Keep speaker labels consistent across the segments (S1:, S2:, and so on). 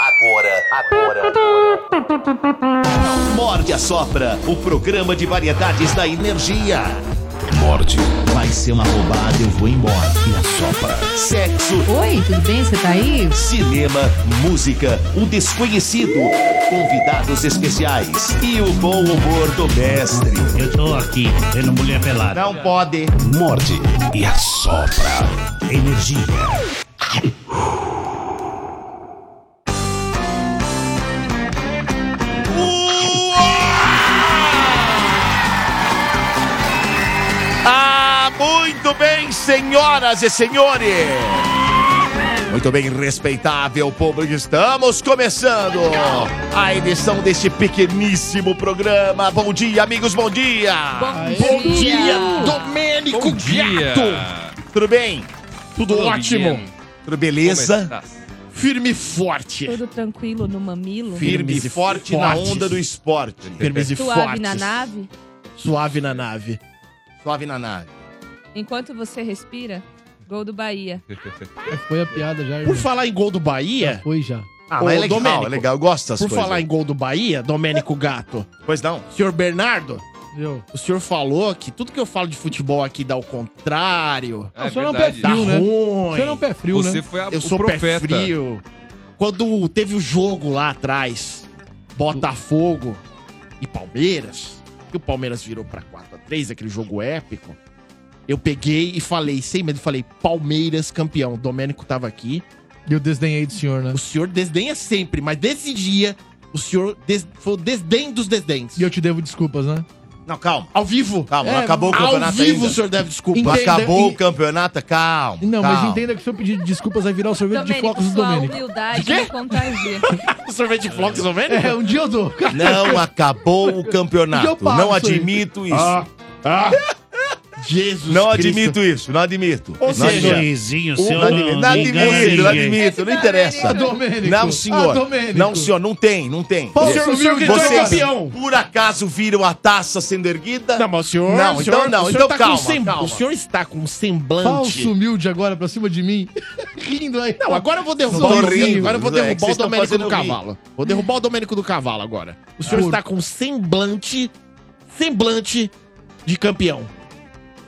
S1: Agora, agora, agora. Morde a Sopra, o programa de variedades da energia.
S2: Morde.
S1: Vai ser uma roubada, eu vou embora.
S2: E a sopra.
S1: Sexo,
S3: Oi, tudo bem? Você tá aí?
S1: cinema, música, o desconhecido, convidados especiais e o bom humor do mestre.
S4: Eu tô aqui, vendo mulher pelada.
S1: Não pode.
S2: Morde. E a sopra. Energia.
S1: Ah, muito bem, senhoras e senhores. Muito bem, respeitável público, estamos começando a edição deste pequeníssimo programa. Bom dia, amigos, bom dia.
S3: Bom dia.
S2: Domênico
S1: Tudo bem?
S2: Tudo ótimo.
S1: Tudo beleza?
S2: Firme e forte.
S3: Tudo tranquilo no mamilo?
S1: Firme e
S2: Firmes e
S1: forte na
S2: fortes.
S1: onda do esporte.
S2: Firmes e
S3: Suave
S2: fortes.
S3: na nave?
S2: Suave na nave.
S1: Suave na nave.
S3: Enquanto você respira, gol do Bahia.
S5: É, Foi a piada já,
S2: Por
S5: irmão.
S2: falar em gol do Bahia,
S5: Foi já.
S1: Ah,
S2: Ô,
S1: mas é legal,
S2: Domênico,
S1: é legal. Eu gosto das
S2: por
S1: coisas.
S2: falar em gol do Bahia, Domênico Gato,
S1: Pois não.
S2: senhor Bernardo,
S5: Eu.
S2: o senhor falou que tudo que eu falo de futebol aqui dá o contrário,
S5: Ah,
S6: É
S5: o senhor é um pé
S6: verdade.
S2: dá
S5: frio, né? O
S2: ruim.
S5: senhor é um pé frio,
S6: Você
S5: né?
S6: foi a,
S2: Eu
S6: o
S2: sou pé
S6: profeta.
S2: frio. Quando teve o jogo lá atrás, Botafogo e Palmeiras, que o Palmeiras virou pra 4x3, aquele jogo épico, eu peguei e falei, sem medo, falei, Palmeiras campeão. O Domênico tava aqui.
S5: E eu desdenhei do senhor, né?
S2: O senhor desdenha sempre, mas desse dia, o senhor des- foi o desdém dos desdéns.
S5: E eu te devo desculpas, né?
S1: Não, calma.
S2: Ao vivo.
S1: Calma, não
S5: É,
S1: acabou o
S2: Ao
S1: campeonato
S2: vivo o
S1: ainda.
S2: senhor deve desculpa.
S1: Não
S5: Entenda-
S1: acabou
S5: e-
S1: o campeonato, calma.
S5: Não, mas
S1: calma.
S5: entenda que o seu pedido de desculpas vai virar o sorvete de
S3: Domênico,
S5: flocos do
S3: sua
S5: Domênico.
S3: humildade me contagia.
S2: O sorvete Flox, ou menos?
S5: É, um dia eu dou.
S1: Não acabou o
S5: E eu
S1: campeonato.
S5: pago
S1: Não
S5: isso aí.
S1: admito isso.
S2: Ah, ah. Jesus
S1: não
S2: Cristo.
S1: admito isso, não admito.
S2: Ou
S1: não
S2: seja,
S1: admito.
S4: Rizinho,
S1: Não admito, não admito, não admito, não interessa.
S5: Ah, Domênico.
S1: Não, senhor.
S5: Ah, Domênico.
S1: Não, senhor, não tem, não tem.
S2: Pô, o
S1: Você-
S2: senhor viu que ele foi
S1: Vocês,
S2: campeão.
S1: por acaso, viram a taça sendo erguida?
S2: Não, mas o senhor.
S1: Não,
S2: o senhor-
S1: então não,
S2: o senhor
S1: então
S2: tá
S1: calma,
S2: com sem-
S1: calma.
S2: O senhor está com um semblante.
S5: Falso humilde agora pra cima de mim. Rindo aí.
S2: Não, agora eu vou derrubar
S1: Não tô
S2: o Domênico,
S1: rindo,
S2: Agora eu vou
S1: é que
S2: derrubar
S1: vocês
S2: o
S1: estão
S2: Domênico
S1: fazendo
S2: do
S1: eu rir.
S2: cavalo. Vou derrubar o Domênico do cavalo agora. O senhor
S5: Ah.
S2: está com um semblante. Semblante de campeão.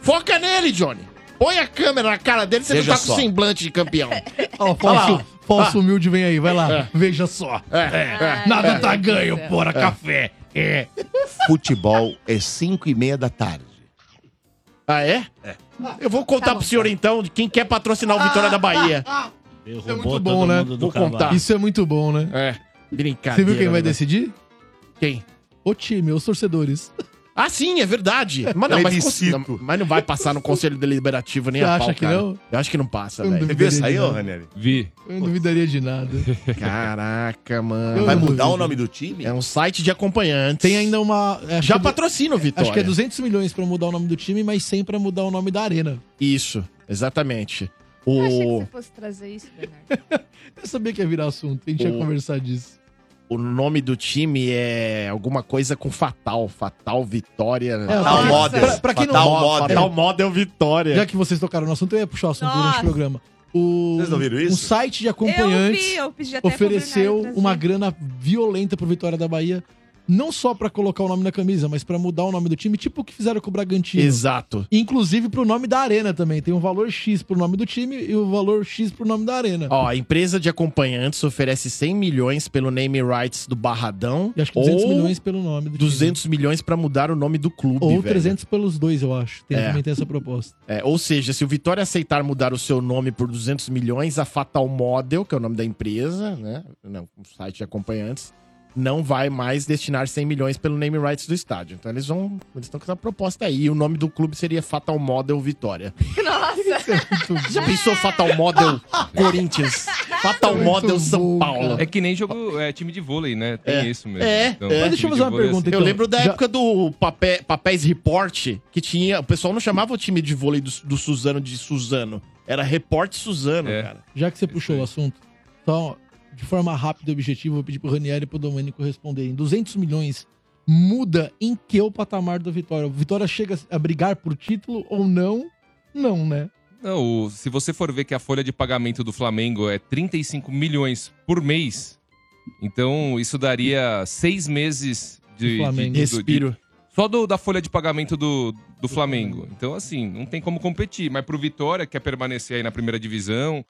S2: Foca nele, Johnny. Põe a câmera na cara dele, você
S1: Veja
S2: não tá com
S1: só.
S2: semblante de campeão.
S5: Ó,
S2: Olha
S5: falso,
S2: lá,
S5: falso humilde vem aí, vai lá. Veja só.
S2: É, é.
S3: Ai,
S5: Nada
S3: meu
S5: tá
S3: Deus
S5: ganho,
S3: do céu.
S5: porra, café. É.
S1: Futebol é 5 e meia da tarde.
S2: Ah, é? Eu vou contar
S3: Tá bom.
S2: pro senhor então de quem quer patrocinar o Vitória da Bahia.
S5: é muito bom, né?
S2: Vou contar.
S5: Isso é muito bom, né?
S2: É. Brincadeira.
S5: Você viu quem vai
S2: né?
S5: decidir?
S2: Quem?
S5: O time, os torcedores.
S2: Ah, sim, é verdade. Mas não, mas, cons-
S1: Plebiscito.
S2: não, mas não vai passar no Conselho Deliberativo nem
S5: Você
S2: a
S5: acha
S2: pau,
S5: que
S2: cara.
S5: não?
S2: Eu acho que não passa,
S5: Eu não
S1: Você
S2: velho.
S1: viu
S5: duvidaria
S1: isso aí,
S5: de
S1: ô,
S5: nada.
S1: Ranieri?
S6: Vi.
S5: Eu não duvidaria de nada.
S2: Caraca, mano.
S5: Eu
S1: Vai
S5: não
S1: mudar
S5: duvido.
S1: o nome do time?
S2: É um site de acompanhantes.
S5: Tem ainda uma. acho
S2: Já
S5: que é du-
S2: patrocina o Vitória.
S5: Acho que é 200 milhões pra mudar o nome do time, mas 100 pra mudar o nome da arena.
S2: Isso, exatamente.
S3: Eu achei que
S2: O,
S3: você fosse trazer isso, Bernardo.
S5: Eu sabia que ia virar assunto, a gente ia
S2: O-
S5: conversar disso.
S2: o nome do time é alguma coisa com Fatal. Fatal Vitória.
S1: Fatal
S5: É, pra-
S1: Model.
S5: pra- pra quem não-
S1: Fatal
S5: Mo-
S1: Model.
S2: Fatal Model Vitória.
S5: Já que vocês tocaram no assunto, eu ia puxar o assunto durante
S3: Nossa.
S5: o programa. O,
S1: Vocês não viram isso?
S5: Um site de
S3: Eu
S5: acompanhantes
S3: vi, eu pedi até pro
S5: ofereceu
S3: Bernardo trazer.
S5: uma grana violenta pro Vitória da Bahia, não só pra colocar o nome na camisa, mas pra mudar o nome do time, tipo o que fizeram com o Bragantino.
S2: Exato.
S5: Inclusive pro nome da arena também. Tem um valor X pro nome do time e o valor X pro nome da arena.
S2: Ó, a empresa de acompanhantes oferece 100 milhões pelo name rights do Barradão.
S5: E acho que 200
S2: ou
S5: milhões pelo nome do time.
S2: 200 milhões pra mudar o nome do clube,
S5: Ou
S2: velho.
S5: 300 pelos dois, eu acho. Tem,
S2: É.
S5: Também tem essa proposta.
S2: É, ou seja, se o Vitória aceitar mudar o seu nome por 200 milhões, a Fatal Model, que é o nome da empresa, né? Não, um site de acompanhantes, não vai mais destinar 100 milhões pelo name rights do estádio. Então eles vão. Eles estão com essa proposta aí. E o nome do clube seria Fatal Model Vitória.
S3: Nossa,
S2: Já pensou Fatal Model Corinthians? Fatal
S5: Muito
S2: Model
S5: bom,
S2: São Paulo.
S5: cara.
S6: É que nem jogo, é time de vôlei, né? Tem isso mesmo.
S2: É, é.
S6: time
S5: Mas deixa eu
S6: de
S5: fazer uma
S6: vôlei é
S5: pergunta,
S2: Eu
S5: Então,
S2: lembro da
S5: já-
S2: época do papé- Papéis Report, que tinha. O pessoal não chamava o time de vôlei do, do Suzano de Suzano. Era Report Suzano,
S6: É.
S2: cara.
S5: Já que você puxou o assunto, então, de forma rápida e objetiva, eu vou pedir pro Ranieri e pro Domênico responderem. 200 milhões muda em que o patamar do Vitória? O Vitória chega a brigar por título ou não? Não, né?
S6: assim. Não, o- se você for ver que a folha de pagamento do Flamengo é 35 milhões por mês, Então, isso daria seis meses de,
S5: Do Flamengo.
S6: de- de-
S2: Respiro.
S6: só do- da folha de pagamento do, do Flamengo. Então, assim, não tem como competir. Mas pro Vitória, que quer permanecer aí na primeira divisão,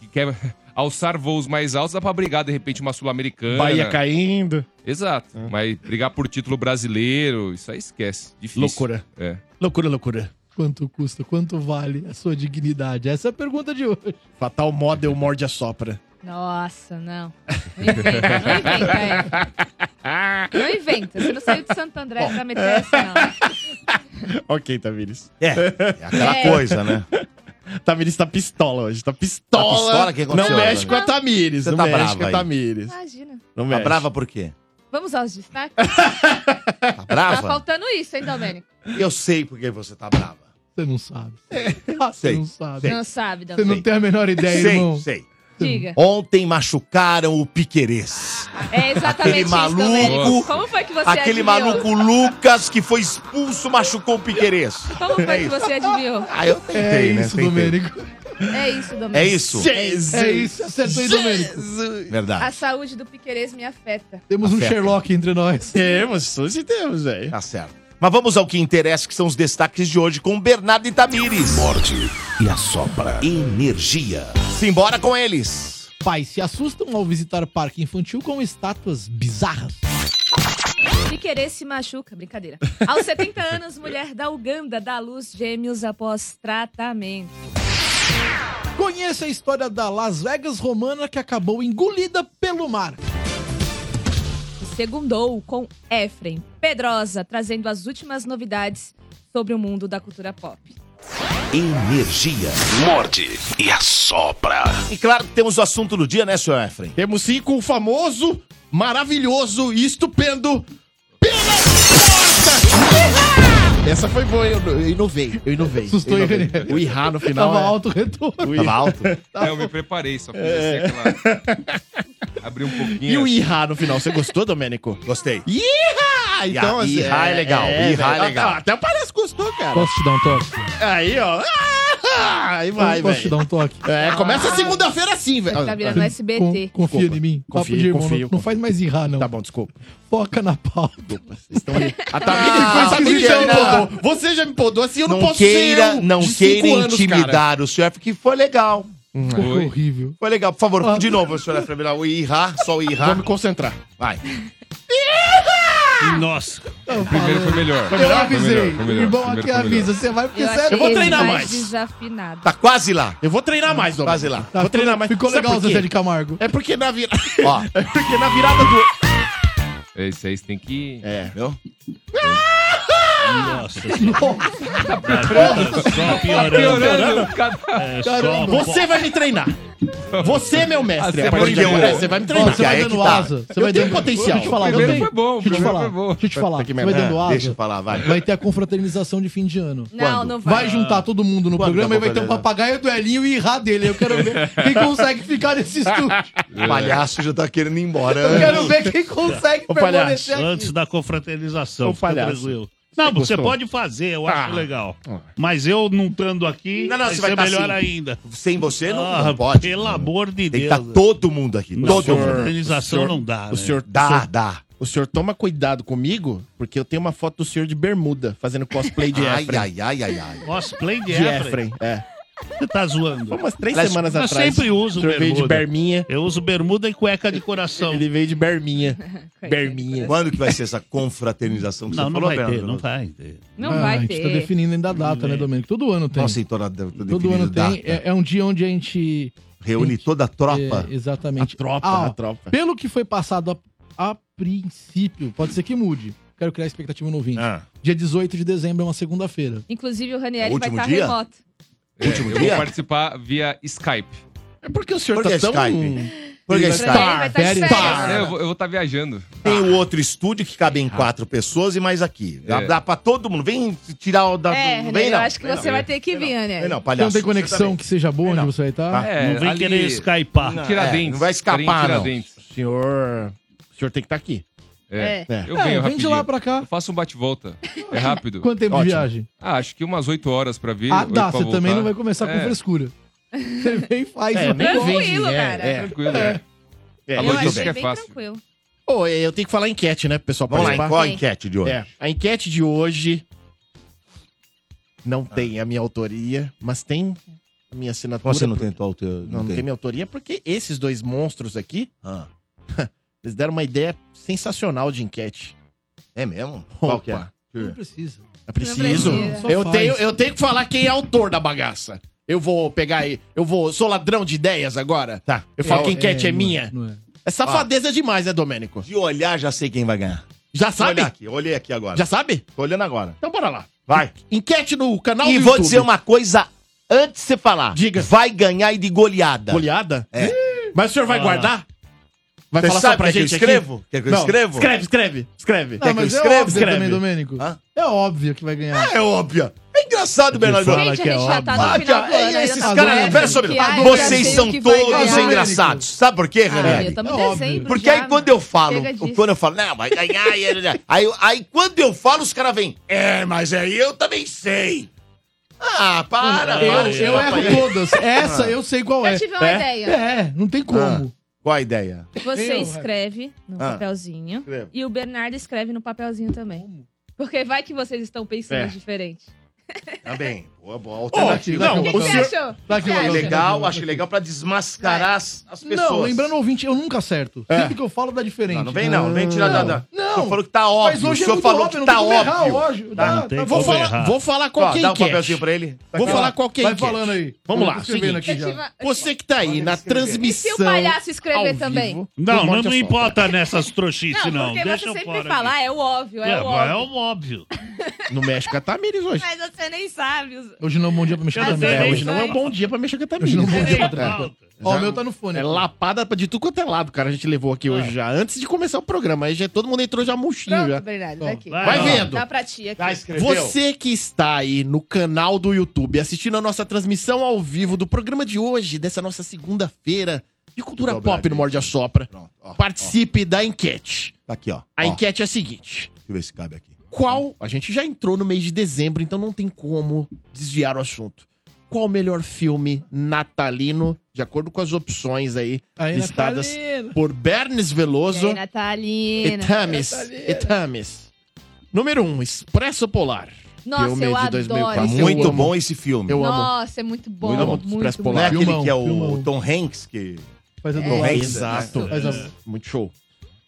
S6: que quer alçar voos mais altos, dá pra brigar, de repente, uma Sul-Americana.
S2: Bahia caindo. É.
S6: Exato. Mas brigar por título brasileiro, isso aí esquece. Difícil.
S2: Loucura.
S6: É.
S2: Loucura, loucura.
S5: Quanto custa? Quanto vale a sua dignidade? Essa é a pergunta de hoje.
S2: Fatal Model morde a sopra.
S3: Nossa, não. Não inventa, não inventa. É. Não inventa. Você não saiu de Santo André pra meter essa, não.
S2: ok, Tamires.
S1: É aquela
S3: É.
S1: coisa, né?
S2: Tamires tá pistola hoje. Tá pistola.
S1: Tá pistola? O que aconteceu,
S2: Não mexe com a
S3: Ana?
S2: Tamires.
S1: Você
S2: não
S1: tá
S2: mexe
S1: brava
S2: com a
S1: aí.
S2: Tamires.
S3: Imagina.
S2: Não
S1: Tá
S2: mexe.
S1: brava por quê?
S3: Vamos aos destaques?
S1: Tá
S3: Tá
S1: brava?
S3: faltando isso, hein, Domênico?
S1: Eu sei por que você tá brava. É,
S5: Você não sabe. Ah, Você
S1: sei,
S5: não sabe.
S1: sei.
S3: Não sabe,
S5: Você
S3: Domênico.
S5: não tem a menor ideia,
S1: sei,
S5: irmão.
S1: sei.
S3: Diga.
S1: Ontem machucaram o Piquerez.
S3: É exatamente
S1: Aquele
S3: isso,
S1: maluco.
S3: Domênico. Como foi que você
S1: Aquele
S3: adivinhou?
S1: maluco Lucas que foi expulso machucou o Piquerez.
S3: Como foi
S1: É
S3: que você adivinhou?
S1: Ah, eu tentei,
S5: É
S1: né?
S5: isso,
S1: Tentei.
S5: Domênico.
S3: É isso, Domênico.
S1: É isso.
S2: Jesus.
S5: É isso. Acertou aí, Domênico.
S3: A
S1: Verdade.
S3: saúde do Piquerez me afeta.
S5: Temos um
S1: Acerta.
S5: Sherlock entre nós.
S2: Tá Temos, hoje temos, velho.
S1: Tá certo. Mas vamos ao que interessa, que são os destaques de hoje com Bernardo e Tamires.
S7: e a sopra energia.
S1: Simbora com eles.
S5: Pais se assustam ao visitar parque infantil com estátuas bizarras.
S3: Piquerez se machuca. Brincadeira. Aos 70 anos, mulher da Uganda dá à luz gêmeos após tratamento.
S5: Conheça a história da Las Vegas romana que acabou engolida pelo mar.
S3: E segundou com Efrem Pedrosa, trazendo as últimas novidades sobre o mundo da cultura pop.
S7: Energia. Morde e a sopra.
S1: E claro que temos o assunto do dia, né, senhor Efren?
S2: Temos sim com o famoso, maravilhoso e estupendo Pela Porta! Essa foi boa, eu, eu inovei, eu inovei.
S5: Assustou,
S2: eu inovei.
S5: hein, René?
S2: O irá no final.
S5: Tava
S2: é-
S5: alto o retorno.
S2: o
S1: né? Tava
S2: irá-
S1: alto?
S6: É, eu me preparei, só fiz
S2: É.
S6: assim aquela... Abri um pouquinho.
S2: E o irá no final, você gostou, Domênico?
S1: Gostei.
S2: Irá! Então,
S1: Irá, irá é legal, irá é
S2: velho.
S1: legal.
S2: Ah, Até parece que gostou, cara.
S5: Posso te dar um toque?
S2: Aí, ó. Ah, Aí vai,
S5: Posso te dar
S2: velho.
S5: um toque?
S2: É,
S1: Ah.
S2: começa segunda-feira assim, velho.
S3: Tá virando SBT.
S5: Con- confia
S2: Desculpa.
S5: em mim. Papo
S2: Confia,
S5: de irmão,
S2: confia,
S5: não,
S2: confia.
S5: não faz mais irrar, não.
S2: Tá bom, desculpa.
S5: Foca na pauta.
S2: Estão ali. A Tamires ficou
S1: Ah,
S2: sabendo Tá que já me
S1: não.
S2: podou. Você já me podou, assim eu não,
S1: Não,
S2: posso ser
S1: queira,
S2: eu
S1: não
S2: de cinco
S1: queira
S2: anos, cara.
S1: intimidar o senhor Efren, que foi legal.
S5: Ficou
S6: Oi.
S5: horrível.
S1: Foi legal. Por favor, de novo, senhor Efren. O irá, só o
S2: Vou
S1: irá.
S2: Ah. me concentrar.
S1: Vai.
S4: Nossa,
S2: Então,
S5: Eu,
S6: O primeiro foi melhor.
S5: eu
S6: Foi
S5: avisei.
S6: melhor, foi melhor.
S5: Irmão,
S6: O primeiro
S5: aqui
S6: foi melhor.
S5: avisa. Você vai porque
S3: Eu
S5: você é
S3: achei
S2: Eu vou
S3: ele
S2: treinar mais.
S3: desafinado.
S1: Tá quase lá.
S2: Eu vou
S4: Hum,
S2: treinar mais, Dom.
S1: Quase lá.
S5: Tá,
S2: Vou treinar mais.
S5: Ficou
S2: Sabe
S5: legal o
S2: por quê?
S5: Zé de Camargo.
S2: É porque na virada.
S1: Ó.
S2: É porque na virada do.
S6: É isso aí, você tem que...
S2: É.
S1: Viu?
S4: nossa. Só piorando.
S6: Piorando. cada-
S4: É,
S5: Caramba.
S4: só
S2: Você vai me treinar. Você é meu mestre.
S6: Ah, você
S2: a partir
S1: porque
S2: de
S1: eu-
S2: agora. Você vai me
S5: um- Ó,
S2: treinar.
S5: você
S1: aí
S5: vai
S1: é
S5: dando
S1: que tá.
S5: asa. Você
S2: Eu
S5: vai
S2: tenho
S5: dando...
S2: potencial.
S5: Deixa eu te falar.
S6: O primeiro
S5: Dom.
S6: foi bom, o
S5: Deixa eu te
S6: primeiro
S5: falar.
S6: foi bom.
S5: Deixa eu te falar.
S2: Puta que
S5: Você vai
S2: merda.
S5: dando asa.
S1: Deixa eu falar, vai.
S5: Vai ter a confraternização de fim de ano.
S3: Não, não vai.
S5: Vai juntar todo mundo no
S1: Quando
S5: programa
S1: que é
S5: e
S1: eu vou
S5: vai ter um
S1: fazer?
S5: papagaio do Elinho e irrar dele. Eu quero ver quem consegue ficar nesse estúdio.
S1: O palhaço já tá querendo ir embora.
S5: Eu quero ver quem consegue
S2: Ô,
S5: permanecer aqui.
S4: Antes da confraternização,
S2: Ô,
S4: fica
S2: palhaço.
S4: tranquilo. Não, você
S2: gostou?
S4: pode fazer, eu
S2: Ah.
S4: acho legal.
S2: Ah.
S4: Mas eu não estando aqui,
S1: Não, não,
S4: vai
S1: você vai
S4: ser
S1: tá
S4: melhor
S1: assim.
S4: ainda.
S1: Sem você não,
S4: Ah,
S1: não pode.
S4: Pelo amor de
S1: Tem que tá
S4: Deus.
S1: estar todo mundo aqui.
S4: Não,
S1: todo
S4: senhor.
S1: mundo.
S4: Organização
S2: o senhor-
S4: não dá,
S2: O
S4: né?
S2: senhor, o
S1: Dá,
S2: senhor-
S1: dá.
S2: O senhor toma cuidado comigo, porque eu tenho uma foto do senhor de bermuda fazendo cosplay de
S1: Ai,
S2: Efren.
S1: ai, ai, ai, ai.
S4: Cosplay de
S2: De
S4: Efren.
S2: Efren, é.
S4: Você tá zoando.
S2: Foi umas três
S1: Mas-
S2: semanas
S4: eu
S2: atrás.
S4: sempre uso
S2: o senhor veio de
S4: bermuda.
S2: berminha.
S4: Eu uso bermuda e cueca de coração.
S2: Ele veio de berminha. berminha.
S1: Quando que vai ser essa confraternização que
S4: Não,
S1: você
S4: não
S1: falou,
S4: vai ter,
S1: Bernardo?
S4: não vai ter.
S3: Não
S5: Ah, A
S3: vai
S5: gente tá
S3: ter.
S5: definindo ainda a data, né, Domênico? Todo ano tem.
S1: Nossa, então, tá de- tá
S5: Todo ano
S1: definido
S5: tem.
S1: data.
S5: É, é um dia onde a gente.
S1: Reúne toda a tropa.
S5: é, exatamente.
S2: A tropa,
S5: Ah,
S2: a tropa.
S5: Pelo que foi passado a, a princípio, pode ser que mude. Quero criar expectativa no ouvinte.
S4: Ah.
S5: Dia 18 de dezembro é uma segunda-feira.
S3: Inclusive, o Ranieri vai
S1: Último
S3: estar
S1: dia?
S3: remoto.
S1: Último
S6: É, Eu vou
S1: dia?
S6: participar via Skype.
S2: É porque o senhor
S1: Por que
S2: tá tão...
S1: Skype? Tá Porque
S3: O
S1: está.
S3: Ranieri vai estar de
S5: Férias.
S3: férias.
S6: É, eu vou- eu vou estar viajando.
S1: Tem
S2: Ah.
S1: o outro estúdio que cabem quatro pessoas e mais aqui. Dá,
S6: É.
S1: dá pra todo mundo. Vem tirar o da.
S3: É,
S1: do-
S3: Ranieri,
S1: vem
S3: eu
S1: não.
S3: acho que
S1: Vem
S3: você
S1: não.
S3: vai ter que vir,
S1: Vem
S3: Ranieri.
S1: não,
S5: Você não
S1: palhaço.
S5: tem conexão que seja boa onde
S1: Não.
S5: você vai estar?
S1: Tá.
S6: É,
S4: não vem
S6: ali-
S4: querer skypar.
S6: Tiradentes.
S1: É, não vai escapar, não.
S6: Tiradentes.
S2: O senhor... O senhor tem que estar aqui.
S6: É.
S3: É.
S6: Eu
S5: É,
S6: venho
S5: vem de lá
S6: rapidinho.
S5: pra cá.
S6: Eu faço um bate-volta. É rápido.
S5: Quanto tempo de
S2: Ótimo.
S5: viagem?
S6: Ah, acho que umas 8 horas pra vir.
S5: Ah,
S6: oito
S5: dá.
S6: pra
S5: Você
S6: voltar.
S5: também não vai começar com
S6: É.
S5: frescura. Você vem e faz.
S2: É,
S5: o
S2: nem
S5: negócio.
S3: Tranquilo,
S2: vende, é,
S3: cara.
S2: é.
S6: Tranquilo, né?
S1: É,
S3: eu
S6: A logística
S3: achei
S6: é
S3: bem
S6: fácil.
S3: tranquilo.
S2: Pô, eu tenho que falar enquete, né, pro pessoal
S1: Vamos lá,
S2: participar?
S1: em qual a
S3: Sim.
S1: enquete de hoje?
S2: É, a enquete de hoje não tem a minha autoria, mas tem a minha assinatura.
S8: Você não
S2: por-
S8: tentou o teu.
S2: Não, não tem minha autoria, porque esses dois monstros aqui,
S8: Ah,
S2: eles deram uma ideia sensacional de enquete.
S8: é mesmo?
S2: Opa,
S8: que é?
S5: Não precisa.
S2: é preciso.
S3: Não precisa.
S5: Só
S2: Eu
S5: faz.
S2: tenho, eu tenho que falar quem é autor da bagaça. Eu vou pegar aí. Eu vou. Sou ladrão de ideias agora? Tá. Eu falo que a enquete é,
S5: não
S2: minha.
S5: Não é.
S2: É safadeza demais, né, Domênico?
S8: De olhar, já sei quem vai ganhar.
S2: Já
S1: Vou
S2: sabe?
S1: olhar aqui, olhei aqui agora.
S2: Já sabe?
S1: Tô olhando agora. tá,
S2: Então bora lá.
S1: Vai.
S2: Enquete no canal
S8: e
S2: do
S8: vou
S2: YouTube.
S8: dizer uma coisa antes de você falar.
S2: Diga.
S8: Vai ganhar e de goleada.
S2: Goleada?
S8: É.
S2: Mas o senhor vai
S4: Ah.
S2: guardar? Vai
S8: Você
S2: falar
S8: sabe
S2: só pra
S8: que eu
S2: gente
S8: escrevo?
S2: aqui?
S8: Quer que eu escrevo?
S2: Escreve, escreve, escreve.
S5: Não, mas
S8: escreva?
S5: é óbvio
S2: Escreve.
S5: também, Domênico.
S8: Hã?
S5: É óbvio que vai ganhar.
S8: É óbvia. É engraçado, Bernardo.
S5: fala
S3: Gente,
S5: que
S3: a
S5: é
S3: gente já
S5: óbvio.
S3: tá no final do
S8: Ah,
S3: ano.
S8: esses
S3: ainda tá
S8: caras-
S3: doendo,
S8: pera só um
S3: que,
S8: minuto.
S3: ai, eu já
S8: Vocês
S3: sei
S8: são
S3: o que vai
S8: todos
S3: ganhar.
S8: engraçados. Sabe por quê,
S3: Ah, eu
S8: Ranieri?
S3: tamo
S5: É
S3: em
S5: óbvio.
S3: dezembro
S8: Porque
S3: já,
S8: aí quando eu falo,
S3: Chega disso.
S8: quando eu falo, não, vai ganhar, aí, aí, aí quando eu falo, os caras vêm, é, mas aí eu também sei. Ah, para,
S5: Eu,
S8: para,
S5: eu
S8: rapaz.
S5: erro todas. Essa
S1: Ah.
S5: eu sei qual é.
S3: Eu tive uma
S2: É?
S3: ideia.
S5: É, não tem como.
S1: Qual a ideia?
S3: Você
S5: Eu,
S3: escreve no
S1: Ah.
S3: papelzinho
S1: Escrevo.
S3: e o Bernardo escreve no papelzinho também. Porque vai que vocês estão pensando
S2: É.
S3: diferente.
S1: Tá bem. Boa, boa
S5: Ó,
S1: alternativa.
S5: não,
S3: O que,
S5: O
S3: que
S5: senhor-
S3: você achou?
S5: Tá aqui,
S3: É,
S5: ó,
S1: É
S5: ó,
S1: legal,
S5: ó, ó.
S1: acho legal pra desmascarar as, as pessoas.
S5: Não, lembrando o ouvinte, eu nunca acerto.
S2: É.
S5: Sempre que eu falo dá diferente.
S1: Não, não vem não, não vem tirar
S5: Não,
S1: nada. O senhor
S5: Não,
S1: falou que tá óbvio.
S5: mas hoje
S1: o
S5: é
S1: senhor
S5: muito
S1: falou
S5: óbvio,
S1: que
S5: não
S1: tá
S5: tem como
S1: óbvio.
S5: errar hoje. Dá-
S4: não tem
S5: tá
S2: Vou
S5: bom.
S4: como
S2: falar,
S4: errar.
S2: vou falar
S1: Ó,
S2: qual que é
S1: dá
S2: a
S1: um papelzinho
S2: enquete.
S1: pra ele. Tá
S2: Vou
S1: aqui, ó.
S2: falar qual que é a
S5: Vai
S2: enquete.
S5: falando aí.
S2: Vamos
S5: Eu
S2: lá,
S5: tô escrevendo
S2: seguinte.
S5: aqui já.
S3: Efetiva-
S2: Você que tá aí na
S3: E
S2: transmissão.
S3: se o palhaço
S2: ao
S3: escrever
S2: vivo,
S3: também?
S4: Não, não
S2: Monte
S4: me
S2: Assopra.
S4: importa nessas trouxices,
S3: Não,
S4: não.
S3: porque
S4: Deixa eu
S3: você
S4: fora.
S3: sempre fala, ah, é o óbvio, é,
S4: é,
S3: o
S4: mas é
S3: óbvio.
S4: um óbvio.
S2: No México é Tamires hoje.
S3: Mas você nem sabe. os-
S5: Hoje não é um bom dia pra mexer
S3: Mas
S5: também.
S2: É,
S4: é
S2: hoje
S3: isso
S2: não é
S3: aí.
S2: um bom dia pra mexer com a
S5: Hoje não é um
S2: Tamires.
S5: bom dia pra
S4: É,
S5: trás.
S4: falta.
S5: Ó, o meu tá no fone.
S2: É
S5: aqui.
S2: lapada pra- de tudo quanto é lado, cara. A gente levou aqui hoje já, antes de começar o programa. Aí já todo mundo entrou já murchinho
S3: Pronto,
S2: já.
S3: Bernardo,
S5: Ó,
S3: daqui.
S4: vai
S2: É. Vai
S4: Ah.
S2: vendo.
S3: Dá pra ti aqui.
S1: Tá, escreveu.
S2: Você é que está aí no canal do YouTube assistindo a nossa transmissão ao vivo do programa de hoje, dessa nossa segunda-feira de cultura
S1: Dobrar
S2: pop no
S1: aqui.
S2: Morde a Sopra,
S1: Pronto, ó,
S2: participe da enquete.
S8: Tá aqui, ó.
S2: A
S8: Ó,
S2: enquete é a seguinte:
S8: Deixa eu ver se cabe aqui.
S2: qual. A gente já entrou no mês de dezembro, então não tem como desviar o assunto. Qual o melhor filme natalino, de acordo com as opções aí
S5: Aí,
S2: listadas
S5: Natalina.
S2: por Bernes
S3: E
S2: Veloso
S3: aí, Natalina.
S2: Etames. Etames. Número 1, um, Expresso Polar.
S3: Nossa,
S2: Filme
S3: eu
S2: de
S3: adoro
S2: 2004.
S3: esse
S8: Muito
S2: eu amo.
S8: bom esse filme.
S2: Eu amo.
S3: Nossa, é muito bom.
S2: Muito bom.
S3: Muito,
S2: Expresso
S3: bom.
S8: Não é
S2: Polar.
S8: aquele
S5: Filmão,
S8: que é o
S5: filmão.
S8: Tom Hanks que
S5: Faz a
S3: É,
S5: dublagem.
S2: Exato.
S5: Faz a-
S2: Muito show.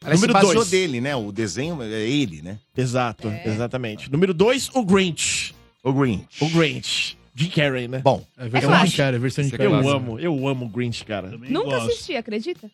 S8: É. Aliás,
S2: Número
S8: se baseou
S2: dois.
S8: dele, né? O desenho é ele, né?
S2: Exato,
S3: É.
S2: exatamente. Número 2, o Grinch.
S8: O Grinch.
S2: O Grinch. De Carrey, né?
S8: Bom,
S5: É versão
S3: É
S5: de
S3: clássico.
S5: cara, é versão de
S6: Esse é
S5: cara.
S2: eu
S6: clássico.
S2: amo, eu amo o Grinch, cara.
S4: Também
S3: Nunca
S4: gosto.
S3: assisti, acredita?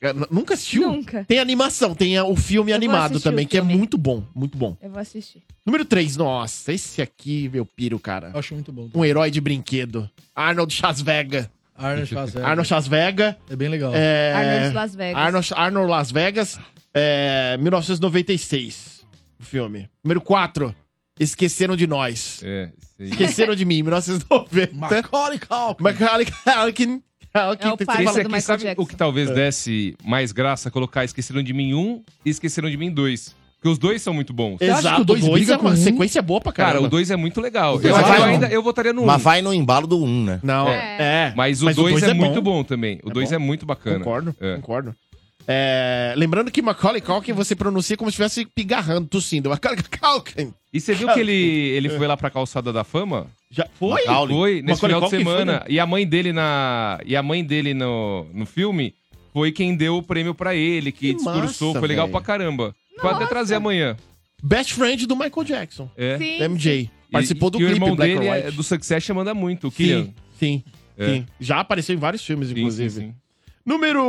S2: Cara, n- Nunca assistiu?
S3: Nunca.
S2: Tem animação, tem a- o filme
S3: Eu vou
S2: animado
S3: assistir
S2: também,
S3: o
S2: que é
S3: filme.
S2: muito bom, muito bom.
S3: Eu vou assistir.
S2: Número 3, nossa, esse aqui, meu piro, cara.
S5: Eu acho muito bom.
S2: Um herói de brinquedo. Arnold Schwarzenegger.
S5: Arnold Schwarzenegger.
S2: Arnold Schwarzenegger.
S5: É bem legal.
S2: É...
S3: Arnold Las Vegas.
S2: Arnold, Arnold Las Vegas, é, 1996, o filme. Número 4, Esqueceram de Nós.
S6: É, isso aí.
S2: Esqueceram de mim, 1990.
S5: Macaulay Culkin.
S2: Macaulay Culkin. Culkin,
S3: É o pai. Fala
S2: tem que ser
S6: Esse
S3: do
S2: falado.
S6: aqui,
S3: Michael
S6: sabe
S3: Jackson.
S6: o que é talvez desse mais graça? Colocar Esqueceram de Mim 1 e Esqueceram de Mim 2. Porque os dois são muito bons.
S5: acha que
S2: Exato,
S5: o
S2: o
S5: dois
S2: 2 é
S5: briga com
S2: uma
S5: um?
S2: sequência boa pra
S6: Cara,
S2: caramba.
S6: o 2 é muito legal.
S5: Os
S6: Eu,
S5: dois
S6: acho que eu
S8: são bons.
S6: ainda, eu votaria no 1.
S8: mas vai no embalo do 1, um, né?
S2: Não, é.
S3: É.
S6: Mas o
S2: Mas o
S6: 2
S2: dois
S6: é,
S2: é bom.
S6: muito bom também. O
S2: É
S6: 2
S2: bom.
S6: é, muito bacana.
S2: Concordo,
S6: É.
S2: concordo. É, lembrando que Macaulay Culkin você pronuncia como se estivesse pigarrando, tossindo. Macaulay Culkin.
S6: E você viu que ele, ele foi lá pra calçada da fama?
S2: Já foi?
S8: Macaulay.
S6: Foi, nesse
S2: Macaulay
S6: final de
S2: Culkin foi,
S6: semana. E a mãe dele na. E a mãe dele no, no filme foi quem deu o prêmio pra ele, que,
S2: Que
S6: discursou,
S2: massa,
S6: foi legal
S2: velho.
S6: pra caramba. Vou até trazer amanhã.
S2: Best friend do Michael Jackson.
S6: É.
S3: Sim.
S2: da MJ. Participou
S6: e,
S2: do
S6: e
S2: clipe
S6: o irmão
S2: Black
S6: dele
S2: or
S6: é-
S2: White.
S6: do Succession manda muito, o Killian.
S2: Sim, sim,
S6: É.
S2: sim. Já apareceu em vários filmes,
S6: Sim,
S2: inclusive.
S6: sim, sim.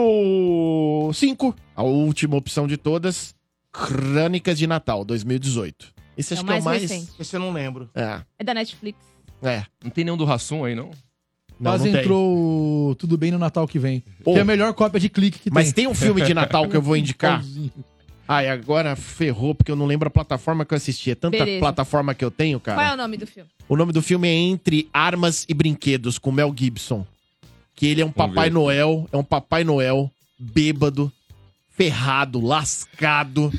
S2: Número 5. A última opção de todas. Crônicas de Natal, 2018. Esse
S3: É
S2: acho
S3: o
S2: que é
S3: mais
S2: o mais...
S3: recente.
S1: Esse eu não lembro.
S2: É,
S3: É da Netflix.
S2: é.
S6: Não tem nenhum do Rassum aí, não?
S2: Não,
S5: Quase
S2: não tem.
S5: entrou o Tudo Bem no Natal que vem.
S2: Ô.
S5: Que é a melhor cópia de clique que
S2: Mas
S5: tem.
S2: tem um filme de Natal que eu vou indicar.
S5: Igualzinho.
S2: Ai, agora ferrou, porque eu não lembro a plataforma que eu assisti. É tanta
S3: Beleza.
S2: plataforma que eu tenho,
S3: Qual é
S2: cara.
S3: o nome do filme?
S2: O nome do filme é Entre Armas e Brinquedos, com Mel Gibson. Que ele é um
S6: Vamos
S2: Papai
S6: ver.
S2: Noel, é um Papai Noel bêbado, ferrado, lascado.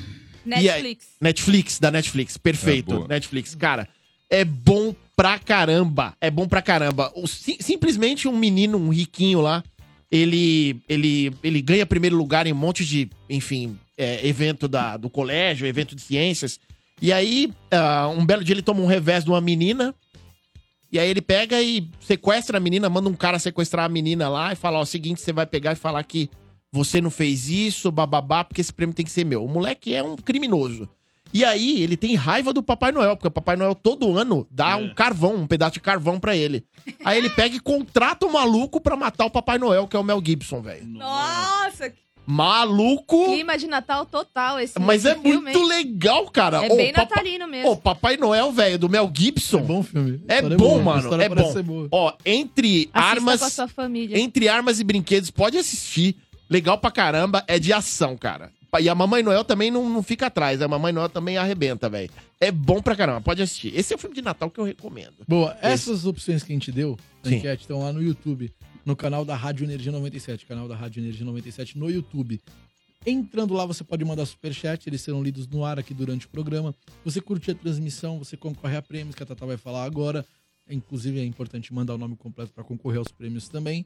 S2: aí?
S3: Netflix.
S2: Netflix, da Netflix.
S6: É,
S2: Perfeito.
S6: boa.
S2: Netflix, cara, é bom pra caramba. É bom pra caramba. O, si- simplesmente um menino, um riquinho lá, ele, ele, ele ganha primeiro lugar em um monte de, enfim, é, evento da, do colégio, evento de ciências. E aí, ah, um belo dia ele toma um revés de uma menina. E aí ele pega e sequestra a menina, manda um cara sequestrar a menina lá e fala: Ó, o seguinte, você vai pegar e falar que você não fez isso, bababá, porque esse prêmio tem que ser meu. O moleque é um criminoso. E aí ele tem raiva do Papai Noel, porque o Papai Noel todo ano dá um carvão, um pedaço de carvão pra ele. Aí ele pega e contrata o maluco pra matar o Papai Noel, que é o Mel Gibson, velho.
S3: Nossa, que
S2: Maluco!
S3: clima de Natal total esse
S2: Mas é
S3: esse filme,
S2: muito
S3: hein?
S2: legal, cara.
S3: É
S2: Ô,
S3: bem
S2: Papa-
S3: natalino mesmo.
S2: Ô, Papai Noel, velho, do Mel Gibson.
S5: É bom filme.
S2: É
S5: História
S2: bom,
S5: boa.
S2: mano,
S5: História
S2: é
S5: parece
S2: bom.
S5: ser boa.
S2: Ó, entre
S3: Assista
S2: armas.
S3: com a sua família.
S2: Entre armas e brinquedos, pode assistir. Legal pra caramba, é de ação, cara. E a Mamãe Noel também não, não fica atrás. A Mamãe Noel também arrebenta, velho. É bom pra caramba, pode assistir. Esse é o filme de Natal que eu recomendo.
S5: Boa, essas opções que a gente deu na
S2: Sim.
S5: enquete estão lá no YouTube, no canal da Rádio Energia 97, canal da Rádio Energia 97 no YouTube. Entrando lá, você pode mandar superchat, eles serão lidos no ar aqui durante o programa. Você curte a transmissão, você concorre a prêmios, que a Tata vai falar agora. Inclusive, é importante mandar o nome completo para concorrer aos prêmios também.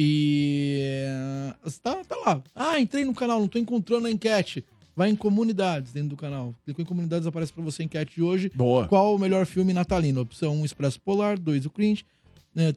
S5: E eh, tá, tá lá. Ah, entrei no canal, não tô encontrando a enquete. Vai em comunidades dentro do canal. Clicou em comunidades, aparece para você a enquete de hoje.
S2: Boa.
S5: Qual o melhor filme natalino? Opção 1, Expresso Polar. 2, O Cringe.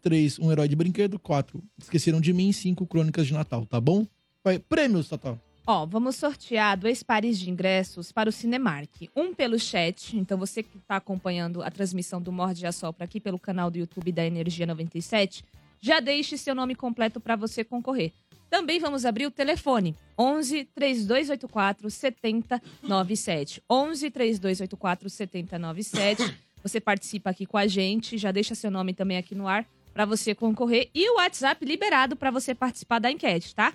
S5: 3, Um Herói de Brinquedo. 4, Esqueceram de Mim. 5, Crônicas de Natal, tá bom? Vai, prêmios, Tatá.
S3: Ó, vamos sortear dois pares de ingressos para o Cinemark. Um pelo chat, então você que está acompanhando a transmissão do Morde e a Sopra aqui pelo canal do YouTube da Energia 97, já deixe seu nome completo para você concorrer. Também vamos abrir o telefone 11 3284 7097. 11 3284 7097. Você participa aqui com a gente, já deixa seu nome também aqui no ar para você concorrer e o WhatsApp liberado para você participar da enquete, tá?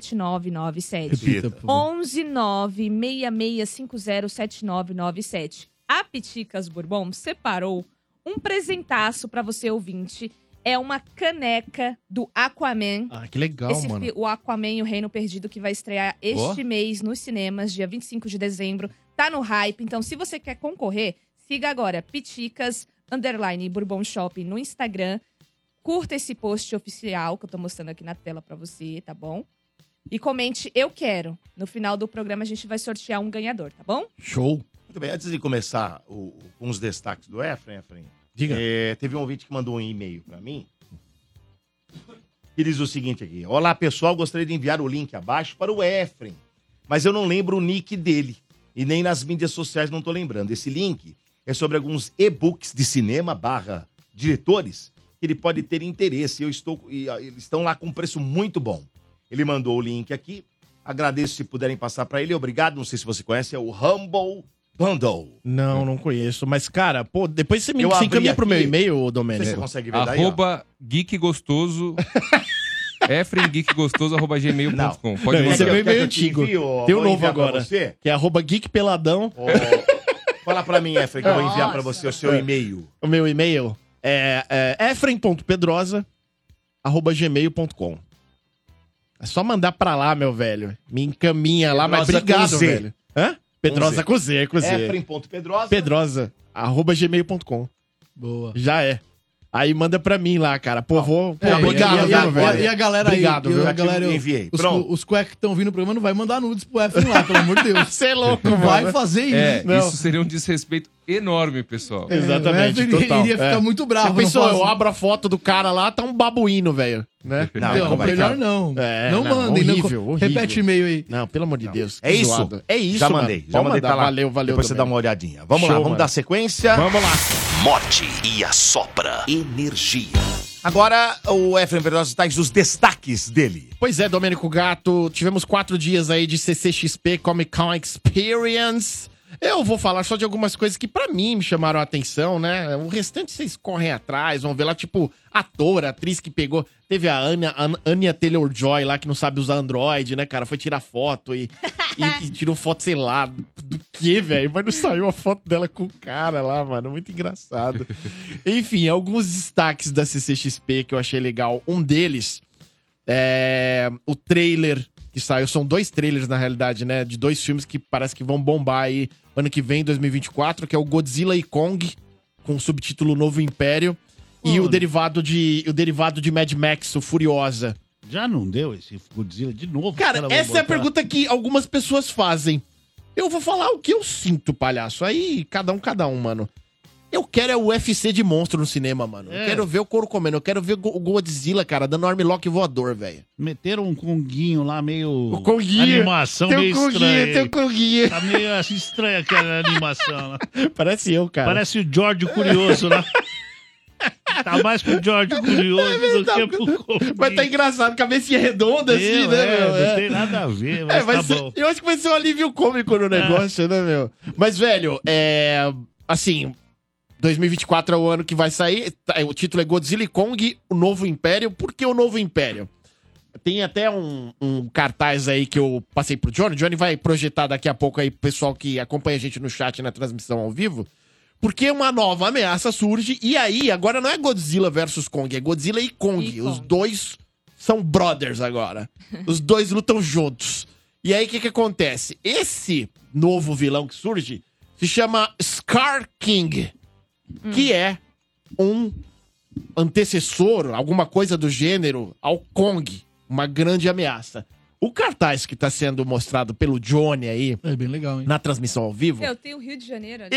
S3: 119-6650-7997.
S5: Repita, por favor.
S3: 119-6650-7997. A Piticas Bourbon separou um presentaço para você, ouvinte. É uma caneca do Aquaman.
S2: Ah, que legal,
S3: Esse
S2: mano.
S3: fi- o Aquaman e o Reino Perdido que vai estrear este mês nos cinemas, dia 25 de dezembro. Tá no hype, então se você quer concorrer, siga agora Piticas underline Bourbon Shopping no Instagram. Curta esse post oficial que eu tô mostrando aqui na tela pra você, tá bom? E comente eu quero. No final do programa a gente vai sortear um ganhador, tá bom?
S2: Show.
S1: Muito bem, antes de começar o- o- com os destaques do Efren, Efren,
S2: Diga.
S1: é, teve um ouvinte que mandou um e-mail pra mim. Que diz o seguinte aqui: Olá pessoal, gostaria de enviar o link abaixo para o Efren, mas eu não lembro o nick dele e nem nas mídias sociais não tô lembrando. Esse link é sobre alguns e-books de cinema barra diretores que ele pode ter interesse. Eu estou e, ah, eles estão lá com um preço muito bom. Ele mandou o link aqui. Agradeço se puderem passar pra ele. Obrigado. Não sei se você conhece, é o Humble Bundle.
S2: Não, não conheço. Mas, cara, pô, depois você me
S1: Eu
S2: você
S1: abri
S2: encaminha pro
S1: aqui.
S2: meu e-mail, ô,
S1: Não sei se você
S2: Domênico.
S1: consegue ver daí. ó.
S6: Arroba Geek Gostoso. Efren Geek Gostoso, arroba gmail.com. Pode
S2: Não,
S1: Quer
S2: esse é
S6: mandar.
S1: que eu- quer que
S2: meu e-mail
S1: eu te
S2: antigo.
S1: envie, ó,
S2: Tem um
S1: vou
S2: novo
S1: enviar pra
S2: agora.
S1: você?
S2: Que é arroba geekpeladão.
S1: Ó, Fala pra mim, Efra, que eu vou enviar pra você o seu
S2: É.
S1: e-mail.
S2: O meu e-mail é, é efrem.pedrosa.gmail.com. É só mandar pra lá, meu velho. Me encaminha lá, mas
S1: Pedrosa com
S2: obrigado,
S1: Z.
S2: velho. Hã? Pedrosa com Z, com
S1: É,
S2: Z.
S1: Efren.pedrosa.
S2: Pedrosa, arroba gmail.com.
S5: Boa.
S2: Já é. Aí manda pra mim lá, cara.
S1: Tá.
S2: Pô, vou... Pô,
S5: É,
S2: obrigado,
S5: e, a- e,
S2: viu,
S5: a-
S2: velho.
S5: e a galera
S2: Obrigado,
S5: aí, e
S2: viu?
S5: a galera, eu-
S1: Enviei.
S5: os,
S1: Pronto.
S5: os cuecas que estão vindo no programa não vai mandar nudes pro F um lá, pelo amor de Deus.
S2: Você é louco,
S5: Vai
S2: mano.
S5: fazer isso.
S6: É,
S2: Não.
S6: isso seria um desrespeito enorme, pessoal.
S2: Exatamente,
S5: É, o F
S2: total.
S5: iria ficar
S2: É.
S5: muito
S2: Você
S5: bravo.
S2: pensou,
S5: não faz-
S2: eu abro a foto do cara lá, tá um babuíno, velho. Né?
S1: Não,
S5: Não,
S1: não vai,
S5: melhor
S1: cara.
S5: não.
S2: É,
S5: não,
S2: não,
S5: mandem. não-
S2: horrível, horrível.
S5: Repete e-mail aí.
S2: Não, pelo amor de Deus.
S1: É
S2: que
S1: isso?
S2: zoado. É isso,
S1: Já
S2: mano.
S1: mandei. Já
S2: Pode
S1: mandei,
S2: mandar.
S1: tá lá.
S2: Valeu, valeu.
S1: Depois você dá
S2: Domênico.
S1: uma olhadinha. Vamos lá,
S2: Show,
S1: vamos
S2: mano.
S1: dar sequência.
S2: Vamos lá.
S7: Morte e assopra. Energia.
S1: Agora Ah, o Efren Pedrosa traz os destaques dele.
S2: Pois é, Domênico Gato, tivemos quatro dias aí de CCXP Comic Con Experience. Eu vou falar só de algumas coisas que pra mim me chamaram a atenção, né? O restante vocês correm atrás, vão ver lá, tipo, ator, atriz que pegou. Teve a Anya, An- Anya Taylor-Joy lá, que não sabe usar Android, né, cara? Foi tirar foto e, e- e tirou foto, sei lá, do que, velho? Mas não saiu a foto dela com o cara lá, mano. Muito engraçado. Enfim, alguns destaques da CCXP que eu achei legal. Um deles é, o trailer que saiu. São dois trailers, na realidade, né? De dois filmes que parece que vão bombar aí ano que vem, 2024, que é o Godzilla e Kong, com o subtítulo Novo Império. E o derivado de o derivado de Mad Max, o Furiosa.
S4: Já não deu esse Godzilla de novo? os
S2: Cara,
S4: caras vão
S2: essa é a
S4: botar.
S2: pergunta que algumas pessoas fazem. Eu vou falar o que eu sinto, palhaço. Aí, cada um, cada um, mano. Eu quero é o UFC de monstro no cinema, mano. Eu
S4: É.
S2: quero ver o couro comendo. Eu quero ver o Go- o Godzilla, cara, dando armlock voador, velho.
S4: Meteram um conguinho lá meio...
S2: O um Konguinho.
S4: Animação meio estranha.
S2: Konguinha.
S4: Tá meio assim estranha aquela animação lá.
S2: Parece eu, cara.
S4: Parece o George Curioso lá. Tá mais pro George Curioso do que pro Conguinho.
S2: tá Mas tá engraçado, cabecinha redonda assim, né,
S4: é,
S2: meu?
S4: Não
S2: É.
S4: tem nada a ver, mas
S2: É, vai
S4: tá
S2: ser-
S4: bom. É.
S2: eu acho que vai ser um alívio cômico no negócio, né, meu? Mas, velho, é. Assim, 2024 é o ano que vai sair. tá, O título é Godzilla e Kong, o Novo Império. Por que o Novo Império? Tem até um, um cartaz aí que eu passei pro Johnny. Johnny vai projetar daqui a pouco aí pro pessoal que acompanha a gente no chat e na transmissão ao vivo. Porque uma nova ameaça surge. E aí, agora não é Godzilla versus Kong, é Godzilla e Kong.
S3: E
S2: Os
S3: Kong.
S2: dois são brothers agora. Os dois lutam juntos. E aí, o que, que acontece? Esse novo vilão que surge se chama Scar King, que é um antecessor, alguma coisa do gênero, ao Kong, uma grande ameaça. O cartaz que está sendo mostrado pelo Johnny aí
S5: É bem legal, hein?
S2: na transmissão ao vivo.
S3: Eu tenho o Rio de Janeiro ali.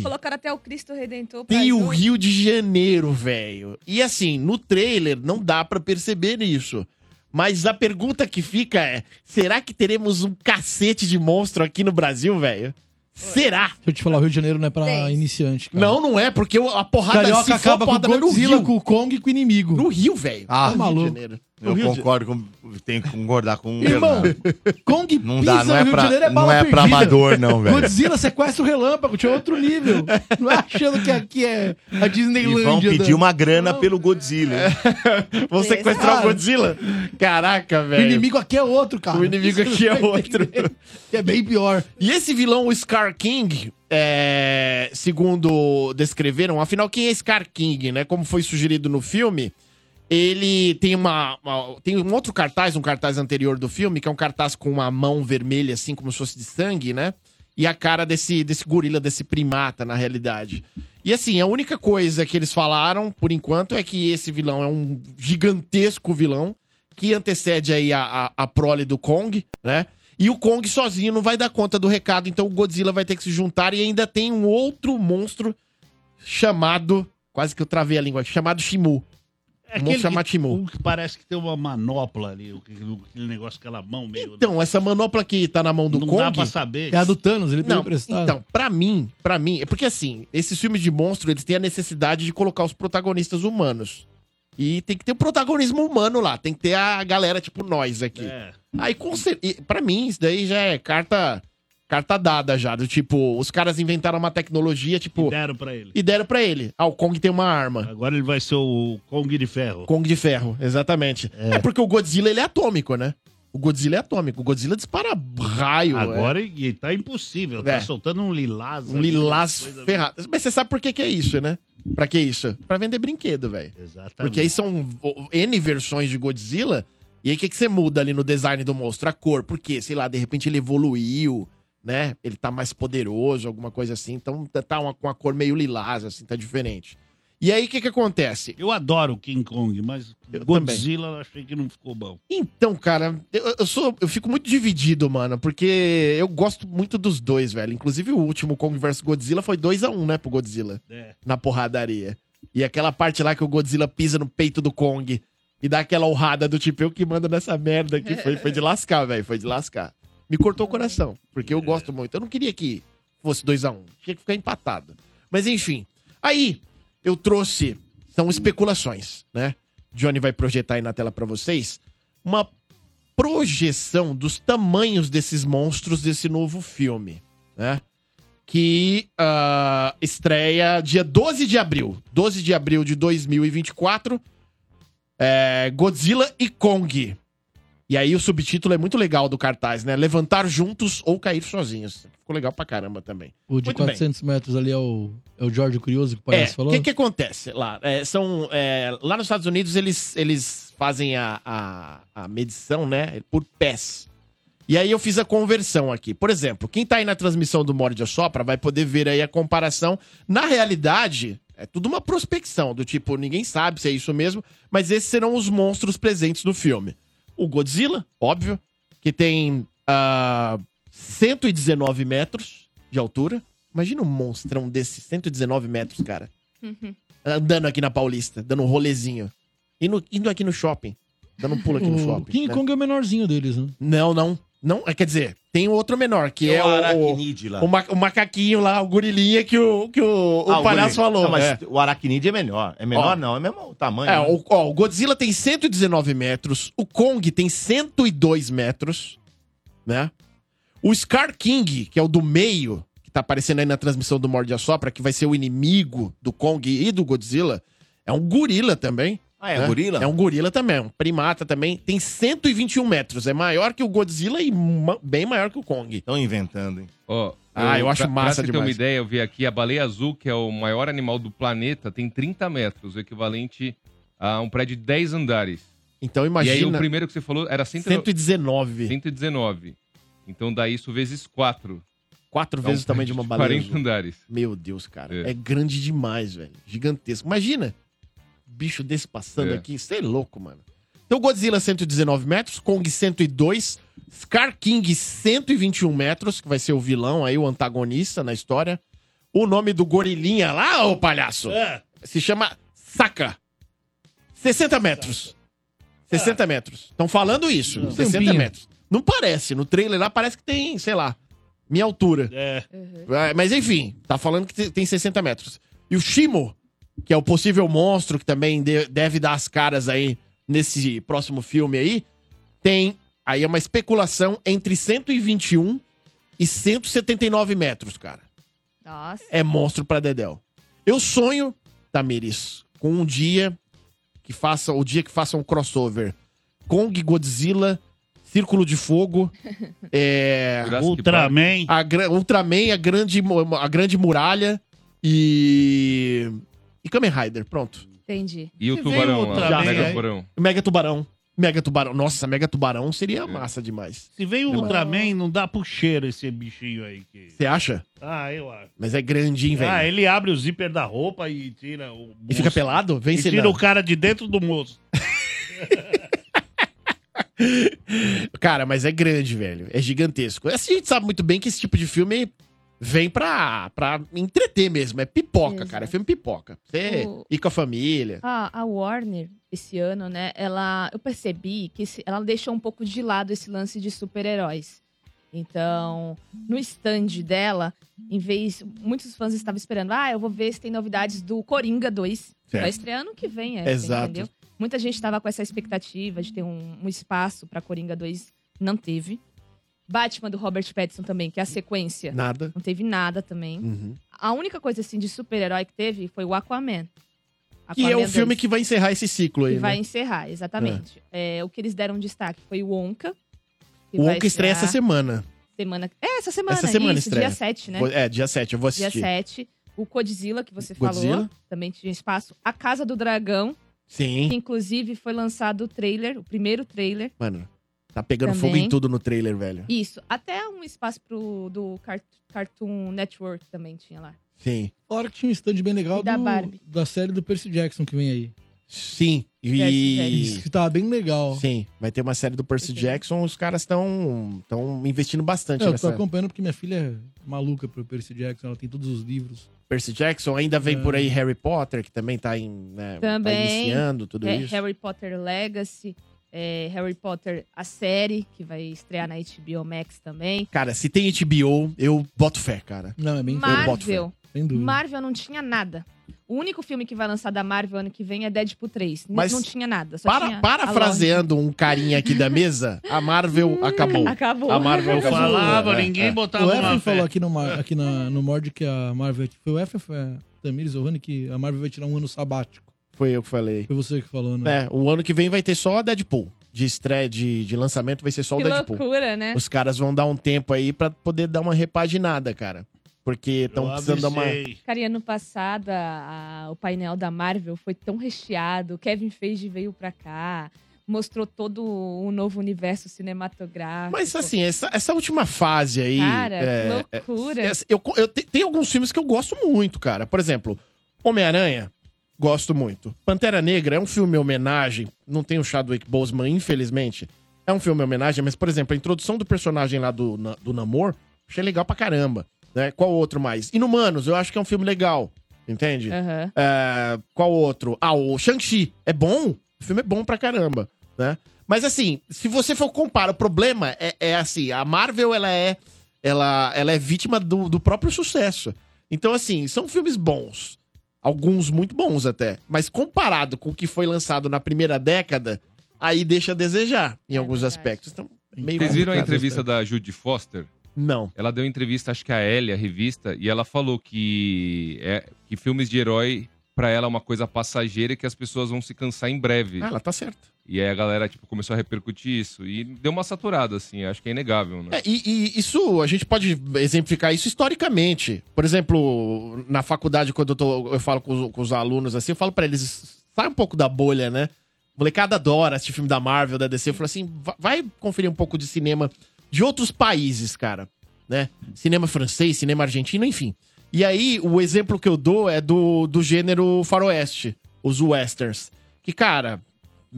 S3: Colocaram até o Cristo Redentor pra
S2: Tem o
S3: junto.
S2: Rio de Janeiro, velho. E assim, no trailer não dá pra perceber isso. Mas a pergunta que fica é: será que teremos um cacete de monstro aqui no Brasil, velho? Será?
S5: Deixa eu te falar, o Rio de Janeiro não é pra
S3: Tem.
S5: iniciante, cara.
S2: Não, não é, porque a porrada
S5: Carioca
S2: se for,
S5: acaba com o
S2: porrada no
S5: Godzilla,
S2: Rio.
S5: com o Kong e com o inimigo.
S2: No Rio, velho.
S8: Ah,
S5: Tá maluco.
S8: eu
S2: Rio de-
S8: concordo com. Tenho que concordar com o
S5: Irmão,
S8: Fernando.
S5: Kong
S8: Não dá, não é,
S5: Rio de Janeiro
S8: pra,
S5: é bala
S8: não é pra
S5: perdida.
S8: amador, não, velho.
S5: Godzilla sequestra o relâmpago, tinha outro nível. Não é achando que aqui é a
S8: E
S5: Disneylândia.
S8: vão pedir
S5: da-
S8: uma grana pelo Godzilla.
S5: É.
S8: hein?
S2: Vão sequestrar
S5: Ah.
S2: o Godzilla? Caraca,
S5: O
S2: velho.
S5: inimigo aqui é outro, cara.
S2: O inimigo aqui é
S5: Você vai
S2: outro.
S5: entender Que é bem pior.
S2: E esse vilão, o Scar King, é, segundo descreveram, afinal, quem é Scar King, né? Como foi sugerido no filme, ele tem uma, uma- Tem um outro cartaz, um cartaz anterior do filme, que é um cartaz com uma mão vermelha, assim, como se fosse de sangue, né? E a cara desse, desse gorila, desse primata, na realidade. E assim, a única coisa que eles falaram, por enquanto, é que esse vilão é um gigantesco vilão que antecede aí a, a, a prole do Kong, né? E o Kong sozinho não vai dar conta do recado, então o Godzilla vai ter que se juntar e ainda tem um outro monstro chamado. Quase que eu travei a língua, chamado Shimu.
S4: É
S2: Vamos chamar
S4: que,
S2: Timon.
S4: um que parece que tem uma manopla ali, o que- o- aquele negócio, aquela mão meio...
S2: Então, essa manopla que tá na mão do
S4: não
S2: Kong.
S4: dá pra saber.
S5: É a do Thanos, ele tem
S2: Não,
S5: emprestado.
S2: então, pra mim, pra mim, é porque assim, esses filmes de monstro, eles têm a necessidade de colocar os protagonistas humanos. E tem que ter o protagonismo humano lá, tem que ter a galera tipo nós aqui.
S4: É.
S2: Aí com cer- e, pra mim isso daí já é carta carta dada já, do tipo, os caras inventaram uma tecnologia,
S4: que
S2: tipo,
S4: deram pra ele.
S2: e deram pra ele. Ah, o Kong tem uma arma.
S4: Agora ele vai ser o Kong de Ferro.
S2: Kong de ferro, exatamente. É, porque o Godzilla ele é atômico, né? O Godzilla é atômico, o Godzilla dispara raio. é.
S4: Agora e tá impossível,
S2: É.
S4: tá soltando um lilás.
S2: Um
S4: ali,
S2: lilás
S4: uma coisa-
S2: ferrado. Mas você sabe por que, que é isso, né? Pra que isso? Pra vender brinquedo, velho.
S4: Exatamente.
S2: Porque aí são vo- N versões de Godzilla. E aí o que, que você muda ali no design do monstro? A cor. Porque, sei lá, de repente ele evoluiu, né? Ele tá mais poderoso, alguma coisa assim. Então tá- tá uma, com a cor meio lilás, assim, tá diferente. E aí o que, que acontece?
S4: Eu adoro o King Kong, mas
S2: Eu
S4: Godzilla eu achei que não ficou bom.
S2: Então, cara, eu, eu sou, eu fico muito dividido, mano, porque eu gosto muito dos dois, velho. Inclusive o último Kong vs Godzilla foi 2 a 1 né, pro Godzilla.
S4: É.
S2: na porradaria. E aquela parte lá que o Godzilla pisa no peito do Kong e dá aquela honrada do tipo, eu que mando nessa merda aqui. Foi, foi de lascar, velho. Foi de lascar. Me cortou o coração, porque eu gosto muito. Eu não queria que fosse 2 a 1 um, Tinha que ficar empatado. Mas enfim. Aí, eu trouxe. São especulações, né? Johnny vai projetar aí na tela pra vocês uma projeção dos tamanhos desses monstros desse novo filme, né? que ah, estreia dia 12 de abril. 12 de abril de 2024. É, Godzilla e Kong. E aí o subtítulo é muito legal do cartaz, né? Levantar juntos ou cair sozinhos. Ficou legal pra caramba também.
S5: O de
S2: Muito bem.
S5: 400 metros ali é o, é o Jorge Curioso que o
S2: É,
S5: palhaço
S2: o
S5: falou.
S2: que, que acontece lá? É, são, é, lá nos Estados Unidos, eles, eles fazem a, a, a medição, né? Por pés. E aí eu fiz a conversão aqui. Por exemplo, quem tá aí na transmissão do Morde a Sopra vai poder ver aí a comparação. Na realidade, É tudo uma prospecção, do tipo, ninguém sabe se é isso mesmo, mas esses serão os monstros presentes no filme. O Godzilla, óbvio, que tem ah, 119 metros de altura. Imagina um monstrão desse, 119 metros, cara.
S3: Uhum.
S2: Andando aqui na Paulista, dando um rolezinho. Indo, indo aqui no shopping. Dando um pulo aqui no
S5: O
S2: shopping.
S5: King
S2: né?
S5: Kong é o menorzinho deles, né?
S2: Não, não. Não, é, quer dizer, tem outro menor, que é
S8: o
S2: o- o,
S8: aracnídeo lá.
S2: o, ma- o macaquinho lá, o gorilinha que o, que o, o
S8: Ah,
S2: palhaço
S8: guri.
S2: falou.
S8: Não, mas
S2: é.
S8: o aracnídeo é menor. É menor
S2: Ó.
S8: não, é mesmo o tamanho.
S2: É,
S8: né?
S2: o, ó, o Godzilla tem 119 metros, o Kong tem 102 metros, né? O Scar King, que é o do meio, que tá aparecendo aí na transmissão do Morde a Sopra, que vai ser o inimigo do Kong e do Godzilla, é um gorila também.
S8: Ah, é
S2: né?
S8: gorila?
S2: É um gorila também, um primata também. Tem 121 metros, é maior que o Godzilla e ma- bem maior que o Kong.
S8: Estão inventando, hein?
S6: Ó,
S2: Ah, eu acho
S6: pra-
S2: massa
S6: pra você ter uma
S2: demais.
S6: ideia, eu vi aqui a baleia azul, que é o maior animal do planeta, tem 30 metros, o equivalente a um prédio de 10 andares. E
S2: Então
S6: aí o
S2: imagina,
S6: primeiro que você falou era 100
S2: 119,
S6: 119. Então dá isso vezes É um 4.
S2: quatro vezes o tamanho de uma baleia.
S6: 40
S2: azul.
S6: andares.
S2: Meu Deus, cara.
S6: É.
S2: É, grande demais, velho. Gigantesco. Imagina. Bicho desse passando
S6: É.
S2: aqui. Isso é louco, mano. Então, Godzilla 119 metros, Kong 102, Scar King 121 metros, que vai ser o vilão aí, o antagonista na história. O nome do gorilinha lá, ô palhaço,
S4: É.
S2: se chama Saka. 60 metros. 60 metros. Estão falando isso.
S5: Ah. Não.
S2: 60
S5: Tampinha.
S2: metros. Não parece. No trailer lá parece que tem, sei lá, minha altura.
S4: É.
S2: Ah, Mas enfim, tá falando que te- tem 60 metros. E o Shimo, que é o possível monstro que também de- deve dar as caras aí nesse próximo filme aí, tem aí é uma especulação entre 121 e 179 metros, cara.
S3: Nossa.
S2: É monstro pra Dedel. Eu sonho, Tamires, com um dia que faça, o dia que faça um crossover. Kong, Godzilla, Círculo de Fogo, é,
S6: Jurassic Park.
S4: Ultraman.
S2: a gra- Ultraman, a grande, mu- a grande muralha e. E Kamen Rider, pronto.
S3: Entendi.
S6: E o
S4: Vem
S6: tubarão
S4: o
S6: lá, o
S4: Ultraman é.
S6: mega
S4: aí.
S6: tubarão. É.
S2: Mega Tubarão. Mega Tubarão. Nossa, Mega Tubarão seria massa demais.
S4: Se veio o Ultraman, não dá pro cheiro esse bichinho aí. Que...
S2: Você acha?
S4: Ah, eu acho.
S2: Mas é grande, hein, velho?
S4: Ah, ele abre o zíper da roupa e tira o.
S2: E fica
S4: moço.
S2: pelado? Vem
S4: E
S2: se
S4: tira
S2: não.
S4: o cara de dentro do moço.
S2: Cara, mas é grande, velho. É gigantesco. Assim, a gente sabe muito bem que esse tipo de filme vem pra, pra entreter mesmo. É pipoca,
S3: Exato.
S2: cara. É filme pipoca. Você
S3: O-
S2: ir com a família.
S3: Ah, a Warner, esse ano, né? Ela, eu percebi que esse- ela deixou um pouco de lado esse lance de super-heróis. Então, no stand dela, em vez. Muitos fãs estavam esperando. Ah, eu vou ver se tem novidades do Coringa 2.
S2: Certo.
S3: Vai estrear ano que vem, é.
S2: Exato.
S3: Entendeu? Muita gente estava com essa expectativa de ter um, um espaço para Coringa 2. Não teve. Batman do Robert Pattinson também, que é a sequência.
S2: Nada.
S3: Não teve nada também.
S2: Uhum.
S3: A única coisa assim de super-herói que teve foi o Aquaman.
S2: Que é o
S3: Aquaman
S2: filme
S3: 2,
S2: que vai encerrar esse ciclo aí.
S3: que vai
S2: né?
S3: encerrar, exatamente. É, o que eles deram destaque foi o Onca.
S2: O Onca estreia essa semana.
S3: semana. É, essa semana.
S2: Essa semana
S3: isso,
S2: estreia.
S3: dia 7, né?
S2: Vou- É, dia 7, eu vou
S3: Dia
S2: assistir.
S3: 7. O Godzilla, que você
S2: Godzilla.
S3: falou, também tinha espaço. A Casa do Dragão,
S2: Sim.
S3: que inclusive foi lançado o trailer, o primeiro trailer.
S2: Mano, tá pegando
S3: Também.
S2: fogo em tudo no trailer, velho.
S3: Isso, até um espaço pro, do Car- Cartoon Network também tinha lá.
S2: Sim.
S5: Fora que tinha um stand bem legal
S3: E da
S5: do-
S3: Barbie.
S5: da série do Percy Jackson que vem aí.
S2: Sim.
S5: Isso
S2: E.
S5: que tava bem legal.
S2: Sim, vai ter uma série do Percy
S3: Entendi.
S2: Jackson. Os caras estão estão investindo bastante
S5: É, eu tô
S2: nessa.
S5: acompanhando porque minha filha é maluca pro Percy Jackson, ela tem todos os livros.
S2: Percy Jackson ainda vem
S5: É.
S2: por aí Harry Potter, que também tá, em, né, tá
S3: Também.
S2: iniciando tudo
S3: É,
S2: isso.
S3: Harry Potter Legacy, é, Harry Potter a série, que vai estrear na HBO Max também.
S2: Cara, se tem HBO, eu boto fé, cara.
S5: Não, é bem
S2: Mar-
S5: interessante,
S2: boto fé.
S3: Marvel,
S5: sem dúvida.
S3: Marvel não tinha nada. O único filme que vai lançar da Marvel ano que vem é Deadpool 3. N-
S2: Mas
S3: não tinha nada. Só
S2: Para,
S3: tinha
S2: parafraseando um carinha aqui da mesa, a Marvel
S3: a
S2: acabou.
S3: Lorde. Hum, Acabou.
S2: A Marvel acabou.
S4: Falava,
S2: É,
S4: ninguém
S2: é.
S4: botava
S5: O
S4: uma
S5: Efren
S4: fé.
S5: falou aqui no, Mar- aqui na, no Mord que a Marvel. Foi o Efren, foi a Tamires Ohane que a Marvel vai tirar um ano sabático.
S2: Foi eu que falei.
S5: Foi você que falou, né?
S2: É, o ano que vem vai ter só a Deadpool. De estreia, de, de lançamento, vai ser só
S3: Que
S2: o Deadpool.
S3: loucura, né?
S2: Os caras vão dar um tempo aí pra poder dar uma repaginada, cara. Porque estão
S4: Eu
S2: precisando dar uma.
S4: avisei.
S3: Cara, e ano passado a- a- o painel da Marvel foi tão recheado. Kevin Feige veio pra cá, mostrou todo o novo universo cinematográfico.
S2: Mas assim, essa, essa última fase aí.
S3: Cara,
S2: é,
S3: que loucura.
S2: essa- eu, eu te- tem alguns filmes que eu gosto muito, cara. Por exemplo, Homem-Aranha, gosto muito. Pantera Negra é um filme homenagem, não tem o Chadwick Boseman, infelizmente. É um filme homenagem, mas, por exemplo, a introdução do personagem lá do, Na- do Namor, achei legal pra caramba. Né? Qual outro mais? Inumanos, eu acho que é um filme legal, entende?
S3: Aham.
S2: É, qual outro? Ah, o Shang-Chi. É bom? O filme é bom pra caramba, né? Mas assim, se você for comparar, o problema é, é assim, a Marvel, ela é ela, ela é vítima do, do próprio sucesso. Então assim, são filmes bons. Alguns muito bons até. Mas comparado com o que foi lançado na primeira década, aí deixa a desejar em
S3: É
S2: alguns
S3: verdade.
S2: aspectos. Então, meio
S6: Vocês viram a
S2: complicado,
S6: entrevista
S2: né?
S6: da Judy Foster?
S2: Não.
S6: Ela deu entrevista, acho que a Elle, a revista, e ela falou que, é, que filmes de herói, pra ela, é uma coisa passageira e que as pessoas vão se cansar em breve.
S2: Ah, ela tá certa.
S6: E aí a galera, tipo, começou a repercutir isso. E deu uma saturada, assim. Acho que é inegável, né?
S2: É, e, e isso, a gente pode exemplificar isso historicamente. Por exemplo, na faculdade, quando eu, tô- eu falo com os, com os alunos assim, eu falo pra eles, sai um pouco da bolha, né? Molecada adora assistir filme da Marvel, da DC. Eu falo assim, "Va- vai conferir um pouco de cinema de outros países, cara. Né? Cinema francês, cinema argentino, enfim. E aí, o exemplo que eu dou é do, do gênero faroeste, os westerns. Que, cara,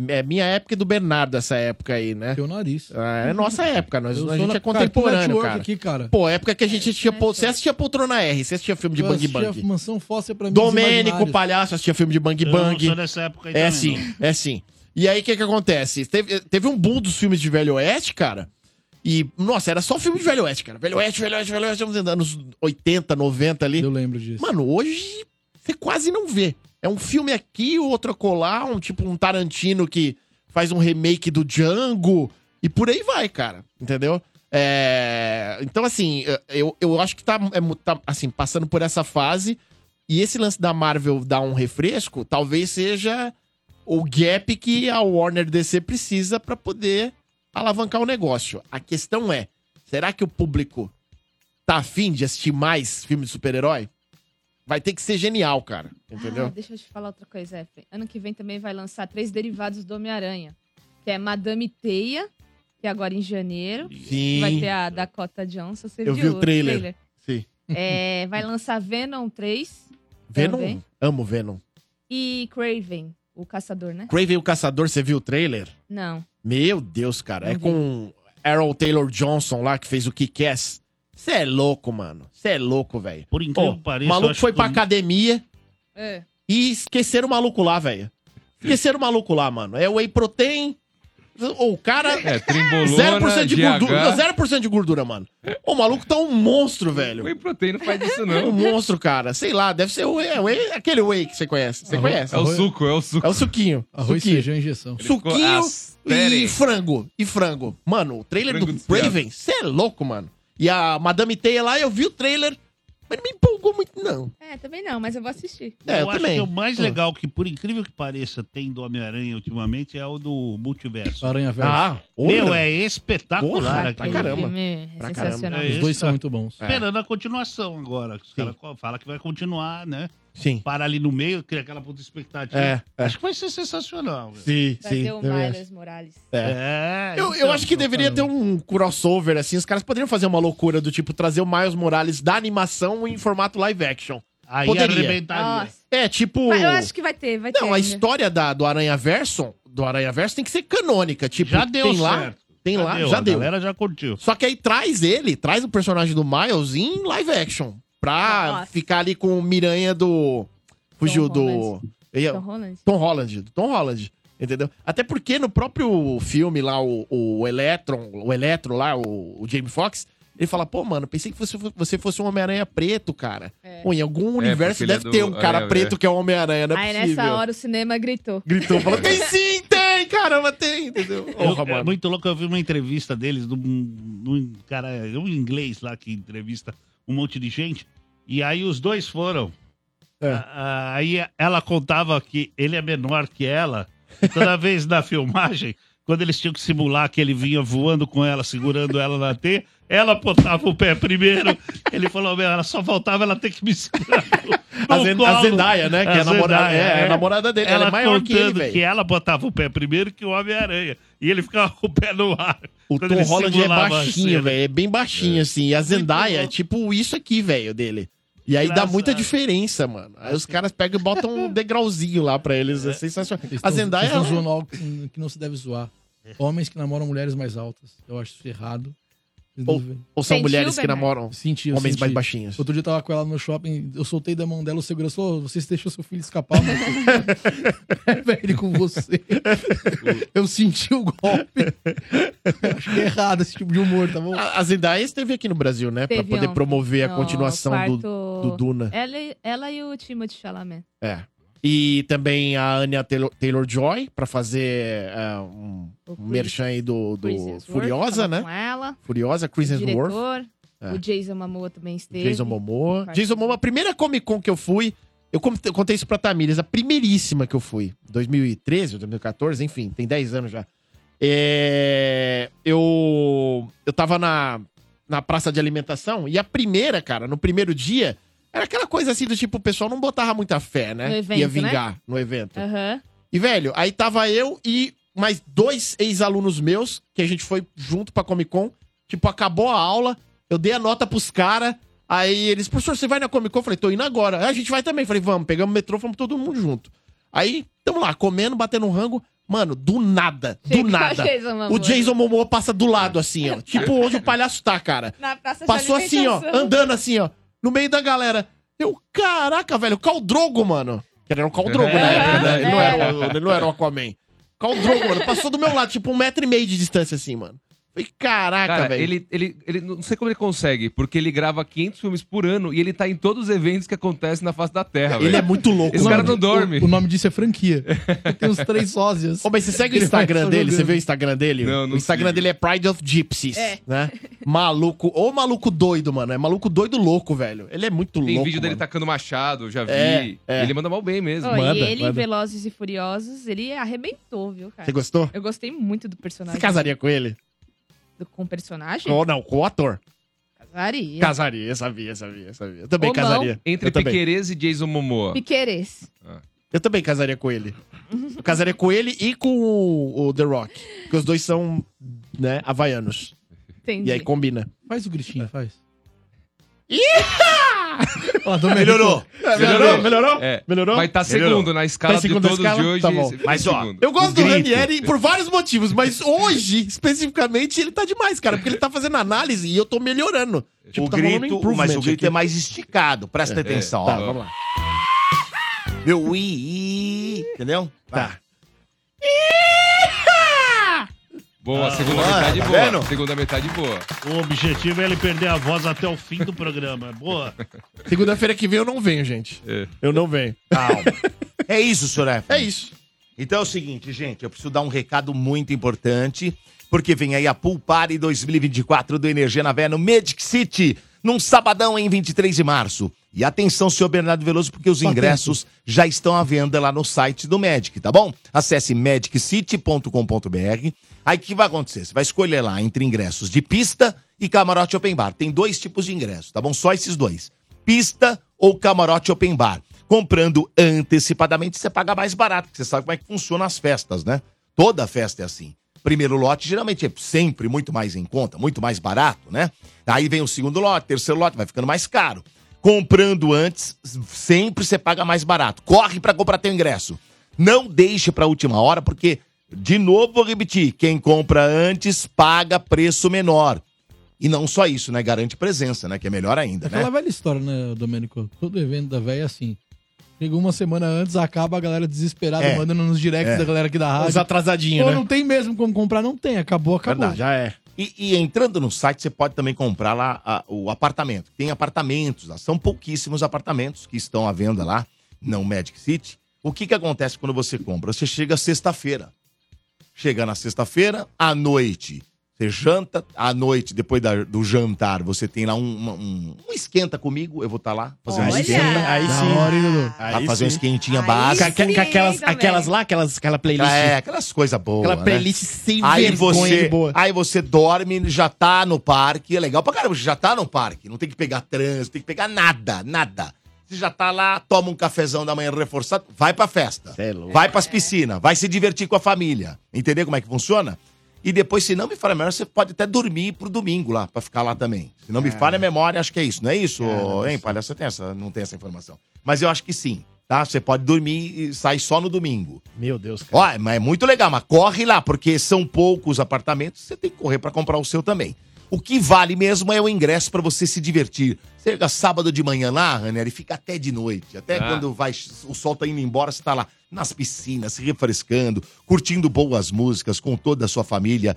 S2: é minha época e do Bernardo essa época aí, né?
S5: Teu nariz.
S2: Ah, É nossa época, nós,
S5: Eu
S2: a
S5: sou
S2: gente
S5: na
S2: é contemporâneo,
S5: Cartoon
S2: cara.
S5: Network aqui, cara.
S2: Pô, época que a gente tinha.
S3: É,
S2: pol-
S3: é
S2: Você assistia Poltrona R, você assistia filme de
S5: Eu
S2: Bang
S5: assistia
S2: Bang.
S5: a Mansão Foster pra mim.
S2: Domênico Palhaço assistia filme de Bang
S4: Eu não sou
S2: Bang.
S4: dessa época aí
S2: É
S4: também,
S2: sim,
S4: não.
S2: é sim. E aí o que que acontece? Teve, teve um boom dos filmes de Velho Oeste, cara. E, nossa, era só filme de Velho Oeste, cara. Velho Oeste, Velho Oeste, Velho Oeste, nos anos 80, 90 ali.
S5: Eu lembro disso.
S2: Mano, hoje você quase não vê. É um filme aqui, o outro acolá, um tipo um Tarantino que faz um remake do Django e por aí vai, cara. Entendeu? É, Então, assim, eu, eu acho que tá, é mu- tá, assim, passando por essa fase e esse lance da Marvel dar um refresco talvez seja o gap que a Warner DC precisa pra poder alavancar o negócio. A questão é, será que o público tá afim de assistir mais filme de super-herói? Vai ter que ser genial, cara.
S3: Ah,
S2: Entendeu?
S3: deixa eu te falar outra coisa, Efraim. Ano que vem também vai lançar três derivados do Homem-Aranha. Que é Madame Teia, que é agora em janeiro.
S2: Sim.
S3: Vai ter a Dakota Johnson. Você
S2: Eu
S3: viu
S2: vi o trailer. Sim.
S3: É, vai lançar Venom 3
S2: Venom.
S3: Também.
S2: Amo Venom.
S3: e Craven, o caçador, né?
S2: Craven o Caçador, você viu o trailer?
S3: Não.
S2: Meu Deus, cara. é
S3: Não vi.
S2: com Errol Taylor Johnson lá, que fez o Kick-Ass. Você é louco, mano. Você é louco, velho.
S4: Por
S2: Pô,
S4: incrível que
S2: o
S4: pareça. eu
S2: maluco
S4: acho
S2: foi
S4: que
S2: pra
S4: o-
S2: academia
S3: É.
S2: e esqueceram o maluco lá, velho. Esqueceram o maluco lá, mano. É whey protein. O cara.
S6: É, trimbolona,
S2: 0% de
S6: GH.
S2: gordura. Não, 0% de gordura, mano. O maluco tá um monstro, velho.
S6: Whey protein não faz isso,
S2: É
S6: não.
S2: um monstro, cara. Sei lá, deve ser o whey, é whey- aquele whey que você conhece. Você
S5: Arroz-
S2: conhece?
S6: É o suco, é o
S2: É
S6: suco.
S2: o suquinho.
S5: Arroz,
S2: suquinho.
S5: feijão e injeção.
S6: ficou
S2: Suquinho
S6: astere.
S2: e frango. E frango. Mano, o trailer
S6: Frango
S2: do
S6: desfiado.
S2: Raven, você é louco, mano. E a Madame Teia lá, eu vi o trailer, mas não me empolgou muito, não.
S3: É, também não, mas eu vou assistir.
S2: É, eu,
S4: acho
S2: também.
S4: que o mais
S2: Pô.
S4: legal que, por incrível que pareça, tem do Homem-Aranha ultimamente é o do multiverso.
S5: Aranha Versa.
S2: Ah,
S4: Meu,
S2: outra.
S4: é espetacular
S2: Porra,
S4: aqui.
S2: pra caramba.
S3: Filme é
S2: Pra caramba.
S3: sensacional.
S5: Os
S4: É.
S5: dois
S4: isso,
S5: são
S4: ó.
S5: muito bons.
S4: Esperando a continuação agora. que Os caras co- falam que vai continuar, né?
S2: Sim.
S4: Para ali no meio, cria aquela puta expectativa.
S2: É, é.
S4: Acho que vai ser sensacional. velho.
S2: Sim,
S3: Vai ter o
S2: também acho.
S3: Miles Morales.
S4: É,
S2: Eu, eu
S4: então,
S2: acho que deveria ter um crossover, assim. Os caras poderiam fazer uma loucura do tipo trazer o Miles Morales da animação em formato live action.
S4: Aí
S2: poderia.
S4: arrebentaria.
S3: Nossa.
S2: É, tipo.
S3: Mas eu acho que vai ter, vai ter.
S2: Não, a
S3: ainda.
S2: história da, do Aranha Verso, do Aranha Verso tem que ser canônica. Tipo,
S4: Já deu
S2: tem lá,
S4: certo.
S2: tem
S4: Já
S2: lá,
S4: deu,
S2: já
S4: a
S2: deu.
S4: galera já curtiu.
S2: Só que aí traz ele, traz o personagem do Miles em live action. Pra
S3: Nossa.
S2: ficar ali com o Miranha do. Fugiu
S3: Ah, Tom
S2: do.
S3: Holland.
S2: Ia-
S3: Tom Holland.
S2: Tom Holland, do Tom Holland. Entendeu? Até porque no próprio filme lá, o, o Electron, o Electro lá, o, o Jamie Foxx, ele fala, pô, mano, pensei que você, fo- você fosse um Homem-Aranha preto, cara.
S3: É.
S2: Pô, em algum universo
S6: porque ele
S2: deve
S6: é do
S2: ter um cara
S6: Aranha-
S2: preto que é o Homem-Aranha, não é
S3: Aí
S2: possível.
S3: nessa hora o cinema gritou.
S2: Gritou, falou, tem sim, tem, caramba, tem, entendeu?
S4: Eu-
S2: Porra,
S4: é
S2: mano.
S4: muito louco, eu vi uma entrevista deles, de um, de um cara, é um inglês lá que entrevista um monte de gente, e aí os dois foram.
S2: É.
S4: A- a- Aí ela contava que ele é menor que ela, e toda vez na filmagem, quando eles tinham que simular que ele vinha voando com ela, segurando ela na T, ela botava o pé primeiro, ele falou, meu, ela só faltava ela ter que me segurar. no-
S2: A,
S4: no
S2: Zen- a
S4: colo."
S2: Zendaya, né? Que é a,
S4: A
S2: namorada,
S4: Zendaya,
S2: é, é a
S4: é.
S2: namorada dele. Ela,
S4: Ela
S2: é maior que ele,
S4: contando que,
S2: velho.
S4: ela botava o pé primeiro que o Homem-Aranha. E ele ficava com o pé no ar.
S2: O
S4: Quando
S2: Tom
S4: ele
S2: Holland é
S4: simulava a
S2: baixinho,
S4: cena.
S2: velho. É bem baixinho, assim. E a Zendaya é
S4: louco.
S2: tipo isso aqui, velho, dele. E aí dá
S4: Engraçado. É.
S2: muita diferença, mano. Aí os caras pegam e botam um degrauzinho lá pra eles. É sensacional.
S5: Eles
S2: A
S5: tão-
S2: Zendaya. é um
S5: eles tão zoando algo que que não se deve zoar. Homens que namoram mulheres mais altas. Eu acho isso errado. Vocês não veem.
S2: Ou são
S3: Sentiu,
S2: mulheres que
S3: Bernardo?
S2: namoram
S5: Senti, eu
S2: homens
S5: senti.
S2: mais baixinhos.
S5: Outro dia eu tava com ela no shopping, eu soltei da mão dela, o segurança falou, você deixou seu filho escapar, mas leva ele com você. eu senti o golpe. Eu acho que é errado esse tipo de humor, tá bom?
S2: A a Zendaya esteve aqui no Brasil, né?
S3: Teve
S2: pra poder
S3: ontem.
S2: promover a
S3: No
S2: continuação do,
S3: quarto- É.
S2: do Duna.
S3: Ela, e- ela e o Timothy Chalamet.
S2: É. E também a Anya Taylor- Taylor-Joy pra fazer ah, um
S3: O
S2: um merchan aí do, do
S3: Chris Hemsworth
S2: Furiosa,
S3: tava
S2: né?
S3: Com ela,
S2: Furiosa,
S3: o
S2: Chris Hemsworth,
S3: diretor,
S2: É.
S3: o Jason Momoa também esteve.
S2: Jason Momoa.
S3: Parte-
S2: Jason Momoa, a primeira Comic Con que eu fui, eu com- contei isso pra Tamires, a primeiríssima que eu fui, 2013 ou 2014, enfim, tem 10 anos já. É, eu, eu tava na, na praça de alimentação e a primeira, cara, no primeiro dia, era aquela coisa assim do tipo, o pessoal não botava muita fé, né?
S3: No evento,
S2: Ia
S3: né?
S2: vingar no evento.
S3: Aham.
S2: E, velho, aí tava eu e mais dois ex-alunos meus, que a gente foi junto pra Comic Con. Tipo, acabou a aula, eu dei a nota pros caras. Aí eles, professor, você vai na Comic Con? Eu falei, tô indo agora. "Ah, A gente vai também. Eu falei, vamos, pegamos o metrô, fomos todo mundo junto. Aí, tamo lá, comendo, batendo um rango. Mano, do nada, do
S3: Chega o
S2: nada.
S3: Jason Momoa. né?
S2: O Jason Momoa passa do lado, assim, ó. Tipo onde o palhaço tá, cara.
S3: Na praça de
S2: Passou assim, ó,
S3: alimentação.
S2: andando assim, ó, no meio da galera. Eu, caraca, velho, o Caldrogo, mano. Que era um Caldrogo na
S6: É,
S2: época, né? Ele não era, o- ele não era o Aquaman. Caldrogo, mano, passou do meu lado, tipo um metro e meio de distância, assim, mano. Falei, caraca,
S6: Cara,
S2: velho.
S6: ele, ele, ele não sei como ele consegue, porque ele grava 500 filmes por ano e ele tá em todos os eventos que acontecem na face da Terra,
S2: Ele
S6: velho.
S2: é muito louco,
S6: Esse cara
S2: mano.
S6: não dorme.
S5: O, o nome disso é franquia. Tem uns três sósias.
S2: Ô, mas você segue o
S5: Ele vai
S2: Instagram
S5: só
S2: dele? Você
S5: jogando.
S2: vê o Instagram dele?
S6: Não, não
S2: o Instagram
S6: sigo.
S2: dele é Pride of Gypsies,
S3: É.
S2: né? Maluco, ou maluco doido, mano. É maluco doido louco, velho. Ele é muito
S6: Tem
S2: louco.
S6: vídeo dele
S2: mano.
S6: tacando machado, eu já vi.
S2: É, é.
S6: Ele manda mal bem mesmo.
S3: Ó,
S2: Manda,
S3: e ele, em
S2: manda.
S3: Velozes e Furiosos, ele arrebentou, viu, cara?
S2: Você gostou?
S3: Eu gostei muito do
S2: Você
S3: personagem.
S2: casaria É com ele?
S3: do- com o personagem?
S2: Ou não, com o ator.
S3: Casaria.
S2: Casaria, sabia, sabia, sabia. Eu também
S6: Ou não,
S2: casaria.
S6: Entre
S2: eu, também.
S6: Piquerez e Jason Momoa.
S3: Piqueires.
S2: eu também casaria com ele. Eu casaria com ele e com o, o The Rock. Porque os dois são, né, havaianos.
S3: Entendi.
S2: E aí combina.
S5: Faz o gritinho, faz.
S1: Melhorou.
S6: Melhorou?
S2: É, Melhorou?
S6: É.
S2: Melhorou?
S6: Vai estar segundo na escala
S2: Tá em
S6: de
S2: segundo na
S6: todos
S2: escala?
S6: de hoje.
S2: Tá bom.
S6: você fica
S1: Mas,
S6: em
S1: ó,
S6: segundo.
S2: Eu gosto
S6: O
S2: do
S6: grito.
S2: Ranieri por vários motivos, mas hoje, especificamente, ele tá demais, cara. Porque ele tá fazendo análise e eu tô melhorando. Tipo,
S1: o
S2: tá rolando
S1: grito,
S2: improvement
S1: mas o grito
S2: aqui.
S1: é mais esticado. Presta atenção.
S2: Tá,
S1: ó.
S2: vamos lá.
S1: Meu ui, ii, entendeu?
S2: Tá.
S6: Boa, segunda
S1: Ah,
S6: metade
S1: tá
S6: boa.
S1: vendo?
S6: Segunda metade boa.
S4: O objetivo é ele perder a voz até o fim do programa. É Boa.
S2: Segunda-feira que vem eu não venho, gente.
S6: É.
S2: Eu não venho.
S1: Calma. é isso, senhor Efraim.
S2: É isso.
S1: Então é o seguinte, gente, eu preciso dar um recado muito importante, porque vem aí a Pool Party 2024 do Energia na Véia no Magic City, num sabadão em 23 de março. E atenção, senhor Bernardo Veloso, porque os ingressos já estão à venda lá no site do Magic, tá bom? Acesse magiccity.com.br. Aí o que vai acontecer? Você vai escolher lá entre ingressos de pista e camarote open bar. Tem dois tipos de ingressos, tá bom? Só esses dois pista ou camarote open bar. Comprando antecipadamente, você paga mais barato, porque você sabe como é que funciona as festas, né? Toda festa é assim. Primeiro lote geralmente é sempre muito mais em conta, muito mais barato, né? Aí vem o segundo lote, terceiro lote, vai ficando mais caro. Comprando antes, sempre você paga mais barato. Corre para comprar teu ingresso. Não deixe para última hora, porque, de novo, vou repetir: quem compra antes paga preço menor. E não só isso, né? Garante presença, né? Que é melhor ainda, né?
S5: Aquela velha história, né, Domênico? Todo evento da velha é assim. Chega uma semana antes, acaba a galera desesperada,
S1: É.
S5: mandando nos directs
S1: É.
S5: da galera aqui da
S2: Os
S5: rádio.
S2: atrasadinhos,
S5: Pô,
S2: né?
S5: não tem mesmo como comprar, não tem. Acabou, acabou.
S2: Verdade, já é.
S1: E, e entrando no site, você pode também comprar lá a- o apartamento. Tem apartamentos, lá. são pouquíssimos apartamentos que estão à venda lá, não Magic City. O que, que acontece quando você compra? Você chega sexta-feira. Chega na sexta-feira, à noite, você janta. À noite, depois da- do jantar, você tem lá um, uma- um- um esquenta comigo. Eu vou estar lá fazer um
S2: Olha!
S1: esquenta.
S2: aí
S5: sim. Da hora, hein, Dudu?
S2: Aí
S1: Lá fazer um
S2: sim.
S1: esquentinha
S3: Aí
S1: básica.
S2: Ca- ca-
S3: Sim,
S2: ca- aquelas,
S3: também.
S2: aquelas lá, aquelas, aquela playlist.
S1: É, aquelas coisas boas.
S2: aquela
S1: né?
S2: playlist sem
S1: Aí
S2: vergonha de
S1: você,
S2: boa.
S1: aí você dorme, já tá no parque. É legal pra caramba, você já tá no parque. Não tem que pegar trânsito, tem que pegar nada, nada. Você já tá lá, toma um cafezão da manhã reforçado, vai pra festa.
S2: Cê é louco.
S1: Vai pras piscinas, vai se divertir com a família. Entendeu como é que funciona? E depois, se não me falha a memória, você pode até dormir pro domingo lá, pra ficar lá também. Se não me falha a memória, acho que é isso, não é isso, hein, palhaço? Você tem essa, não tem essa informação. Mas eu acho que sim, tá? Você pode dormir e sair só no domingo.
S2: Meu Deus, cara.
S1: Ó, mas é muito legal, mas corre lá, porque são poucos apartamentos, você tem que correr pra comprar o seu também. O que vale mesmo é o ingresso pra você se divertir. Você chega sábado de manhã lá, Rainer, e fica até de noite. Até
S6: Ah.
S1: quando vai, o sol tá indo embora, você tá lá nas piscinas, se refrescando, curtindo boas músicas com toda a sua família.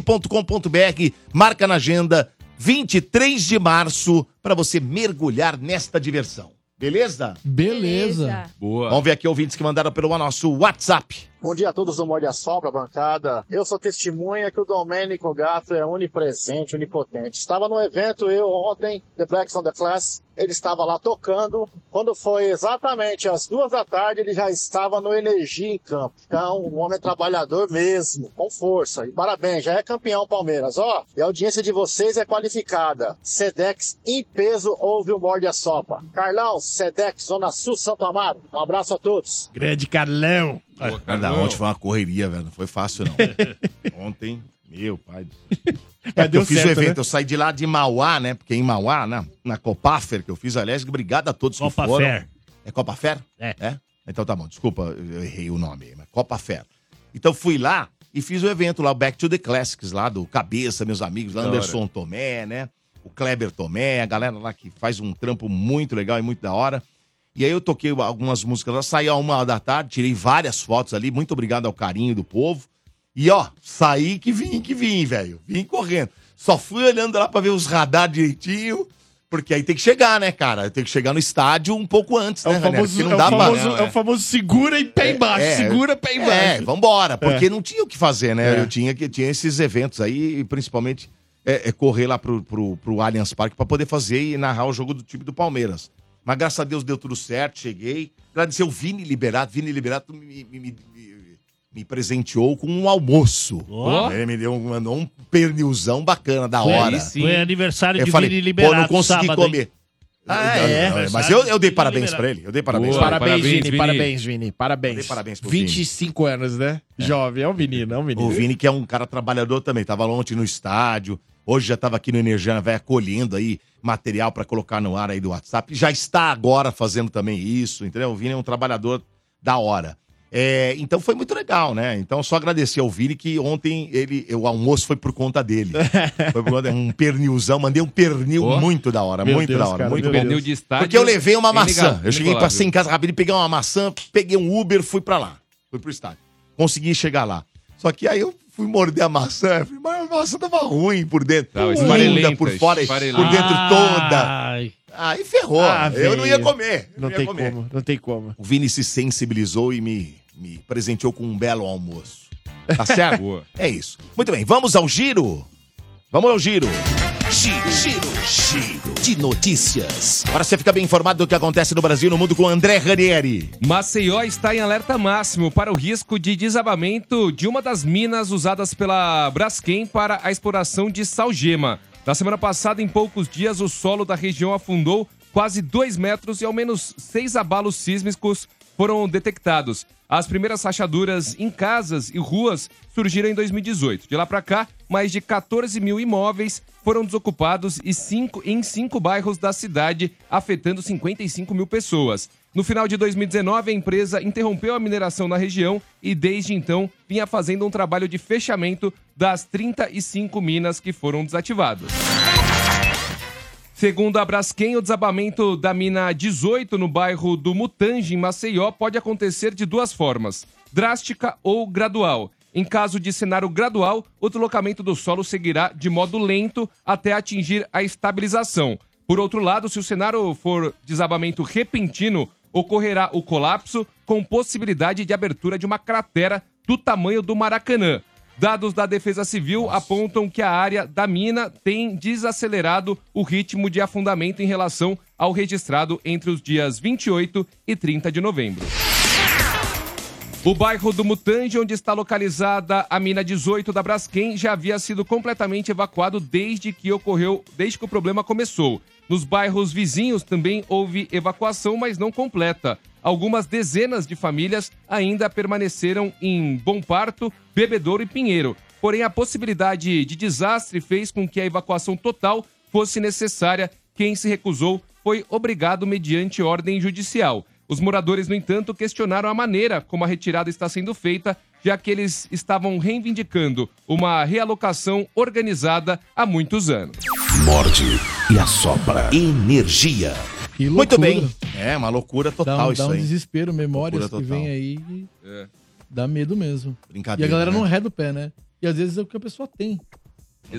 S1: MagicCity.com.br, marca na agenda 23 de março pra você mergulhar nesta diversão. Beleza?
S5: Beleza.
S6: Boa.
S1: Vamos ver aqui ouvintes que mandaram pelo nosso WhatsApp.
S9: Bom dia a todos do Morde a Sopra, bancada. Eu sou testemunha que o Domênico Gato é onipresente, onipotente. Estava no evento eu ontem, The Blacks on the Class. Ele estava lá tocando. Quando foi exatamente às duas da tarde, ele já estava no Energia em Campo. Então, um homem trabalhador mesmo, com força. E parabéns, já é campeão Palmeiras. Ó, e a audiência de vocês é qualificada. Sedex em peso ouve o Morde a Sopa. Carlão, Sedex, Zona Sul, Santo Amaro. Um abraço a todos.
S2: Grande Carlão.
S6: Boa, Carlão.
S1: Cara, É, ontem foi uma correria, velho. Não foi fácil, não. ontem, meu pai. do céu. É, porque
S2: deu
S1: eu fiz o
S2: certo,
S1: evento,
S2: né?
S1: eu saí de lá de Mauá, né? Porque em Mauá, na, na Copafer, que eu fiz, aliás, obrigado a todos
S4: Copa
S1: que foram.
S4: Fer.
S1: É Copa Fer?
S4: É.
S1: Então tá bom, desculpa, eu errei o nome, aí, mas Copa Fer. Então fui lá e fiz o evento lá, o Back to the Classics, lá do Cabeça, meus amigos, lá,
S6: Da hora.
S1: Anderson Tomé, né? O Kleber Tomé, a galera lá que faz um trampo muito legal e muito da hora. E aí eu toquei algumas músicas lá, saí a uma da tarde, tirei várias fotos ali, muito obrigado ao carinho do povo. E ó, saí que vim, que vim, velho. Vim correndo. Só fui olhando lá pra ver os radar direitinho, porque aí tem que chegar, né, cara? Tem que chegar no estádio um pouco antes,
S2: É
S1: né,
S2: o
S1: Renato?
S2: famoso,
S1: Porque
S2: é o
S1: pra- né?
S2: famoso,
S6: não, é.
S2: é o famoso segura e pé embaixo,
S1: é.
S2: segura pé
S1: é,
S2: embaixo.
S1: vambora, porque não tinha o que fazer, né?
S2: É.
S1: Eu tinha que tinha esses eventos aí, e principalmente é, é, correr lá pro, pro, pro Allianz Parque pra poder fazer e narrar o jogo do time do Palmeiras. Mas graças a Deus deu tudo certo, cheguei. Agradecer o Vini Liberato. Vini Liberato me, me, me- me- me presenteou com um almoço.
S4: Ó.
S1: Ele me deu, mandou um pernilzão bacana, da
S6: Aí
S1: hora.
S6: sim.
S4: Foi aniversário
S1: Eu
S4: de
S1: falei,
S4: Vini
S1: pô,
S4: Liberato.
S1: não consegui
S4: sábado, hein?
S1: comer. Ah,
S4: Não,
S1: é,
S4: não, é.
S1: mas eu, eu dei
S4: Vini
S1: parabéns
S4: Liberato.
S1: pra ele. Eu dei parabéns
S6: Boa.
S1: pra ele.
S2: Parabéns,
S6: Parabéns,
S2: Vini,
S6: Vini.
S2: parabéns, Vini, parabéns.
S1: Dei parabéns pro
S2: 25 anos, né? Jovem, é um menino, é um menino.
S1: O Vini, que é um cara trabalhador também, tava ontem no estádio, hoje já tava aqui no Energiana, vai colhendo aí material pra colocar no ar aí do WhatsApp. Já está agora fazendo também isso, entendeu? O Vini é um trabalhador da hora. É, então foi muito legal, né? Então só agradecer ao Vini que ontem ele, o almoço foi por conta dele. Foi por conta um pernilzão, mandei um pernil
S6: Ó.
S1: muito da hora,
S2: Meu
S1: muito
S2: Deus,
S1: da hora,
S2: cara,
S1: muito
S2: meu
S1: bom.
S2: Deus.
S6: Perdeu de estádio.
S1: Porque eu levei uma maçã.
S6: Inigualável,
S1: eu cheguei,
S6: inigualável.
S1: passei em casa rapidinho, peguei uma maçã, peguei um Uber, fui pra lá. Fui pro estádio. Consegui chegar lá. Só que aí eu fui morder a maçã. Eu falei, mas a maçã tava ruim por dentro.
S6: Tava
S1: Esfarelada
S6: esfarelenta,
S1: por fora,
S6: esfarelenta.
S1: por dentro toda.
S4: Ai,
S1: Aí ferrou.
S2: Ah,
S1: eu não ia
S2: velho.
S1: comer. eu
S2: Não
S1: ia
S2: tem
S1: comer.
S2: como, não tem como.
S1: O Vini se sensibilizou e me, me presenteou com um belo almoço. Tá certo?
S6: Boa.
S1: é isso. Muito bem, vamos ao giro? Vamos ao giro.
S10: Giro, giro, giro de notícias.
S1: Agora você fica bem informado do que acontece no Brasil e no mundo com André Ranieri.
S6: Maceió está em alerta máximo para o risco de desabamento de uma das minas usadas pela Braskem para a exploração de salgema. Na semana passada, em poucos dias, o solo da região afundou quase 2 metros e ao menos seis abalos sísmicos foram detectados. As primeiras rachaduras em casas e ruas surgiram em 2018. De lá para cá, mais de 14 mil imóveis foram desocupados e cinco, em cinco bairros da cidade, afetando 55 mil pessoas. No final de 2019, a empresa interrompeu a mineração na região e, desde então, vinha fazendo um trabalho de fechamento das 35 minas que foram desativadas. Segundo a Braskem, o desabamento da mina 18 no bairro do Mutange, em Maceió, pode acontecer de duas formas: drástica ou gradual. Em caso de cenário gradual, o deslocamento do solo seguirá de modo lento até atingir a estabilização. Por outro lado, se o cenário for desabamento repentino, ocorrerá o colapso com possibilidade de abertura de uma cratera do tamanho do Maracanã. Dados da Defesa Civil apontam que a área da mina tem desacelerado o ritmo de afundamento em relação ao registrado entre os dias 28 e 30 de novembro. O bairro do Mutange, onde está localizada a mina 18 da Braskem, já havia sido completamente evacuado desde que ocorreu, desde que o problema começou. Nos bairros vizinhos também houve evacuação, mas não completa. Algumas dezenas de famílias ainda permaneceram em Bom Parto, Bebedouro e Pinheiro. Porém, a possibilidade de desastre fez com que a evacuação total fosse necessária. Quem se recusou foi obrigado mediante ordem judicial. Os moradores, no entanto, questionaram a maneira como a retirada está sendo feita, já que eles estavam reivindicando uma realocação organizada há muitos anos.
S7: Morde e assopra. Energia.
S5: Que
S1: Muito
S5: loucura.
S1: bem. É uma loucura
S5: Dá, um-
S2: Tá
S1: total
S5: dá
S1: isso
S5: um
S1: aí.
S5: desespero, memórias
S1: Loucura
S5: que
S1: total.
S5: vem aí. e
S6: É.
S5: Dá medo mesmo. E a
S1: Brincadeira.
S5: galera
S1: né?
S5: não ré do pé, né? E às vezes é o que a pessoa tem.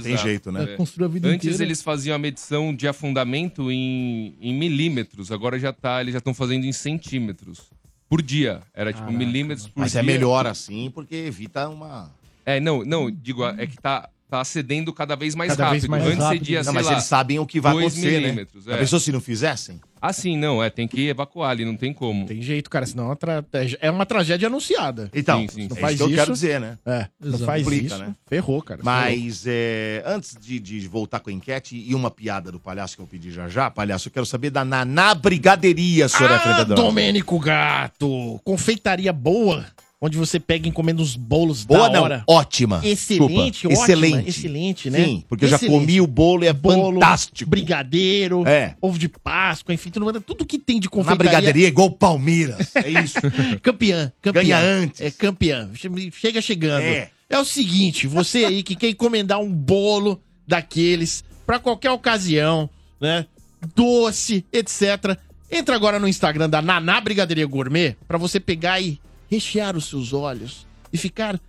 S1: tem jeito, né?
S5: Ela construiu É, a vida
S6: Antes
S5: inteira.
S6: eles faziam a medição de afundamento em, em milímetros, agora já tá, eles já estão fazendo em centímetros por dia. Era tipo
S5: né?
S6: milímetros por
S1: Mas
S6: dia.
S1: é melhor assim, porque evita uma.
S6: É, não, não, digo, é que tá, tá cedendo cada vez mais
S5: Cada
S6: rápido.
S5: vez mais
S6: Antes
S5: rápido.
S6: cedia,
S1: Não,
S6: sei
S1: mas
S6: lá,
S1: eles sabem o que vai
S6: 2
S1: acontecer, né?
S6: milímetros.
S1: A
S6: É.
S1: pessoa se não fizessem?
S6: Assim, não, é, tem que evacuar ali, não tem como.
S2: Tem jeito, cara, senão é uma, tragédia- é uma tragédia anunciada.
S1: Então,
S6: Sim, sim,
S1: é
S6: sim.
S1: isso
S2: Faz
S1: que eu
S2: isso.
S1: quero dizer, né?
S2: É, não
S5: Exato.
S2: faz
S1: Complica,
S2: isso,
S1: né?
S2: ferrou, cara.
S1: Mas é, antes de, de voltar com a enquete e uma piada do palhaço que eu pedi já já, palhaço, eu quero saber da Naná Brigadeiria, senhora
S2: Ah,
S1: Fernanda. Dom...
S2: Domênico Gato! Confeitaria boa, onde você pega e encomenda uns bolos
S1: Boa
S2: da
S1: não,
S2: hora.
S1: ótima.
S2: Excelente,
S1: Desculpa,
S2: ótima,
S1: excelente.
S2: excelente, né?
S1: Sim, porque eu já
S2: Excelente.
S1: comi o bolo e é
S2: Bolo,
S1: fantástico.
S2: Brigadeiro,
S1: É.
S2: ovo de Páscoa, enfim, tudo, tudo que tem de
S1: Na
S2: confeitaria.
S1: brigadeiria é igual o Palmeiras. É isso.
S2: Campeã, campeã.
S1: Ganha antes.
S2: É campeã. Che- Chega chegando.
S1: É.
S2: É. o seguinte, você aí que quer encomendar um bolo daqueles pra qualquer ocasião, né? Doce, etc. Entra agora no Instagram da Naná Brigadeira Gourmet pra você pegar e rechear os seus olhos e ficar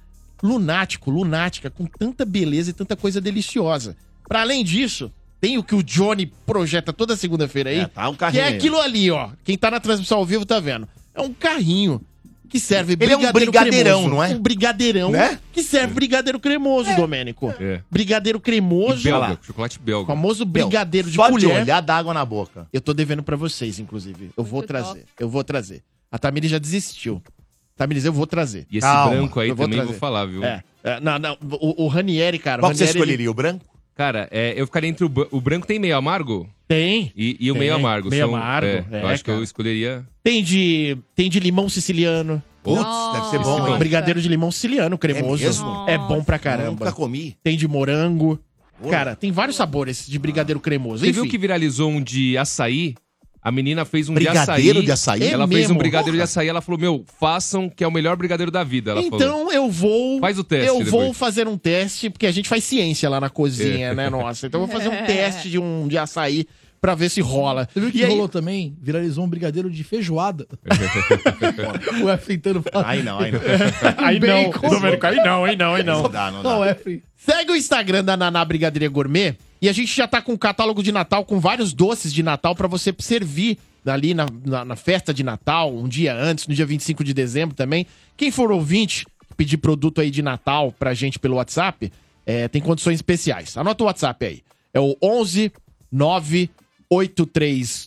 S2: lunático, lunática com tanta beleza e tanta coisa deliciosa. Pra além disso, tem o que o Johnny projeta toda segunda-feira aí,
S1: É, tá um
S2: que
S1: carrinho.
S2: é
S1: aí.
S2: aquilo ali, ó. Quem tá na transmissão ao vivo tá vendo. É um carrinho que serve
S1: Ele é um brigadeirão, não é?
S2: Um brigadeirão
S1: Né?
S2: que serve brigadeiro cremoso, Domênico.
S6: É.
S2: Brigadeiro
S6: E
S2: cremoso,
S6: belga, chocolate belga.
S2: famoso brigadeiro de
S1: Só
S2: colher.
S1: de olhar dá água na boca.
S2: Eu tô devendo pra vocês, inclusive. Eu vou
S3: Muito
S2: trazer. Eu vou trazer. A Tamiri já desistiu. Tamires, eu vou trazer.
S6: E esse
S1: Calma,
S6: branco aí
S2: eu vou
S6: também
S2: trazer.
S6: vou falar, viu?
S2: É. é, não, não, o, o Ranieri, cara. é
S1: Qual
S2: o
S1: que você
S2: Ranieri,
S1: escolheria? O branco?
S6: Cara, é, eu ficaria entre o, bran- o branco tem meio amargo
S2: ele Tem.
S6: e, e o
S2: Tem,
S6: meio amargo.
S2: meio amargo,
S6: é,
S2: é,
S6: eu acho que
S2: cara.
S6: eu escolheria.
S2: Tem de, tem de limão siciliano.
S1: Putz,
S3: Nossa.
S1: deve ser bom, hein?
S3: Nossa.
S2: Brigadeiro de limão siciliano,
S1: É
S2: cremoso.
S1: mesmo?
S2: É, bom pra caramba.
S1: Nunca comi.
S2: Tem de morango.
S1: Olha.
S2: Cara, tem vários sabores de
S1: Ah.
S2: brigadeiro cremoso.
S6: Você
S2: Enfim,
S6: viu que viralizou um de açaí? A menina fez um
S1: Brigadeiro
S6: de
S1: de
S6: açaí.
S1: açaí?
S2: É
S6: Ela fez um
S2: mesmo?
S6: brigadeiro de açaí. Ela falou: Meu, façam que é o melhor brigadeiro da vida. Ela
S2: então
S6: falou.
S2: eu vou.
S6: Faz o teste.
S2: eu
S6: depois.
S2: vou fazer um teste, porque a gente faz ciência lá na
S6: É.
S2: cozinha, né, nossa? Então eu vou fazer um teste de um de açaí pra ver se rola.
S5: Você viu que
S2: E aí-
S5: rolou também? Viralizou um brigadeiro de feijoada. o Efren tentando falar.
S1: Aí não, aí não.
S2: Aí não,
S5: Bacon.
S2: Domênico, aí não, aí não, aí
S1: Não
S2: não.
S1: dá, não
S5: Não, é
S1: dá.
S5: Efren.
S2: Segue o Instagram da Naná Brigadeira Gourmet e a gente já tá com um catálogo de Natal com vários doces de Natal pra você servir ali na, na- na festa de Natal, um dia antes, no dia 25 de dezembro também. Quem for ouvinte, pedir produto aí de Natal pra gente pelo WhatsApp, é, tem condições especiais. Anota o WhatsApp aí. É o 11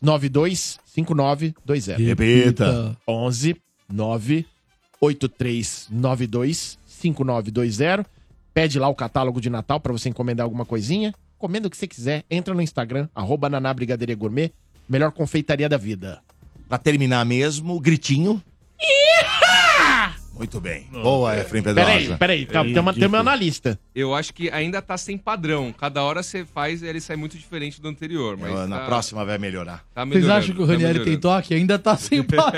S2: 98392 5920.
S1: Repita.
S2: 11 9 8392 5920. Pede lá o catálogo de Natal pra você encomendar alguma coisinha. Comenda o que você quiser. Entra no Instagram, arroba Naná Brigadeira Gourmet. Melhor confeitaria da vida.
S1: Pra terminar mesmo, o gritinho. Muito bem. Boa, Efraim
S2: Peraí,
S1: Pedrosa.
S2: peraí. Calma, tem, uma, tem uma analista.
S6: Eu acho que ainda tá sem padrão. Cada hora você faz e ele sai muito diferente do anterior. Mas
S1: Eu- Na
S6: tá-
S1: próxima vai melhorar.
S6: tá
S5: Vocês
S6: melhorando,
S5: acham que o
S6: tá
S5: Ranieri
S6: melhorando.
S5: tem toque? Ainda tá sem papo.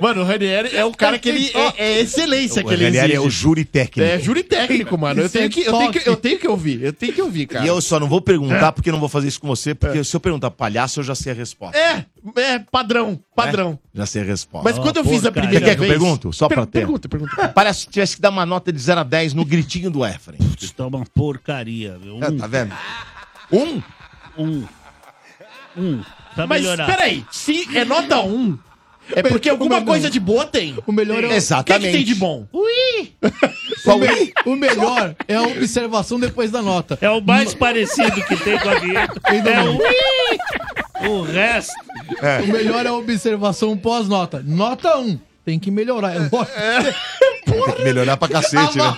S2: Mano, o Ranieri é o cara que ele é, é excelência
S1: O
S2: que ele
S1: Ranieri é o
S2: exige.
S1: júri
S2: É
S1: técnico.
S2: júri técnico, mano. Eu
S5: Isso é
S2: tenho, que, eu, tenho que,
S5: toque.
S2: eu tenho que ouvir. Eu tenho que ouvir, cara.
S1: E
S2: É.
S1: eu só não vou perguntar porque eu não vou fazer isso com você, porque se eu perguntar palhaço, eu já sei a resposta.
S2: É, é padrão, padrão.
S1: Já sei a resposta.
S2: Mas quando eu fiz a
S1: Você
S2: primeira
S1: quer
S2: vez...
S1: que eu pergunto? Só pra
S2: Per-
S1: ter.
S2: Pergunta, pergunta.
S1: Palhaço tivesse que dar uma nota de 0 a 10 no gritinho do Efraim.
S4: Isso tá uma porcaria, meu.
S1: É,
S2: Ah,
S4: Um,
S1: tá vendo? Um?
S4: um. Um. Pra
S2: Mas
S4: melhorar.
S2: peraí, se é nota 1, é porque alguma
S5: melhor-
S2: coisa de boa tem.
S5: O melhor, é,
S2: O que, é que
S1: Exatamente.
S2: tem de bom?
S1: Qual
S5: o melhor é a observação depois da nota.
S4: É o mais parecido que tem com a vinheta.
S1: um
S5: É um
S4: É o... o resto.
S5: O melhor é a observação pós-nota. Nota 1. Tem que melhorar. É lógico.
S1: Tem que melhorar pra
S2: Tá
S1: cacete, né?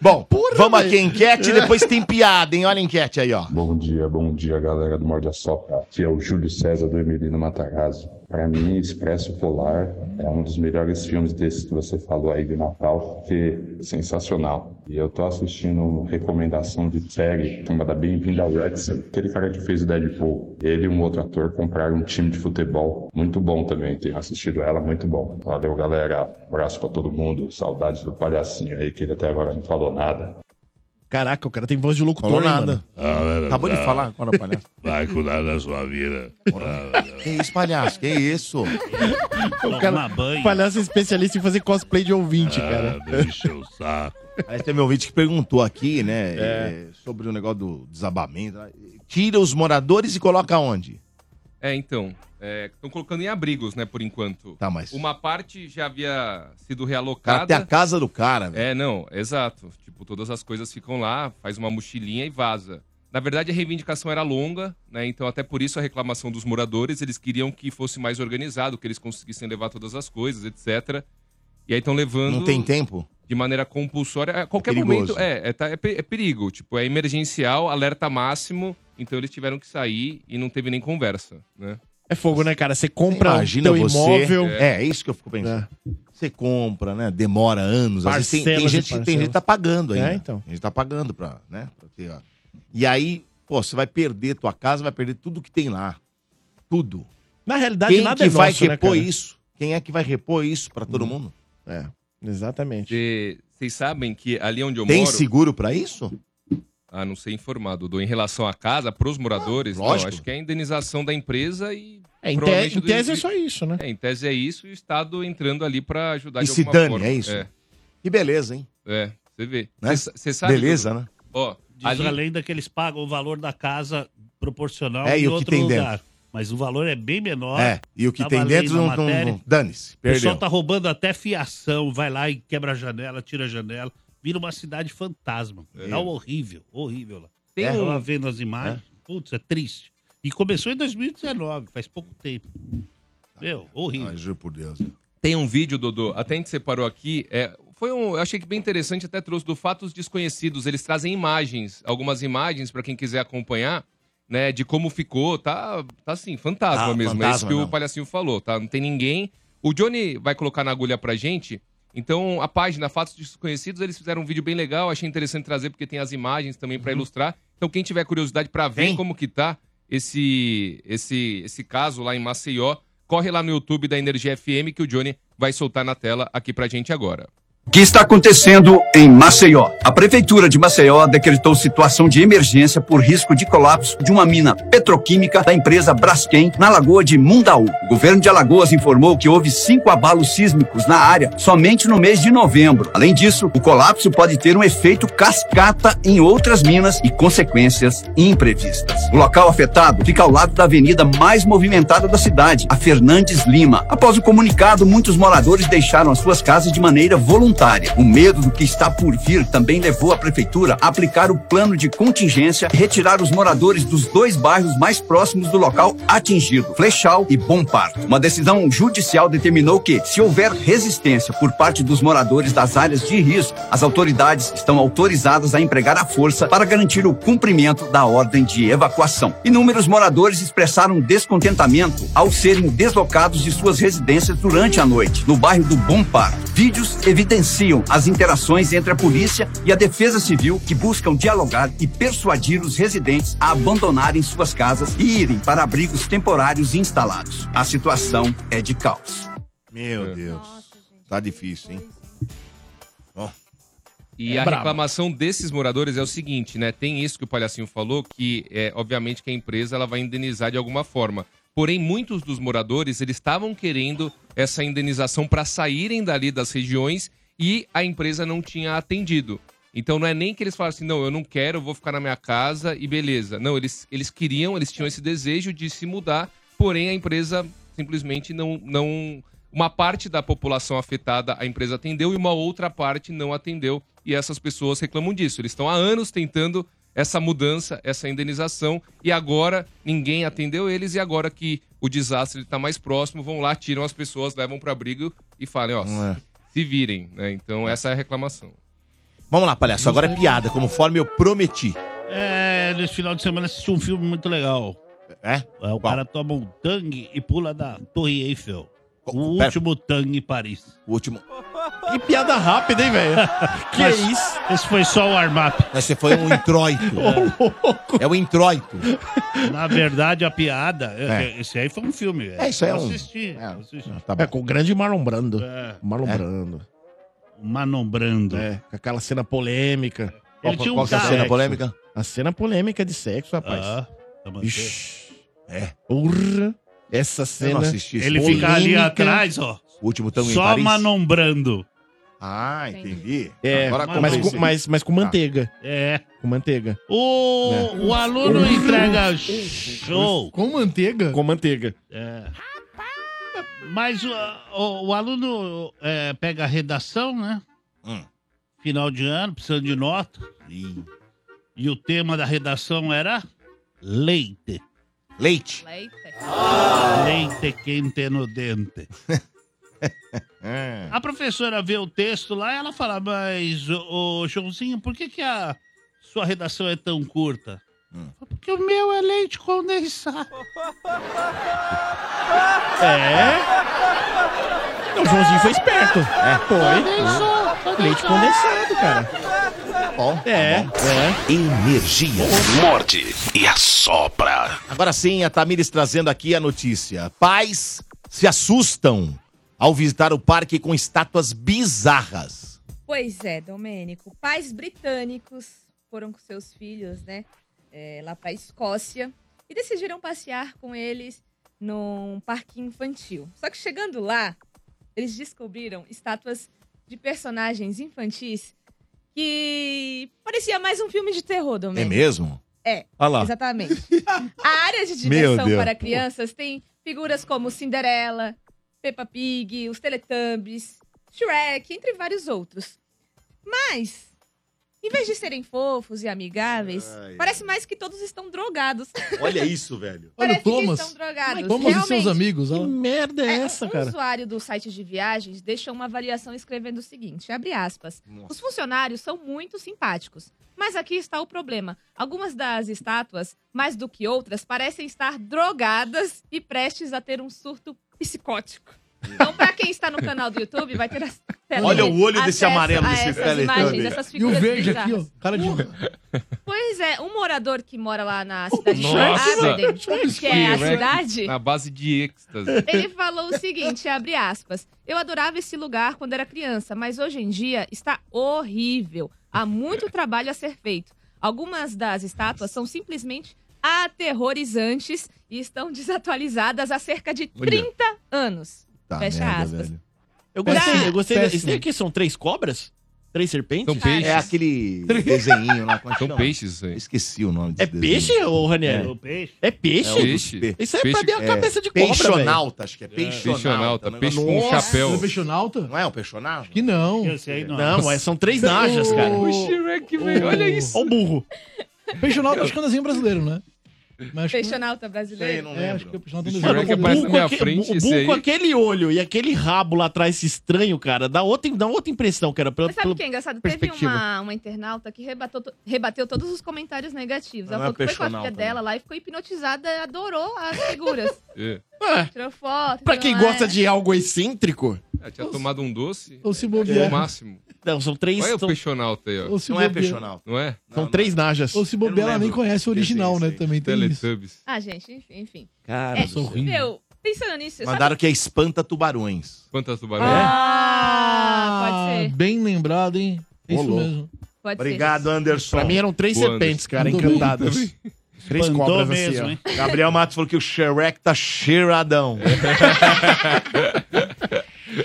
S1: Bom, vamos aqui a enquete e depois tem piada, hein? Olha a enquete aí, ó.
S11: Bom dia, bom dia, galera do Morde a Sopra. Aqui é o Júlio César do Emelino Matarazzo. Para mim, Expresso Polar é um dos melhores filmes desses que você falou aí de Natal, que é sensacional. E eu tô assistindo recomendação de série chamada Bem-vindo ao Redson, aquele cara que fez o Deadpool. Ele e um outro ator compraram um time de futebol muito bom também. Tenho assistido ela, muito bom. Valeu, galera. Abraço pra todo mundo. Saudades do palhacinho aí, que ele até agora não falou nada.
S2: Caraca, o cara tem voz de locutor,
S1: Falou
S2: hein,
S1: nada.
S2: mano?
S1: Acabou de falar agora, palhaço.
S4: Vai cuidar da sua vida.
S1: que isso, palhaço? Que isso?
S4: Toma
S2: cara-
S4: banho.
S2: Palhaço é especialista em fazer cosplay de ouvinte,
S4: Ah,
S2: cara.
S4: deixa o saco.
S1: Aí tem meu ouvinte que perguntou aqui,
S2: É.
S1: né? eh, sobre o negócio do desabamento. Tira os moradores e coloca onde?
S6: É, então. Estão colocando em abrigos, né, por enquanto.
S1: Tá, mas.
S6: Uma parte já havia sido
S1: Cara, até
S6: realocada.
S1: a casa do cara, velho.
S6: É, não, exato. Tipo, todas as coisas ficam lá, faz uma mochilinha e vaza. Na verdade, a reivindicação era longa, né? Então, até por isso a reclamação dos moradores, eles queriam que fosse mais organizado, que eles conseguissem levar todas as coisas, etc. E aí estão levando
S1: Não tem tempo?
S6: de maneira compulsória. A qualquer
S1: perigoso.
S6: momento, é, é, tá- é pe- é perigo. Tipo, é emergencial, alerta máximo. Então, eles tiveram que sair e não teve nem conversa, né?
S2: É fogo, né, cara? Você compra
S1: Imagina
S2: o teu
S1: você.
S2: imóvel.
S1: É, é isso que eu fico pensando.
S2: né?
S1: Você compra, né? Demora anos. Às vezes tem, tem
S2: Parcelas e
S1: gente que tem
S2: parcelas.
S1: gente que tá pagando ainda.
S2: É, então.
S1: A gente tá pagando pra, né? pra ter, ó. E aí, pô, você vai perder tua casa, vai perder tudo que tem lá. Tudo.
S2: Na realidade,
S1: Quem
S2: nada
S1: que
S2: é
S1: vai
S2: nosso, né,
S1: repor
S2: cara?
S1: isso? Quem é que vai repor isso pra todo mundo?
S2: É, exatamente.
S6: E Vocês sabem que ali onde eu
S1: Tem
S6: moro...
S1: seguro pra isso?
S6: Ah, não sei informado, Dudu. Em relação à casa, pros moradores, não,
S1: lógico.
S6: acho que é a indenização da empresa e.
S2: É, em, te-
S6: provavelmente
S2: em
S6: do-
S2: tese é só isso, né?
S6: É, em tese é isso e o Estado entrando ali pra ajudar
S1: E
S6: de
S1: se
S6: alguma
S1: dane,
S6: forma.
S1: é isso?
S6: É,
S1: Que beleza, hein?
S6: é, você vê.
S1: Né?
S6: Você você sabe.
S1: beleza, né?
S6: Dudu? Ó,
S4: Diz a
S6: ali,
S4: lenda que eles pagam o valor da casa proporcional
S1: É, e
S4: em
S1: o que
S4: outro
S1: tem
S4: lugar. Mas o valor é bem menor.
S1: É. E o que
S4: tava
S1: tem dentro
S4: lendo
S1: não.
S4: a
S1: não-
S4: matéria.
S1: não- Dane-se.
S4: O pessoal
S1: Perdeu.
S4: tá roubando até fiação, vai lá e quebra a janela, tira a janela. Vira uma cidade fantasma. Tá horrível, horrível lá.
S6: É. tem
S1: É,
S4: Eu lá
S6: um,
S4: vendo as imagens, putz, é triste. E começou em 2019, faz pouco tempo. Meu,
S1: Ai,
S4: horrível.
S1: juro por Deus.
S6: tem um vídeo, Dodô. Até a gente separou aqui. É, foi um. Eu achei que bem interessante, até trouxe do Fatos Desconhecidos. Eles trazem imagens, algumas imagens pra quem quiser acompanhar. Né, de como ficou, tá, tá assim, fantasma
S1: Ah,
S6: mesmo. é isso
S1: fantasma,
S6: que o
S1: não.
S6: Palhacinho falou, tá? Não tem ninguém. O Johnny vai colocar na agulha pra gente. Então, a página Fatos Desconhecidos, eles fizeram um vídeo bem legal. Achei interessante trazer, porque tem as imagens também pra ilustrar. Então, quem tiver curiosidade pra ver
S1: Tem?
S6: como que tá esse, esse, esse caso lá em Maceió, corre lá no YouTube da Energia FM, que o Johnny vai soltar na tela aqui pra gente agora.
S12: O que está acontecendo em Maceió? A Prefeitura de Maceió decretou situação de emergência por risco de colapso de uma mina petroquímica da empresa Braskem na Lagoa de Mundaú. O governo de Alagoas informou que houve cinco abalos sísmicos na área somente no mês de novembro. Além disso, o colapso pode ter um efeito cascata em outras minas e consequências imprevistas. O local afetado fica ao lado da avenida mais movimentada da cidade, a Fernandes Lima. Após o comunicado, muitos moradores deixaram as suas casas de maneira voluntária. O medo do que está por vir também levou a prefeitura a aplicar o plano de contingência e retirar os moradores dos dois bairros mais próximos do local atingido, Flechal e Bom Parto. Uma decisão judicial determinou que, se houver resistência por parte dos moradores das áreas de risco, as autoridades estão autorizadas a empregar a força para garantir o cumprimento da ordem de evacuação. Inúmeros moradores expressaram descontentamento ao serem deslocados de suas residências durante a noite, no bairro do Bom Parto. Vídeos evidenciam as interações entre a polícia e a defesa civil que buscam dialogar e persuadir os residentes a abandonarem suas casas e irem para abrigos temporários instalados. A situação é de caos.
S1: Meu
S2: É.
S1: Deus.
S3: Nossa, gente.
S1: Tá difícil, hein?
S6: E
S2: É
S6: a
S2: brabo.
S6: reclamação desses moradores é o seguinte, né? Tem isso que o Palhacinho falou, que é, obviamente que a empresa ela vai indenizar de alguma forma. Porém, muitos dos moradores, eles estavam querendo essa indenização para saírem dali das regiões e a empresa não tinha atendido. Então não é nem que eles falaram assim, não, eu não quero, eu vou ficar na minha casa e beleza. Não, eles, eles queriam, eles tinham esse desejo de se mudar, porém a empresa simplesmente não, não. Uma parte da população afetada a empresa atendeu e uma outra parte não atendeu. E essas pessoas reclamam disso. Eles estão há anos tentando essa mudança, essa indenização, e agora ninguém atendeu eles, e agora que o desastre está mais próximo, vão lá, tiram as pessoas, levam para abrigo e falam, ó,
S1: Não é.
S6: se virem, né? Então essa é a reclamação.
S1: Vamos lá, palhaço. Agora é piada, conforme eu prometi.
S4: É, nesse final de semana assisti um filme muito legal.
S1: É?
S4: É, o
S1: Qual?
S4: cara toma um tangue e pula da Torre Eiffel. O
S1: Pera.
S4: último tangue em Paris.
S1: O último.
S2: Que piada rápida, hein, velho? Que
S4: Mas
S2: isso?
S4: Esse foi só o armap.
S1: Você foi um introito. é o introito.
S4: Na verdade, a piada.
S1: É.
S4: Esse aí foi um filme.
S1: É, isso aí é
S4: Eu
S1: um-
S4: Assisti. eu assisti.
S1: Tá
S2: É,
S1: bom.
S2: com o grande Marlon Brando.
S4: É,
S2: Marlon Brando.
S4: Manombrando.
S2: É, com aquela cena polêmica.
S4: Ele tinha um
S1: Qual que é a
S4: carro.
S1: cena polêmica?
S2: A cena polêmica de sexo, rapaz.
S4: Ah, tá bom.
S2: Ixi.
S1: É.
S2: Urra. Essa
S1: Eu não
S2: cena.
S1: assisti isso.
S4: Ele fica ali
S2: polêmica.
S4: atrás, ó.
S1: O último tango em
S4: Só
S1: Paris?
S4: manombrando.
S1: Ah, entendi.
S2: É,
S1: Agora
S2: mas,
S1: comprei.
S2: com, mas, mas com manteiga.
S4: É.
S2: Com manteiga. É.
S4: O, o
S1: Tá.
S4: aluno
S1: Uhum.
S4: entrega show.
S5: Com manteiga?
S2: Com manteiga.
S4: É. Mas o, o- o aluno é, pega a redação, né?
S1: Hum.
S4: Final de ano, precisando de nota.
S1: Ih.
S4: E o tema da redação era leite.
S1: Leite.
S4: Leite quente no dente.
S1: É.
S4: A professora vê o texto lá e ela fala, mas, ô, ô, Joãozinho, por que, que a sua redação é tão curta?
S1: Hum.
S4: Porque o meu é leite condensado.
S2: É. Não, o Joãozinho foi esperto. É. Foi.
S4: Condensou, condensou.
S2: Leite condensado, cara.
S1: Bom,
S2: É. é.
S7: Energia. Morde e assopra.
S1: Tá. Agora sim, a Tamires trazendo aqui a notícia. Pais se assustam ao visitar o parque com estátuas bizarras.
S3: Pois é, Domênico. Pais britânicos foram com seus filhos, né? é, lá pra Escócia. E decidiram passear com eles num parque infantil. Só que chegando lá, eles descobriram estátuas de personagens infantis que parecia mais um filme de terror,
S1: É
S3: Domênico.
S1: mesmo?
S3: É.
S1: Olha lá.
S3: Exatamente. A área de
S1: Meu
S3: diversão
S1: Deus.
S3: para crianças tem figuras como Cinderela, Peppa Pig, os Teletubbies, Shrek, entre vários outros. Mas, em vez de serem fofos e amigáveis,
S1: Ai.
S3: parece mais que todos estão drogados.
S1: Olha isso, velho.
S5: Olha
S3: parece
S5: o
S3: que estão
S5: Thomas.
S3: drogados.
S5: Thomas e
S3: Realmente.
S5: seus amigos.
S2: Que
S5: ó.
S2: merda é essa,
S3: um
S2: cara?
S3: usuário do site de viagens deixou uma avaliação escrevendo o seguinte, abre aspas.
S1: Nossa.
S3: Os funcionários são muito simpáticos, mas aqui está o problema. Algumas das estátuas, mais do que outras, parecem estar drogadas e prestes a ter um surto psicótico. Então, pra quem está no canal do YouTube, vai ter as tele-
S1: Olha o olho desse
S3: acesso
S1: amarelo
S3: a
S1: desse
S3: essas
S1: Teletubby.
S3: imagens, essas
S5: E o
S3: figuras
S5: verde aqui,
S3: bizarras.
S5: ó. Cara de. um-
S3: Pois é, um morador que mora lá na cidade
S6: Nossa!
S3: de Aberdeen, que é a
S6: Né?
S3: cidade,
S6: Na base de êxtase.
S3: ele falou o seguinte, abre aspas. Eu adorava esse lugar quando era criança, mas hoje em dia está horrível. Há muito trabalho a ser feito. Algumas das estátuas são simplesmente aterrorizantes e estão desatualizadas há cerca de 30 anos.
S1: Tá,
S3: Fecha
S1: merda,
S3: astas.
S1: velho.
S2: Eu
S3: Péssimo,
S2: gostei, eu gostei.
S5: péssimo.
S2: Esse daqui são três cobras? Três serpentes?
S6: São peixes.
S1: É aquele desenho lá. como é que
S6: São
S1: chama?
S6: peixes um isso aí.
S1: Esqueci o nome
S2: É
S1: desse desenho.
S2: peixe, ô Raniel?
S4: O peixe.
S2: É peixe?
S6: Peixe.
S1: Peixe.
S2: Isso aí é pra
S6: Peixe-
S2: mim é uma cabeça de cobra, velho.
S1: Peixonauta, acho que é peixonauta.
S6: Peixonauta.
S1: um negócio-
S6: Peixe com um
S1: Nossa.
S6: chapéu.
S5: Você fechou na alta?
S1: Não é um peixonauta?
S5: Que não.
S4: Esse aí não.
S2: Não, é, são três najas, cara.
S5: O-
S6: O Shrek, velho.
S5: o-
S6: Olha isso.
S2: Ó o burro.
S5: Peixonauta, acho que é um desenho brasileiro, né? Mas acho que-
S3: Fechonauta
S1: Sei,
S3: brasileiro.
S1: não
S5: É, acho que
S1: lembro.
S5: é Peixonauta é um
S6: Mano,
S5: desenho
S6: Shrek
S2: o
S6: aparece
S5: brasileiro.
S6: na
S2: burro,
S6: minha
S2: aque-
S6: frente,
S2: o
S6: esse
S2: burro
S6: aí.
S2: com aquele olho e aquele rabo lá atrás esse estranho, cara, dá outra, dá outra impressão, cara. Pelo,
S3: Mas sabe o
S2: pelo...
S3: que é engraçado? Teve
S6: perspectiva.
S3: uma, uma internauta que rebatou to- rebateu todos os comentários negativos.
S1: Não
S3: Ela
S1: é
S3: falou que foi com a filha
S1: peixonauta,
S3: dela lá e ficou hipnotizada e adorou as figuras.
S6: É.
S2: Ah,
S3: Tirou foto.
S2: pra
S3: tudo
S2: quem
S3: lá. é.
S2: gosta de algo excêntrico...
S6: Ah, Tinha tomado um doce.
S5: Ou se
S6: É O
S5: bobear.
S6: máximo.
S2: Não, são três,
S6: Olha o
S2: são,
S6: peixonauta aí, ó.
S5: Ou se
S1: Não é
S5: bobear.
S1: peixonauta.
S6: Não é?
S2: são
S1: Não,
S2: três najas.
S5: Ou se
S1: Eu não
S5: bobear, ela nem
S1: lembro
S5: conhece o
S1: desse
S5: original,
S1: desenho,
S5: né?
S1: sei.
S5: Também tem isso.
S6: Teletubbies.
S3: Ah, gente, enfim, enfim.
S2: Cara,
S3: É,
S2: do céu.
S5: horrível.
S3: Meu, pensando nisso,
S1: não.
S3: sabe-
S1: Mandaram que é espanta-tubarões.
S6: Quantas tubarões?
S3: Ah, pode ser.
S5: Bem lembrado, hein? É isso
S1: Ô, louco.
S5: mesmo.
S3: Pode
S1: Obrigado, Anderson.
S2: Pra mim eram três
S6: Boa,
S2: serpentes, cara,
S5: Mandou bem,
S2: encantadas. Três
S4: Espantou
S2: cobras
S4: mesmo,
S2: assim,
S4: hein?
S2: ó.
S1: Gabriel Matos falou que o Shrek tá cheiradão.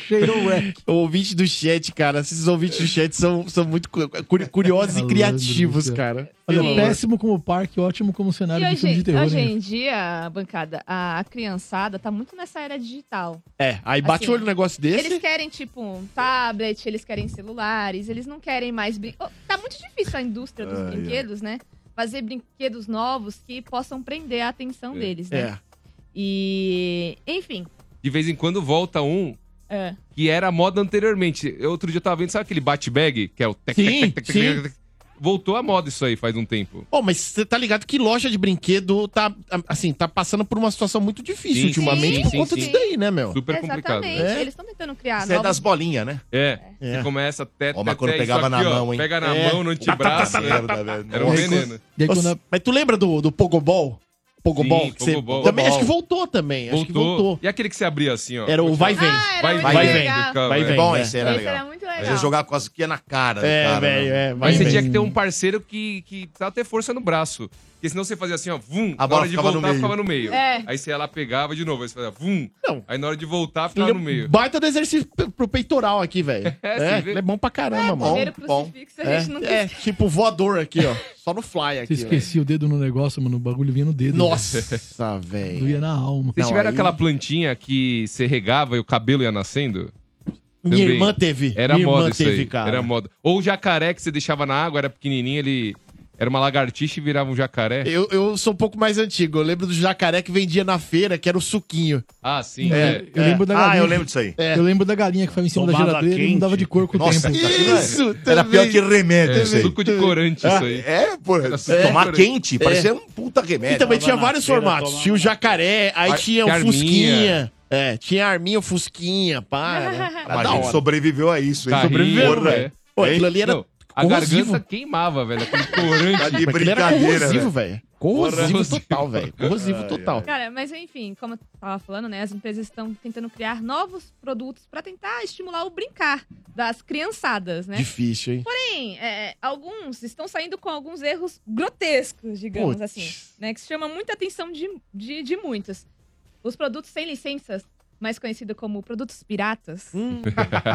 S5: Cheirou wreck.
S2: O ouvinte do chat, cara, esses ouvintes do chat são, são muito cu- cu- curiosos e
S5: Malandro do
S2: criativos,
S5: céu.
S2: cara.
S5: Olha,
S3: Sim.
S5: péssimo como parque, ótimo como
S3: ser.
S5: cenário
S3: E
S5: de filme de
S3: hoje,
S5: terror.
S3: hoje
S5: hein?
S3: em dia, bancada, a a criançada tá muito nessa era digital.
S2: É, aí bate
S3: Assim,
S2: o olho no negócio desse.
S3: Eles querem, tipo, um tablet, eles querem celulares, eles não querem mais... Brin... Oh, tá muito difícil a indústria dos
S1: Ai, ai.
S3: brinquedos, né? Fazer brinquedos novos que possam prender a atenção
S6: É.
S3: deles, né?
S2: É.
S3: E... Enfim.
S6: De vez em quando volta um
S3: é.
S6: que era moda anteriormente. Eu, Outro dia eu tava vendo, sabe aquele bate bag? Que é o tec,
S2: Sim,
S6: tec, tec, tec, tec,
S2: sim.
S6: tec, tec. Voltou à moda isso aí faz um tempo.
S2: Pô, mas você tá ligado que loja de brinquedo tá, assim, tá passando por uma situação muito difícil
S6: Sim,
S2: ultimamente
S6: sim,
S2: por
S6: sim,
S2: conta
S6: sim.
S2: disso daí, né, meu?
S6: Super complicado.
S3: Exatamente.
S2: É.
S3: Eles estão tentando criar
S1: Isso é das
S3: novas...
S1: bolinhas, né?
S6: É.
S2: É.
S6: Você começa até.
S1: Ó, mas quando
S6: até isso
S1: pegava na mão, hein? Tá,
S6: Pega na
S2: É.
S6: mão, no antebraço. né?
S1: Merda, velho.
S6: Era um
S1: Nossa.
S6: veneno.
S5: E aí, quando
S2: Nossa, Mas tu lembra do, do Pogobol? Pogobol?
S6: Sim,
S2: que você-
S6: Pogobol.
S2: Também, acho que voltou também. Acho que voltou.
S6: E aquele que você abria assim, ó.
S2: Era o vai e vem.
S3: Ah, era
S6: Vai,
S3: muito
S6: vai,
S2: vai,
S3: legal.
S6: vendo, cara,
S2: Vai e
S6: é.
S2: vem.
S1: Bom,
S2: né?
S1: esse era
S3: Esse era
S1: legal.
S3: muito
S1: Você
S3: legal.
S1: jogava com as que ia na cara. do
S2: É,
S1: cara, né?
S2: velho, é. Vai
S6: Mas
S2: e
S6: você
S2: vem.
S6: tinha que ter um parceiro que, que precisava ter força no braço. Porque senão você fazia assim, ó, vum.
S1: A
S6: na
S1: bola
S6: hora de
S1: ficava no
S6: voltar,
S1: meio.
S6: ficava no meio.
S3: É.
S6: Aí você ia lá, pegava de novo. Aí você fazia vum.
S2: Não.
S6: Aí na hora de voltar,
S2: Ele
S6: ficava
S2: é
S6: Tá no
S2: um
S6: meio.
S2: Baita do exercício pe- pro peitoral aqui, velho.
S6: É,
S2: É,
S6: você vê?
S2: ele é bom pra caramba, mano.
S3: Primeiro crucifixo, a
S2: É,
S3: gente não
S2: é, tipo voador aqui, É ó. Só no fly
S5: você
S2: aqui, velho.
S5: esquecia o dedo no negócio, mano, o bagulho vinha no dedo.
S2: Nossa,
S5: velho.
S2: velho.
S5: Doía na alma.
S6: Vocês
S2: Não,
S6: tiveram
S2: aí-
S6: aquela plantinha que você regava e o cabelo ia nascendo?
S2: Minha
S6: Também.
S2: irmã teve.
S6: Era
S2: Minha
S6: moda
S2: irmã
S6: isso
S2: teve,
S6: aí.
S2: cara.
S6: Era moda. Ou o jacaré que você deixava na água, era pequenininho, ele... Era uma lagartixa e virava um jacaré.
S2: Eu, eu sou um pouco mais antigo. Eu lembro do jacaré que vendia na feira, que era o suquinho.
S6: Ah, sim.
S2: É.
S6: é.
S5: Eu lembro da galinha.
S1: Ah, eu lembro disso aí.
S2: É.
S5: Eu lembro da galinha que ficava em cima
S4: Tomava
S5: da geladeira e
S4: quente.
S5: mudava de cor com o
S1: Nossa, É,
S5: tempo.
S1: cara,
S5: cara.
S2: Isso,
S1: Era
S2: também.
S1: pior que remédio isso aí.
S6: É, suco de corante isso aí.
S1: É, pô.
S6: suco de-
S1: Tomar
S6: É.
S1: quente, parecia um puta remédio.
S2: É. E também tinha
S4: Tomava na
S2: vários
S4: feira,
S2: formatos.
S4: tomava
S2: Tinha o
S4: na-
S2: jacaré, aí
S6: Ar-
S2: tinha o
S6: tinha arminha.
S2: fusquinha. É, tinha a arminha, o fusquinha, pá. Era,
S1: A
S2: era da
S1: gente
S2: hora.
S1: sobreviveu a isso, hein?
S6: Carrinho,
S1: Sobreviveu,
S6: né?
S1: velho.
S2: Pô, aquilo ali era
S6: Não, a
S2: corrosivo.
S6: garganta queimava, velho. Aquele corante.
S1: Tá de
S2: Aquilo era
S1: brincadeira,
S2: corrosivo,
S1: velho.
S2: velho. Corrosivo
S6: Corrosivo.
S2: total, velho. Corrosivo total.
S3: Cara, mas enfim, como eu tava falando, né? As empresas estão tentando criar novos produtos pra tentar estimular o brincar das criançadas, né?
S2: Difícil, hein?
S3: Porém, é, alguns estão saindo com alguns erros grotescos, digamos
S2: Putz.
S3: assim, né? Que chama muita atenção de, de, de muitos. Os produtos sem licenças, mais conhecido como produtos piratas,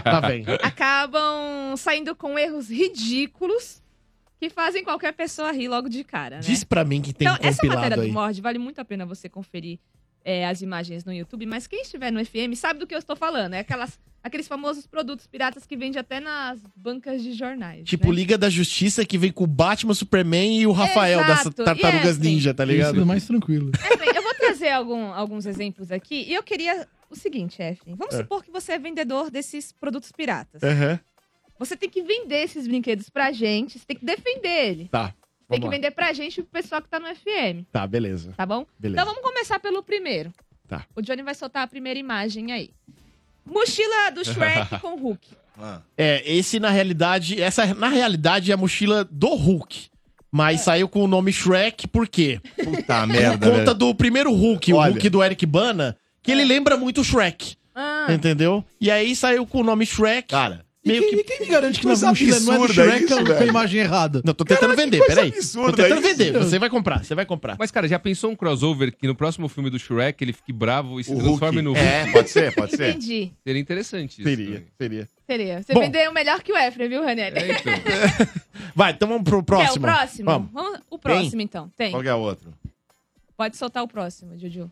S2: Tá bem.
S3: acabam saindo com erros ridículos que fazem qualquer pessoa rir logo de cara, né?
S2: Diz pra mim que tem
S3: Então,
S2: um
S3: essa matéria
S2: compilado
S3: do
S2: aí.
S3: Mord vale muito a pena você conferir é, as imagens no YouTube, mas quem estiver no FM sabe do que eu estou falando. É aquelas, aqueles famosos produtos piratas que vende até nas bancas de jornais.
S2: Tipo,
S3: né?
S2: Liga da Justiça que vem com o Batman, Superman e o Rafael
S3: Exato,
S2: das Tartarugas
S3: e é,
S2: Ninja, tá
S5: Isso é
S2: ligado?
S5: mais tranquilo.
S3: É, bem, eu vou trazer algum- alguns exemplos aqui e eu queria o seguinte, Efren. Vamos supor que você é vendedor desses produtos piratas.
S2: Aham.
S3: Você tem que vender esses brinquedos pra gente, você tem que defender ele.
S2: Tá.
S3: Tem que
S2: Vamos lá.
S3: vender pra gente e pro pessoal que tá no FM,
S2: Tá, beleza.
S3: tá bom? Então
S2: Beleza.
S3: vamos começar pelo primeiro.
S2: Tá.
S3: O Johnny vai soltar a primeira imagem aí. Mochila do Shrek com o Hulk.
S2: É, esse na realidade, essa na realidade é a mochila do Hulk.
S3: É.
S2: Mas saiu com o nome Shrek, por quê?
S1: Puta
S2: Por
S1: merda,
S2: conta
S1: velho.
S2: do primeiro Hulk, o
S1: Olha.
S2: Hulk do Eric Bana, que
S3: É.
S2: ele lembra muito o Shrek,
S3: Ah,
S2: entendeu? E aí saiu com o nome Shrek.
S1: Cara,
S2: meio que.
S5: E quem me garante que na
S1: Coisa
S5: mochila não é do
S1: absurda
S5: Shrek
S1: isso,
S5: ela com a
S1: velho.
S5: imagem errada?
S2: Não, tô tentando vender,
S1: coisa
S2: peraí. Tô
S1: absurda
S2: tentando
S1: isso.
S2: vender, você vai comprar, você vai comprar.
S6: Mas, cara, já pensou um crossover que no próximo filme do Shrek ele fique bravo e se
S1: O
S6: transforme
S1: Hulk.
S6: no Hulk?
S1: É, pode ser, pode ser.
S3: entendi.
S6: Seria interessante isso.
S2: Seria,
S6: também.
S2: seria.
S3: Seria. Você
S2: Bom.
S3: vendeu melhor que o Efren, viu, Ranelli?
S6: É, então.
S2: Vai, então vamos pro
S3: Quer o
S2: próximo.
S3: próximo?
S2: Vamos.
S3: Vamos- O próximo, então. Tem.
S1: Qual que é o outro?
S3: Pode soltar o próximo, Juju.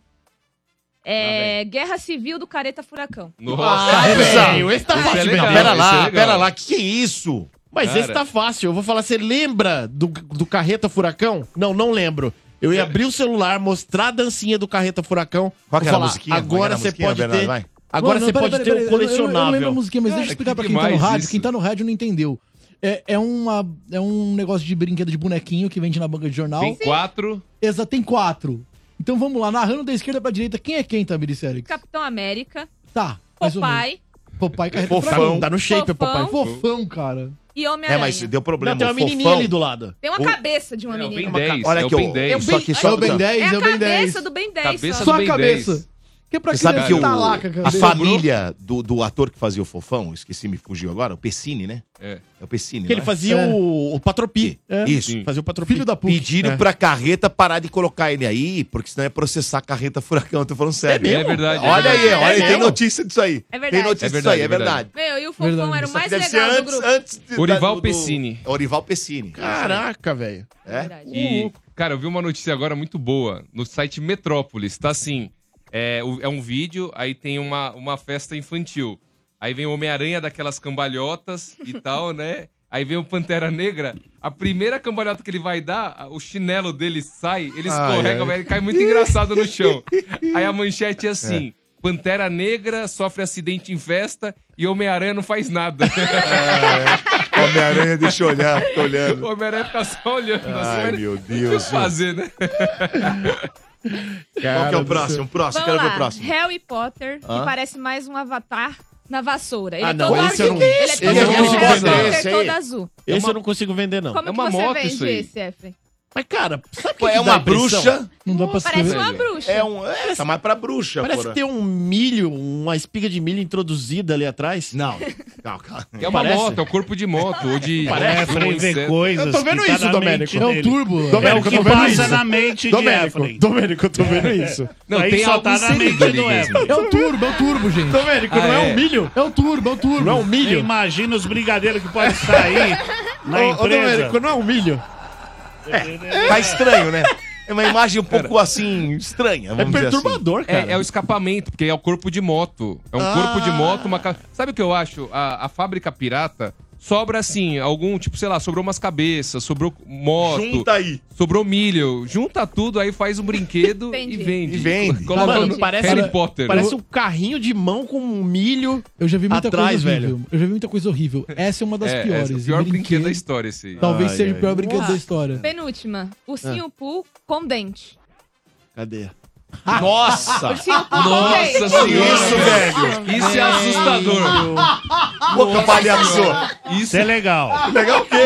S3: É, Guerra Civil do Careta Furacão.
S6: Nossa.
S2: Ah,
S1: velho,
S2: velho, esse tá
S6: isso
S2: fácil
S6: é
S2: mesmo.
S6: legal.
S1: Pera
S6: esse é
S1: lá,
S6: legal.
S1: pera lá, que que é isso?
S2: Mas
S6: Cara.
S2: esse tá fácil. Eu vou falar, você lembra do, do Carreta Furacão? Não, não lembro. Eu ia abrir o celular, mostrar a dancinha do Carreta Furacão.
S1: É. Qual que
S2: vou
S1: era a
S2: falar,
S1: musiquinha? Qual que era
S2: Agora
S1: a
S2: você
S1: musiquinha,
S2: pode
S1: Bernardo?
S2: ter.
S1: Vai. É,
S2: Agora
S5: Não,
S2: você
S5: não, pera,
S2: pode
S5: pera,
S2: ter
S5: pera,
S2: um
S5: eu- eu- Eu, não
S2: colecionável.
S5: lembro a musiquinha, mas
S6: Cara,
S2: É
S5: deixa eu explicar
S6: que
S5: pra quem tá no
S6: demais
S5: rádio.
S6: isso.
S5: Quem tá no rádio não entendeu. É, é, uma, é um negócio de brinquedo de bonequinho que vende na banca de jornal.
S6: Tem quatro.
S5: Exa, tem quatro. Então vamos lá, narrando da esquerda pra direita, quem é quem, Tamiris Eric?
S3: Capitão América,
S5: Tá, mais ou menos.
S3: Popeye
S5: Popai carrega
S2: Fofão. Tá no shape,
S3: Fofão.
S2: papai. Fofão.
S5: Fofão, cara.
S3: e
S1: É,
S3: Homem-Aranha.
S1: mas deu
S2: Não,
S1: problema.
S2: tem uma
S1: o
S2: menininha
S1: fofão-
S2: ali do lado.
S3: Tem uma
S1: O-
S3: cabeça de uma
S6: É o Ben
S3: menina.
S6: 10.
S1: Olha
S6: é o
S1: aqui,
S6: Ben
S1: ó.
S6: 10.
S1: Só que
S5: É
S1: só
S5: o Ben 10,
S3: É
S5: é
S3: a
S5: o Ben 10.
S3: cabeça do Ben 10.
S6: Cabeça
S5: Só
S6: do
S5: a
S6: Ben
S5: cabeça.
S6: 10.
S5: Que é pra
S1: Você sabe
S5: criança
S1: que o,
S5: tá lá, cara.
S1: a família do, do ator que fazia o fofão, esqueci, me fugiu agora, o Pessini, né?
S6: É.
S1: É o Pessini.
S2: Que ele
S1: não é?
S2: fazia
S5: É.
S2: o, o Patropi.
S5: É.
S1: Isso.
S6: Sim.
S2: Fazia o Patropi.
S5: Filho da puta.
S1: Pediram pra carreta parar de colocar ele aí, porque senão é processar a carreta furacão. Eu tô falando sério.
S6: É verdade.
S1: Olha
S6: é
S1: aí,
S6: verdade.
S1: olha aí,
S3: É
S1: tem
S3: mesmo?
S1: notícia disso aí.
S3: É verdade.
S1: Tem notícia
S6: É
S1: disso aí,
S6: verdade,
S1: é
S6: é verdade.
S1: verdade.
S3: Meu, e o Fofão
S5: Verdade.
S3: era o
S1: Só que
S3: mais
S1: deve ser
S3: legal do
S1: antes,
S3: grupo.
S1: antes de,
S6: Orival
S1: do- do-
S6: Pessini.
S1: Orival Pessini.
S2: Caraca, velho.
S1: É?
S3: Verdade.
S6: E, cara, eu vi uma notícia agora muito boa no site Metrópolis. Tá assim: é, o- é um vídeo, aí tem uma, uma festa infantil. Aí vem o Homem-Aranha daquelas cambalhotas e tal, né? Aí vem o Pantera Negra. A primeira cambalhota que ele vai dar, a- o chinelo dele sai, ele
S8: Ah, é.
S6: escorrega, velho, ele cai muito engraçado no chão. Aí a manchete é assim: Pantera Negra sofre acidente em festa e Homem-Aranha não faz nada.
S1: É, Homem-Aranha, deixa eu olhar, tô olhando.
S6: O Homem-Aranha fica só olhando.
S1: Ai,
S6: assim,
S1: meu
S6: mas
S1: Deus,
S6: O que
S1: meu.
S6: fazer, né?
S1: Qual que é
S2: Cara
S1: o
S2: do
S1: próximo?
S2: céu.
S3: Vamos
S1: Próximo, quero ver
S3: lá.
S1: o próximo.
S3: Harry Potter,
S1: Hã?
S3: que parece mais um avatar na vassoura. Ele
S2: Ah,
S3: é
S2: não,
S3: todo
S2: esse eu
S3: azul.
S2: não-
S3: Ele é
S2: esse
S3: todo
S2: eu não
S3: azul.
S2: consigo
S3: Harry
S2: vender.
S3: Potter é
S1: Esse aí-
S3: todo azul.
S2: Esse eu não consigo vender, não.
S3: Como
S6: É uma
S3: que você
S6: moto isso
S3: vende
S6: aí.
S3: esse, Efren?
S2: Mas, cara, sabe o que
S1: É
S2: que
S1: uma
S2: dá impressão?
S1: bruxa?
S5: Não dá pra
S3: Parece
S5: escrever.
S3: uma bruxa.
S1: É um. É, tá mais pra bruxa,
S2: Parece
S1: porra.
S2: que tem um milho, uma espiga de milho introduzida ali atrás.
S1: Não. Não, calma.
S6: É uma
S2: Parece?
S6: moto, é o corpo de moto. Ou de,
S4: Parece
S6: de um
S4: Efraim vê
S6: inseto.
S4: coisas.
S2: Eu tô vendo
S4: que tá
S2: isso,
S4: na
S2: Domênico. um
S4: mente
S5: É o
S4: dele.
S5: turbo.
S4: É
S2: Domênico,
S4: o
S2: eu
S4: que
S2: tô vendo
S4: passa
S2: isso.
S4: na mente de Efraim.
S2: Domênico, Domênico, eu tô vendo isso.
S6: Não,
S4: Aí
S6: tem
S4: só
S6: algo
S4: tá na
S6: inserido
S4: mente
S6: ali
S4: do
S6: mesmo.
S4: Efraim.
S5: É o turbo, é o turbo, gente.
S2: Domênico,
S6: Ah,
S2: não é,
S6: é.
S2: um milho?
S5: É o turbo, é o turbo.
S2: Não é um milho?
S4: Imagina os brigadeiros que podem sair na
S2: Ô, ô,
S4: empresa.
S2: Domênico, não é um milho?
S1: Tá estranho, né? É uma imagem um pouco assim, estranha.
S2: É
S1: Vamos dizer assim.
S2: perturbador, cara.
S6: É, é o escapamento, porque é o corpo de moto. É um
S1: Ah.
S6: corpo de moto, uma. ca- Sabe o que eu acho? A, a fábrica pirata sobra assim, algum tipo, sei lá, sobrou umas cabeças, sobrou moto,
S1: Junta aí.
S6: sobrou milho. Junta tudo, aí faz um brinquedo e
S3: Entendi.
S6: vende.
S1: E vende.
S6: Coloca
S2: Mano,
S6: no
S2: parece-
S6: Harry Potter. É,
S2: Parece um carrinho de mão com um milho.
S5: Eu já vi muita
S2: Atrás,
S5: coisa horrível. Eu já vi muita coisa horrível. Essa é uma das
S6: é,
S5: piores.
S6: é o pior brinquedo da
S5: Brinquedo-
S6: história, esse. aí.
S5: Talvez
S2: Ai,
S5: seja
S2: ai.
S5: o pior brinquedo da
S3: Uau.
S5: história.
S3: Penúltima. Ursinho Poo com dente.
S2: Cadê?
S1: Nossa!
S3: Ursinho Poo com dente.
S6: Nossa senhora!
S1: isso, velho?
S6: Isso é assustador.
S1: Ô, capalhaço!
S4: Isso é legal. é
S1: Pegar o quê?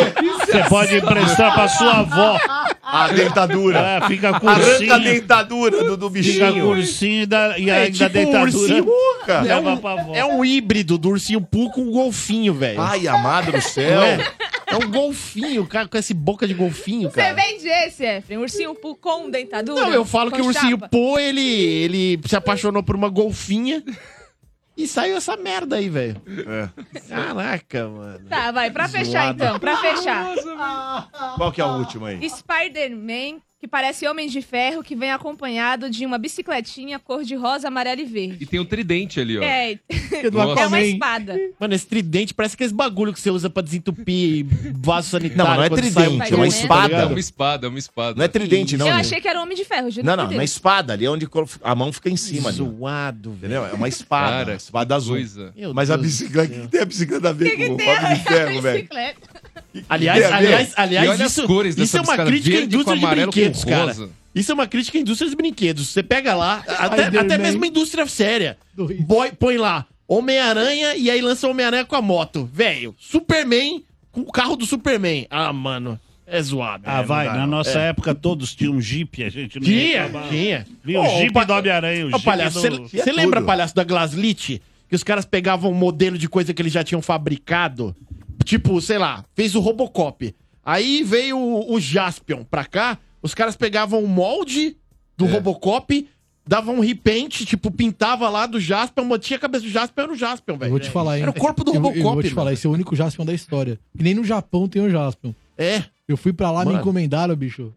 S4: Você pode emprestar pra sua avó.
S1: A dentadura.
S4: É, fica com
S1: Arranca a
S4: ursinho.
S1: dentadura do, do
S4: Fica com
S1: bichinho.
S4: ursinho e da, e
S2: É
S4: ainda
S2: tipo um
S4: dentadura.
S2: ursinho.
S1: Cara.
S2: É
S4: Leva
S2: um,
S4: pra avó.
S2: é um híbrido do ursinho Poo com um golfinho, velho.
S1: Ai, amado do céu.
S2: Não é? É um golfinho, cara, com esse boca de golfinho,
S3: Você
S2: cara.
S3: vende esse, Efren? Ursinho Poo com dentadura?
S2: Não, eu falo
S3: Com
S2: que o ursinho
S3: chapa?
S2: Pô, ele, ele se apaixonou por uma golfinha e saiu essa merda aí, velho.
S1: É.
S2: Caraca, mano.
S3: Tá, vai, pra fechar
S2: Zoado.
S3: então, pra fechar.
S1: Qual que é a última aí?
S3: Spider-Man, que parece Homem de Ferro, que vem acompanhado de uma bicicletinha cor de rosa, amarelo e verde.
S6: E tem o tridente ali, ó.
S3: É,
S6: do Nossa.
S3: é uma
S5: Aquaman.
S3: espada.
S2: Mano, esse tridente parece aqueles bagulho que você usa pra desentupir vaso sanitário.
S1: Não, não é
S2: quando sai um
S1: tridente,
S3: é uma
S2: tiro, tá
S1: espada.
S6: É
S2: ligado?
S6: uma espada, é uma espada.
S1: Não é tridente, não.
S3: eu
S1: né?
S3: achei que era o Homem de Ferro, juro
S1: Não,
S3: por
S1: não,
S3: Deus.
S1: na espada. Ali é onde colo- a mão fica em cima. Ali, ó.
S2: Zoado, velho.
S1: entendeu? É uma espada.
S6: Cara,
S1: uma espada azul.
S6: Coisa.
S2: Meu
S1: Mas a
S2: Deus do
S1: bicicleta, o
S2: céu.
S1: que tem a bicicleta a
S3: O
S1: ver
S3: que,
S1: com
S3: que
S1: o
S3: tem a
S1: Homem de Ferro, velho?
S3: bicicleta?
S2: Aliás,
S1: Tem a ver?
S2: aliás,
S6: e
S2: aliás,
S6: olha
S2: isso,
S6: as cores dessa
S2: isso é uma
S6: bicicleta,
S2: crítica à
S6: verde com
S2: indústria de
S6: amarelo com
S2: brinquedos, cara.
S6: rosa.
S2: Isso é uma crítica à indústria de brinquedos. Você pega lá, até,
S5: Spider-Man.
S2: até mesmo a indústria séria.
S5: Dois.
S2: Boy- põe lá Homem-Aranha e aí lança o Homem-Aranha com a moto. Velho, Superman com o carro do Superman. Ah, mano, é zoado.
S4: Ah,
S2: É,
S4: vai.
S2: não dá,
S4: Na
S2: não.
S4: nossa
S2: É.
S4: época todos tinham um jipe, a gente não
S2: Tinha,
S4: reclamava.
S2: tinha.
S4: Viu? O
S2: Ô,
S4: jipe
S2: pa-
S4: do Homem-Aranha, o
S2: Ô,
S4: jipe
S2: palhaço,
S4: do...
S2: você
S1: Tinha
S2: lembra,
S1: tudo.
S2: palhaço, da Glaslit? Que os caras pegavam um modelo de coisa que eles já tinham fabricado. Tipo, sei lá, fez o Robocop. Aí veio o, o Jaspion pra cá, os caras pegavam o molde do
S4: É.
S2: Robocop, davam um repaint, tipo, pintava lá do Jaspion, mantinha a cabeça do Jaspion, era o Jaspion,
S5: Eu
S2: velho.
S5: vou te falar, hein?
S2: É, Era o corpo do
S5: Eu-
S2: Robocop,
S5: Eu, vou te
S2: mano.
S5: falar, esse é o único Jaspion da história. Que nem no Japão tem o Jaspion.
S2: É.
S5: Eu fui pra lá,
S2: Mano.
S5: me encomendaram, bicho.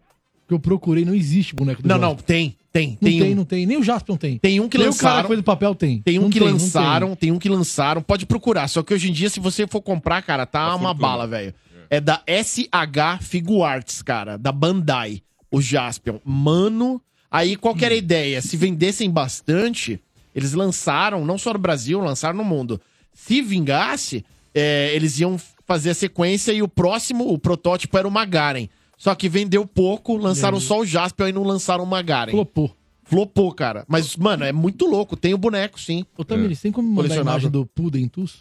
S5: Que eu procurei, não existe boneco do
S2: Não,
S5: Jaspion.
S2: não, tem, tem,
S5: Não
S2: tem,
S5: tem,
S2: um.
S5: não tem. Nem o Jaspion tem.
S2: Tem um que
S5: Nem o cara
S2: lançaram.
S5: que fez o papel tem.
S2: Tem um
S5: Não
S2: que
S5: não
S2: lançaram, tem. um que lançaram. Pode procurar. Só que hoje em dia, se você for comprar, cara, tá uma
S6: fortuna.
S2: bala, velho. É. da SH Figuarts, cara. Da Bandai. O Jaspion. Mano. Aí, qual que era a ideia? Se vendessem bastante, eles lançaram, não só no Brasil, lançaram no mundo. Se vingasse, é, eles iam fazer a sequência e o próximo, o protótipo era o Magaren. Só que vendeu pouco, lançaram só o Jaspion e não lançaram o Magaren.
S5: Flopou.
S2: Hum. Flopou, cara. Mas, mano, é muito louco. Tem o boneco, sim. É.
S5: Ô, Tamir, você tem como me mandar a
S2: Colecionável.
S5: imagem do Pudentus?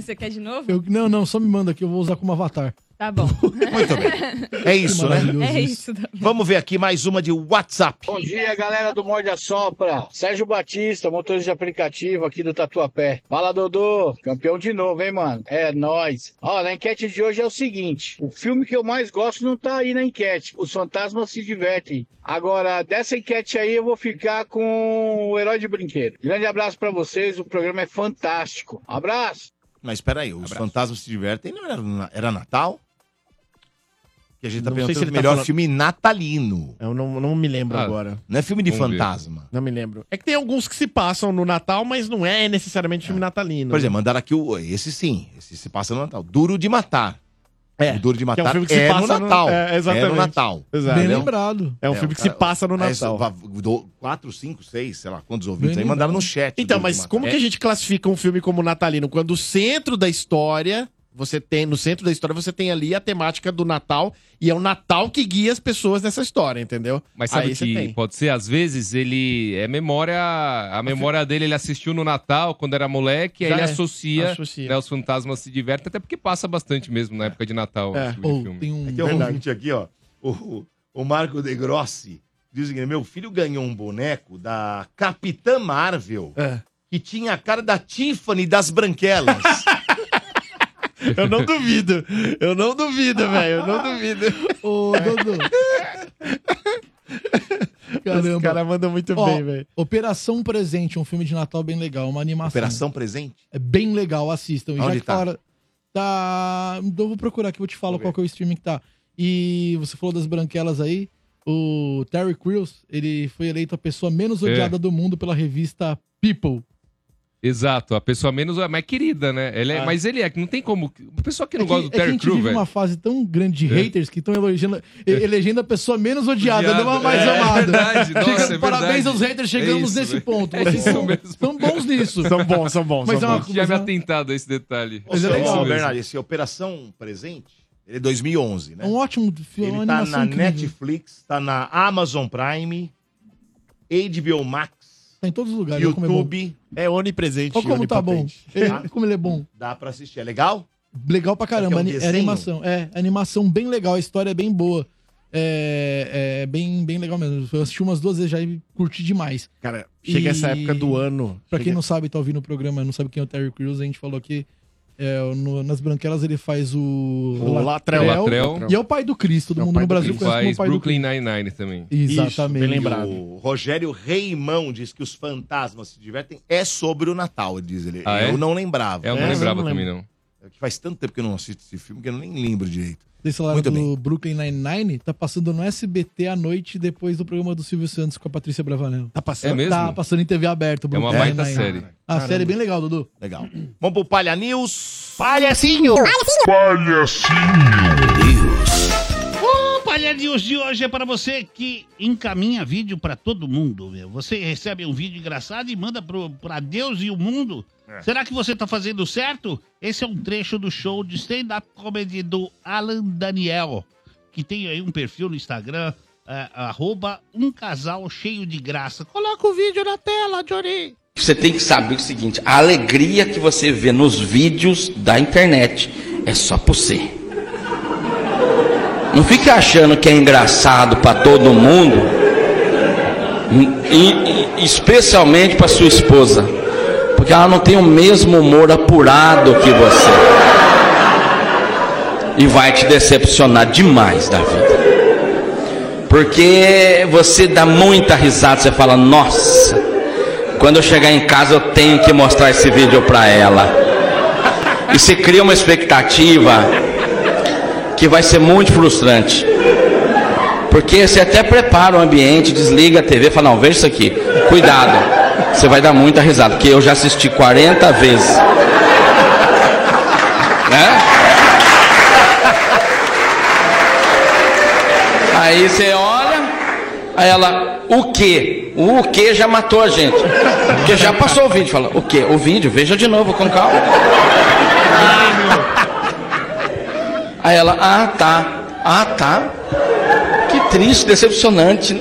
S3: Você quer de novo?
S5: Eu, não, não, só me manda aqui, eu vou usar como avatar.
S3: Tá bom.
S1: Muito bem. É isso, né?
S5: Maravilhoso
S3: É isso. Dom.
S1: Vamos ver aqui mais uma de WhatsApp.
S9: Bom dia, galera do Morde a Sopra. Sérgio Batista, motorista de aplicativo aqui do Tatuapé. Fala, Dodô. Campeão de novo, hein, mano? É nóis. Ó, a enquete de hoje é o seguinte. O filme que eu mais gosto não tá aí na enquete. Os fantasmas se divertem. Agora, dessa enquete aí, eu vou ficar com o Herói de Brinquedo. Grande abraço pra vocês. O programa é fantástico. Abraço.
S1: Mas peraí, os fantasmas se divertem. Não era, na- era Natal? Que a gente tá
S2: Não sei
S1: perguntando se
S2: se ele tá
S1: melhor
S2: falando-
S1: filme natalino.
S2: Eu não, não me lembro
S6: Ah.
S2: agora.
S1: Não é filme de
S6: Vamos ver.
S1: fantasma.
S2: Não me lembro. É que tem alguns que se passam no Natal, mas não é necessariamente filme natalino.
S1: Por exemplo, mandaram aqui o. Esse sim, esse se passa no Natal. Duro de Matar.
S2: É.
S1: O Duro de
S2: Que
S1: Matar
S2: é
S1: é,
S2: um filme que se
S1: no
S2: passa no-
S1: Natal.
S2: é, exatamente.
S1: É no Natal.
S2: Exato.
S5: Bem
S1: Entendeu?
S5: lembrado.
S2: É um
S1: É,
S2: filme
S1: o
S2: que
S1: cara-
S2: se passa no
S1: Aí, só-
S2: Natal.
S1: va- do- Quatro, cinco, seis, sei lá quantos ouvintes
S5: Bem
S1: aí mandaram no chat. Duro
S2: Então,
S1: de
S2: mas
S1: Matar. É,
S2: como que a gente classifica um filme como natalino? Quando o centro da história Você tem, no centro da história, você tem ali a temática do Natal, e é o Natal que guia as pessoas nessa história, entendeu?
S6: Mas sabe
S2: Aí você
S6: que
S2: tem.
S6: pode ser? Às vezes ele é memória. A memória dele, ele assistiu no Natal, quando era moleque, aí
S2: Já
S6: ele
S2: é,
S6: associa,
S2: associa.
S6: né, os fantasmas se divertem, até porque passa bastante mesmo na época de Natal.
S2: É.
S6: esse tipo de
S5: Ou
S6: filme.
S5: tem um.
S1: Aqui tem um
S2: Verdade.
S1: ouvinte aqui, ó. O, o Marco De Grossi diz o seguinte, meu filho ganhou um boneco da Capitã Marvel
S2: É.
S1: que tinha a cara da Tiffany das Branquelas.
S2: Eu não duvido. Eu não duvido, velho. Eu não duvido.
S5: Ô, Dodô.
S2: Os
S5: Caramba.
S2: caras mandam muito
S5: Ó,
S2: bem, velho.
S5: Operação Presente, um filme de Natal bem legal, uma animação.
S1: Operação presente.
S5: É bem legal, assistam. E já
S1: Aonde
S5: que
S1: tá?
S5: falaram. Tá. Então eu vou procurar aqui, vou te falar
S1: Vou ver.
S5: qual que é o streaming que tá. E você falou das branquelas aí. O Terry Crews, ele foi eleito a pessoa menos
S6: É.
S5: odiada do mundo pela revista People.
S6: Exato, a pessoa menos. mais querida, né? Ele é-
S2: Ah.
S6: Mas ele é, não tem como. A pessoa que não
S5: é que,
S6: gosta do
S5: é que a
S6: Terry
S5: gente
S6: Crew,
S5: vive
S6: velho. É.
S5: uma fase tão grande de haters que estão elegendo, elegendo a pessoa menos odiada,
S6: Odiada,
S5: não a mais
S6: é, é
S5: amada.
S6: verdade, nossa,
S5: Chegando-
S6: é
S5: Parabéns
S6: verdade.
S5: aos haters, chegamos
S6: É isso,
S5: nesse
S6: velho.
S5: ponto.
S6: É
S5: Vocês
S6: isso
S5: são,
S6: mesmo.
S5: são bons nisso.
S2: São bons, são bons.
S5: Mas
S2: são
S5: é uma
S2: bons.
S6: Já me atentado a esse detalhe.
S1: Ô, seu-
S6: É isso
S1: Ô,
S6: mesmo.
S1: Bernardo, esse Operação Presente, ele é 2011, né?
S5: É um ótimo filme, uma
S1: Ele tá
S5: animação
S1: na
S5: incrível.
S1: Netflix, tá na Amazon Prime, HBO Max,
S5: Tá em todos os lugares. olha como é bom.
S1: YouTube.
S2: É onipresente.
S5: Olha como tá bom.
S2: onipotente.
S5: É,
S1: Tá?
S5: como ele é bom.
S1: Dá pra assistir. É legal?
S5: Legal pra caramba.
S1: É que é um
S5: ani- é
S1: desenho?
S5: animação. É, animação bem legal. A história é bem boa. É, é bem, bem legal mesmo. Eu assisti umas duas vezes já e curti demais.
S2: Cara, chega essa
S5: E-
S2: época do ano.
S5: Pra quem
S2: chega-
S5: não sabe, tá ouvindo o programa, não sabe quem é o Terry Crews, a gente falou aqui. é, no- nas Branquelas ele faz o.
S2: O Latrel.
S6: Latrel.
S5: E é o pai do Cristo. Todo
S2: É o
S5: mundo
S2: pai
S5: no
S2: do
S5: Brasil
S6: Ele
S5: conhece como
S6: faz
S5: o pai
S6: Brooklyn Nine-Nine também.
S5: do Cristo. Exatamente.
S2: bem lembrado.
S1: O Rogério Reimão diz que os fantasmas se divertem. É sobre o Natal, ele diz ele.
S6: Ah, é?
S1: Eu não lembrava.
S6: Eu não
S2: É,
S6: lembrava
S2: eu não
S6: também, não.
S1: É que Faz tanto tempo que eu não assisto esse filme que eu nem lembro direito.
S5: Desse lado
S1: Muito
S5: do Brooklyn Nine-Nine, tá passando no SBT à noite depois do programa do Silvio Santos com a Patrícia Bravanel.
S2: Tá
S6: É
S2: passando.
S6: mesmo?
S5: Tá passando em TV aberta. o
S6: É uma
S5: Brooklyn
S6: baita
S5: Nine-Nine.
S6: série.
S5: A série é bem legal, Dudu.
S1: Legal. Vamos pro Palha News. Palhacinho!
S4: O Palha News de hoje é para você que encaminha vídeo para todo mundo, meu. Você recebe um vídeo engraçado e manda para Deus e o mundo. Será que você tá fazendo certo? Esse é um trecho do show de stand-up comedy do Alan Daniel, que tem aí um perfil no Instagram, é, arroba um casal cheio de graça. Coloca o vídeo na tela, Johnny.
S13: Você tem que saber o seguinte: a alegria que você vê nos vídeos da internet é só pra você. Não fique achando que é engraçado pra todo mundo, hum, e- e- especialmente pra sua esposa, porque ela não tem o mesmo humor apurado que você. E vai te decepcionar demais da vida. Porque você dá muita risada, você fala, nossa, quando eu chegar em casa eu tenho que mostrar esse vídeo pra ela. E você cria uma expectativa que vai ser muito frustrante. Porque você até prepara o ambiente, desliga a TV e fala, não, veja isso aqui. Cuidado, você vai dar muita risada, porque eu já assisti 40 vezes. Né? Aí você olha, aí ela, o quê? O quê já matou a gente? Porque já passou o vídeo, fala, o quê? O vídeo, veja de novo com calma. Aí ela, ah tá, ah tá. Que triste, decepcionante.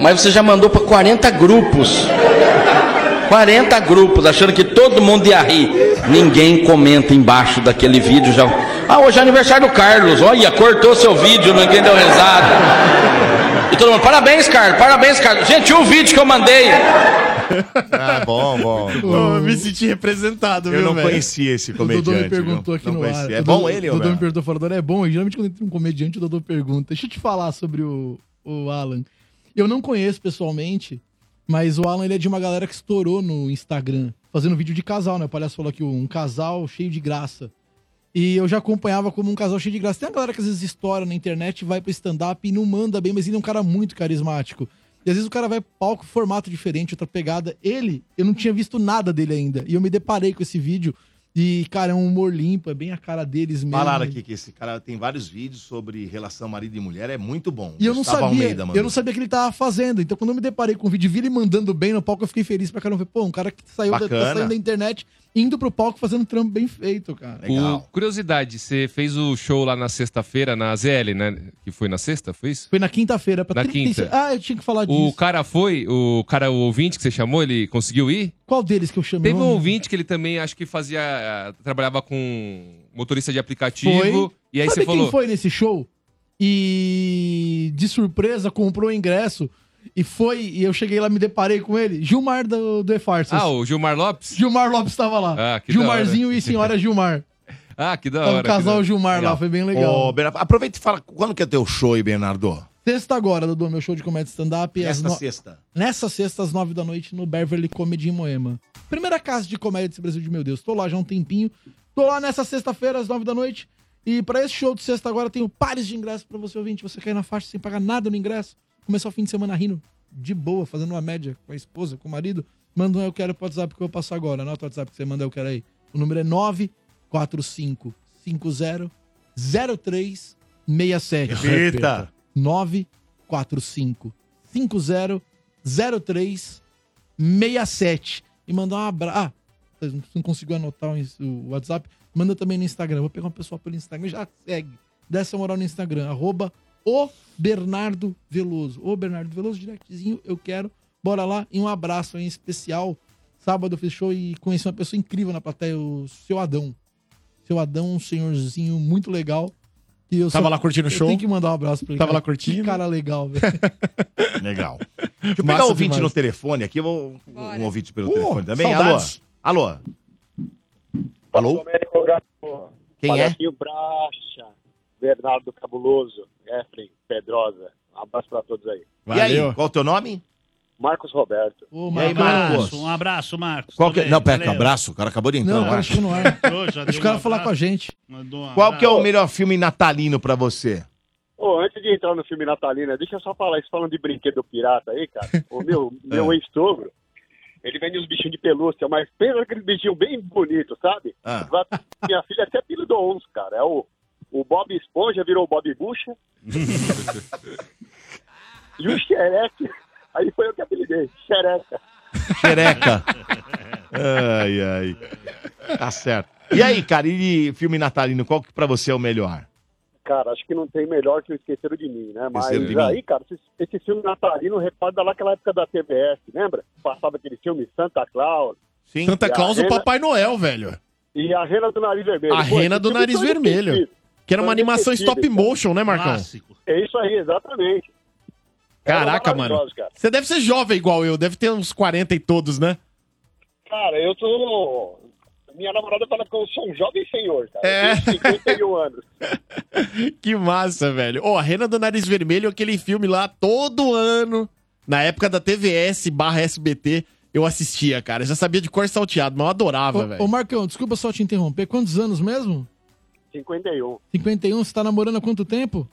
S13: Mas você já mandou para 40 grupos. 40 grupos, achando que todo mundo ia rir. Ninguém comenta embaixo daquele vídeo já. Ah, hoje é aniversário do Carlos. Olha, cortou seu vídeo, ninguém deu risada. E todo mundo, parabéns, Carlos, parabéns, Carlos. Gente, e o vídeo que eu mandei.
S1: Ah, bom, bom.
S2: Pô, eu me senti representado,
S1: Eu
S2: viu,
S1: não
S2: velho?
S1: conhecia esse
S5: O
S1: comediante.
S5: Dodô me
S1: viu?
S5: perguntou aqui
S1: não
S5: no ar.
S1: conhecia. É
S5: O
S1: bom
S5: Dodô-
S1: ele,
S5: O Dodô me
S1: Roberto?
S5: perguntou, falando, é bom. E geralmente quando entra um comediante, o Dodô pergunta. Deixa eu te falar sobre o, o Alan. Eu não conheço pessoalmente, mas o Alan ele é de uma galera que estourou no Instagram, fazendo vídeo de casal, né? O palhaço falou aqui, um casal cheio de graça. E eu já acompanhava como um casal cheio de graça. Tem uma galera que às vezes estoura na internet, vai pro stand-up e não manda bem, mas ele é um cara muito carismático. E às vezes o cara vai pro palco, formato diferente, outra pegada. Ele, eu não tinha visto nada dele ainda. E eu me deparei com esse vídeo. E, cara, é um humor limpo, é bem a cara deles mesmo.
S1: Falaram aqui que esse cara tem vários vídeos sobre relação marido e mulher, é muito bom.
S5: E eu não
S1: Gustavo
S5: sabia,
S1: Almeida, mano.
S5: eu não sabia que ele tava fazendo. Então, quando eu me deparei com o vídeo, e vi ele mandando bem no palco, eu fiquei feliz pra caramba. Pô, um cara que saiu da, tá
S6: Bacana.
S5: saindo da internet, indo pro palco, fazendo um trampo bem feito, cara.
S6: O- curiosidade, você fez o show lá na sexta-feira, na ZL, né? Que foi na sexta, foi isso?
S5: Foi na quinta-feira. Pra
S6: Na
S5: 36
S6: quinta.
S5: Ah, eu tinha que falar
S6: O
S5: disso.
S6: cara foi, o cara, o ouvinte que você chamou, ele conseguiu ir?
S5: Qual deles que eu chamei?
S6: Teve um
S5: Não lembro.
S6: ouvinte que ele também, acho que fazia, ah, trabalhava com motorista de aplicativo.
S5: Foi.
S6: E aí
S5: Sabe
S6: você falou,
S5: quem foi nesse show? E de surpresa comprou o ingresso e foi. E eu cheguei lá, me deparei com ele. Gilmar do, do E-Farsas.
S6: ah, o Gilmar Lopes?
S5: Gilmar Lopes estava lá.
S6: Ah, que da hora.
S5: Gilmarzinho e senhora Gilmar.
S6: Ah, que da
S5: Tava o
S6: hora. que
S5: casal
S6: da hora.
S5: Gilmar lá, foi bem legal.
S1: Ô, Bernardo, aproveita e fala, quando que é teu show aí, Bernardo?
S5: Sexta agora, Dudu, meu show de comédia stand-up. às
S1: Esta sexta.
S5: Nessa sexta, às nove da noite, no Beverly Comedy em Moema. Primeira casa de comédia desse Brasil de meu Deus. Tô lá já há um tempinho. Tô lá nessa sexta-feira, às nove da noite. E pra esse show de sexta agora, tenho pares de ingressos pra você ouvinte. Você quer ir na faixa sem pagar nada no ingresso. Começar o fim de semana rindo, de boa, fazendo uma média com a esposa, com o marido. Manda um eu quero pro WhatsApp que eu passo agora. Anota o WhatsApp que você manda eu quero aí. O número é 94550 0367.
S1: Repita.
S5: 945 50 0367. E mandar um abraço. Ah, vocês não- não conseguiu anotar o ins- o WhatsApp? Manda também no Instagram. Vou pegar uma pessoa pelo Instagram. Já segue. Dá essa moral no Instagram. Arroba o Bernardo Veloso. O Bernardo Veloso, directzinho, eu quero. Bora lá. E um abraço aí especial. Sábado eu fiz show e conheci uma pessoa incrível na plateia, o seu Adão. Seu Adão, um senhorzinho muito legal. E eu
S2: Tava lá curtindo o
S5: eu
S2: show?
S5: tenho que mandar um abraço pra ele.
S2: Tava
S5: cara.
S2: lá curtindo?
S5: Que cara legal, velho.
S1: Legal. Deixa eu pegar
S2: Massa
S1: o ouvinte
S2: demais.
S1: no telefone aqui, eu vou um ouvinte pelo
S2: Pô,
S1: telefone também.
S2: saudades.
S1: Alô? Alô? Alô? Quem é?
S14: Aqui o Bracha, Bernardo Cabuloso, Efren Pedrosa. Um abraço pra todos aí.
S1: E aí, qual o teu nome?
S14: Marcos Roberto.
S4: Um abraço, um abraço, Marcos.
S1: Qual que... é-
S4: Tudo
S1: Não,
S4: bem?
S1: pera,
S4: Valeu.
S1: abraço. O cara acabou de entrar
S4: Não,
S1: no
S4: o cara
S1: ar.
S4: chegou no ar. Ô,
S5: Deixa
S4: já dei
S5: o
S4: um
S5: cara falar
S4: abraço.
S5: com a gente.
S4: Mandou um
S1: Qual que é o
S4: abraço.
S1: melhor filme natalino pra você?
S14: Ô, antes de entrar no filme Natalina, deixa eu só falar isso, falando de brinquedo pirata aí, cara. O meu, meu ex-sogro, ele vende uns bichinhos de pelúcia, mas pensa aquele bichinho bem bonito, sabe? Vai- Minha filha até apelidou uns, cara. É o, o Bob Esponja virou o Bob Bucha. e o Xereque, aí foi eu que apelidei, Xereca.
S1: Xereca. ai, ai. Tá certo. E aí, cara, e de filme natalino, qual que pra você é o melhor?
S14: Cara, acho que não tem melhor que o Esqueceram de Mim, né? Mas
S1: Esqueceram de Mim.
S14: aí, cara, esse, esse filme natalino recorda lá aquela época da TBS, lembra? Passava aquele filme Santa Claus.
S1: Sim.
S2: Santa
S14: E a
S2: Claus ou
S14: Rena-
S2: Papai Noel, velho.
S14: E a Rena do Nariz Vermelho.
S2: A
S14: Pô,
S2: Rena
S14: esse
S2: do
S14: filme
S2: Nariz
S1: é
S14: foi
S2: Vermelho.
S14: inesquecível.
S2: Que era uma
S14: Foi
S2: animação stop
S14: inesquecível,
S2: motion, né, Marcão?
S14: cara. É isso aí, exatamente.
S2: Caraca,
S14: Era
S2: mano.
S14: maravilhoso, cara.
S2: Você deve ser jovem igual eu, deve ter uns 40 e todos, né?
S14: Cara, eu tô... Minha namorada fala que eu sou um jovem senhor, cara.
S2: É.
S14: Eu tenho 51 anos.
S2: Que massa, velho. Ó, a Rena do Nariz Vermelho, aquele filme lá todo ano, na época da TVS barra SBT, eu assistia, cara. Eu já sabia de cor salteado, mas eu adorava,
S5: Ô,
S2: velho.
S5: ô, Marcão, desculpa só te interromper. Quantos anos mesmo?
S14: 51.
S5: 51, você tá namorando há quanto tempo?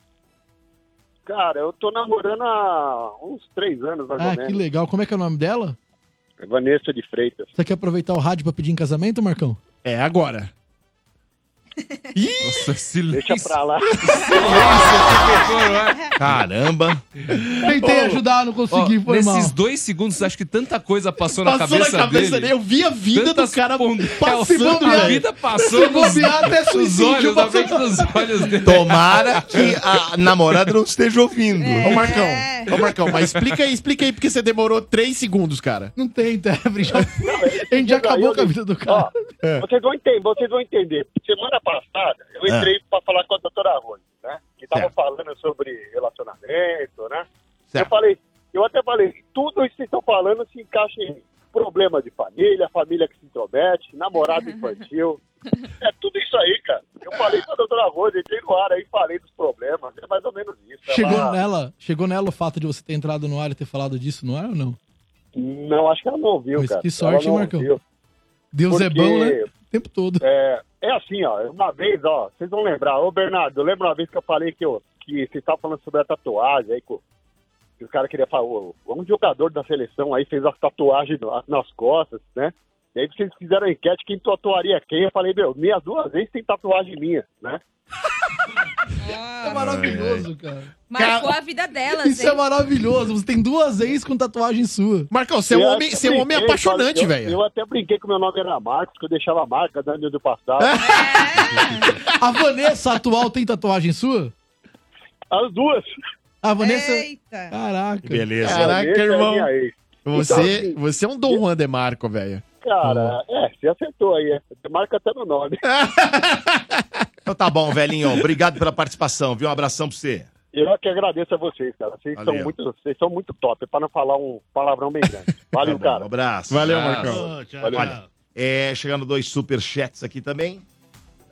S14: Cara, eu tô namorando há uns três anos, mais
S5: Ah,
S14: ou
S5: que
S14: menos.
S5: legal. Como é que é o nome dela?
S14: Vanessa de Freitas.
S5: Você quer aproveitar o rádio pra pedir em casamento, Marcão?
S2: É, agora.
S6: Nossa, silêncio.
S14: Deixa pra lá.
S1: Caramba.
S5: Tentei ajudar, não consegui,
S6: Ó,
S5: foi
S6: nesses
S5: mal.
S6: dois segundos, acho que tanta coisa passou, na
S2: Passou
S6: cabeça,
S2: na cabeça
S6: dele.
S2: dele, eu vi a vida
S6: Tantas
S2: do cara
S6: pon-
S2: passando,
S6: A
S2: velho.
S6: vida passou
S5: Se
S6: nos-
S5: bobear, até
S6: nos
S5: suicídio
S6: olhos, na
S5: passou.
S6: frente dos olhos dele.
S1: Tomara que a namorada não esteja ouvindo.
S2: Ô, Marcão,
S14: É.
S2: ô, Marcão, mas explica aí, explica aí, porque você demorou 3 segundos, cara.
S5: Não tem, Tevre. Já... A gente já acabou com a vida do cara. É.
S14: Vocês vão entender, vocês vão entender. Semana passada, eu
S1: Ah.
S14: entrei pra falar com a doutora Rose, né? Que tava
S1: Certo.
S14: falando sobre relacionamento, né?
S1: Certo.
S14: Eu falei, eu até falei, tudo isso que vocês estão falando se encaixa em problema de família, família que se intromete, namorado infantil. É tudo isso aí, cara. Eu falei pra doutora Rose, entrei no ar aí, falei dos problemas. É mais ou menos isso.
S5: Chegou
S14: Ela-
S5: nela, chegou nela o fato de você ter entrado no ar e ter falado disso no ar ou não?
S14: Não, acho que ela não ouviu,
S5: Mas
S14: cara.
S5: que sorte,
S14: Ela não
S5: Marcão.
S14: ouviu.
S5: Deus é
S14: Porque-
S5: bom, né? O tempo todo.
S14: É, é assim, ó. Uma vez, ó, vocês vão lembrar. Ô, Bernardo, eu lembro uma vez que eu falei que, eu, que vocês estavam falando sobre a tatuagem aí, que, o- que os caras queriam falar. ô, Um jogador da seleção aí fez a tatuagem no- nas costas, né? E aí vocês fizeram a enquete quem tatuaria quem. Eu falei, meu, minhas duas vezes tem tatuagem minha, né?
S5: É maravilhoso, cara.
S3: Marcou a vida delas,
S5: Isso
S3: hein?
S5: é maravilhoso. Você tem duas ex com tatuagem sua.
S2: Marcão,
S5: você é um
S14: Eu
S5: homem,
S14: até
S5: você é um homem
S14: brinquei,
S5: apaixonante,
S14: eu-
S5: velho.
S14: Eu até brinquei que meu nome era Marcos, que eu deixava a marca da do passado.
S5: É. A Vanessa atual tem tatuagem sua?
S14: As duas.
S5: A Ah, Vanessa.
S15: Eita.
S5: Caraca. Que
S2: beleza.
S5: Caraca,
S2: Essa é a
S5: irmão.
S2: minha
S14: ex.
S2: Você,
S14: Então, assim,
S2: você é um Dom Juan de Marco, velho.
S14: Cara, é, você acertou aí. é. Marca até no nome.
S5: É.
S1: Então tá bom, velhinho. Obrigado pela participação, viu? Um abração pra você.
S14: Eu é que agradeço a vocês, cara. Vocês, são
S1: Valeu.
S14: muito, vocês são muito top, pra não falar um palavrão bem grande. Valeu,
S1: Tá bom,
S14: cara.
S1: Um abraço.
S14: Valeu,
S1: Abraço.
S14: Marcão. Tchau,
S1: Valeu.
S14: tchau.
S1: Olha, é, chegando dois superchats aqui também.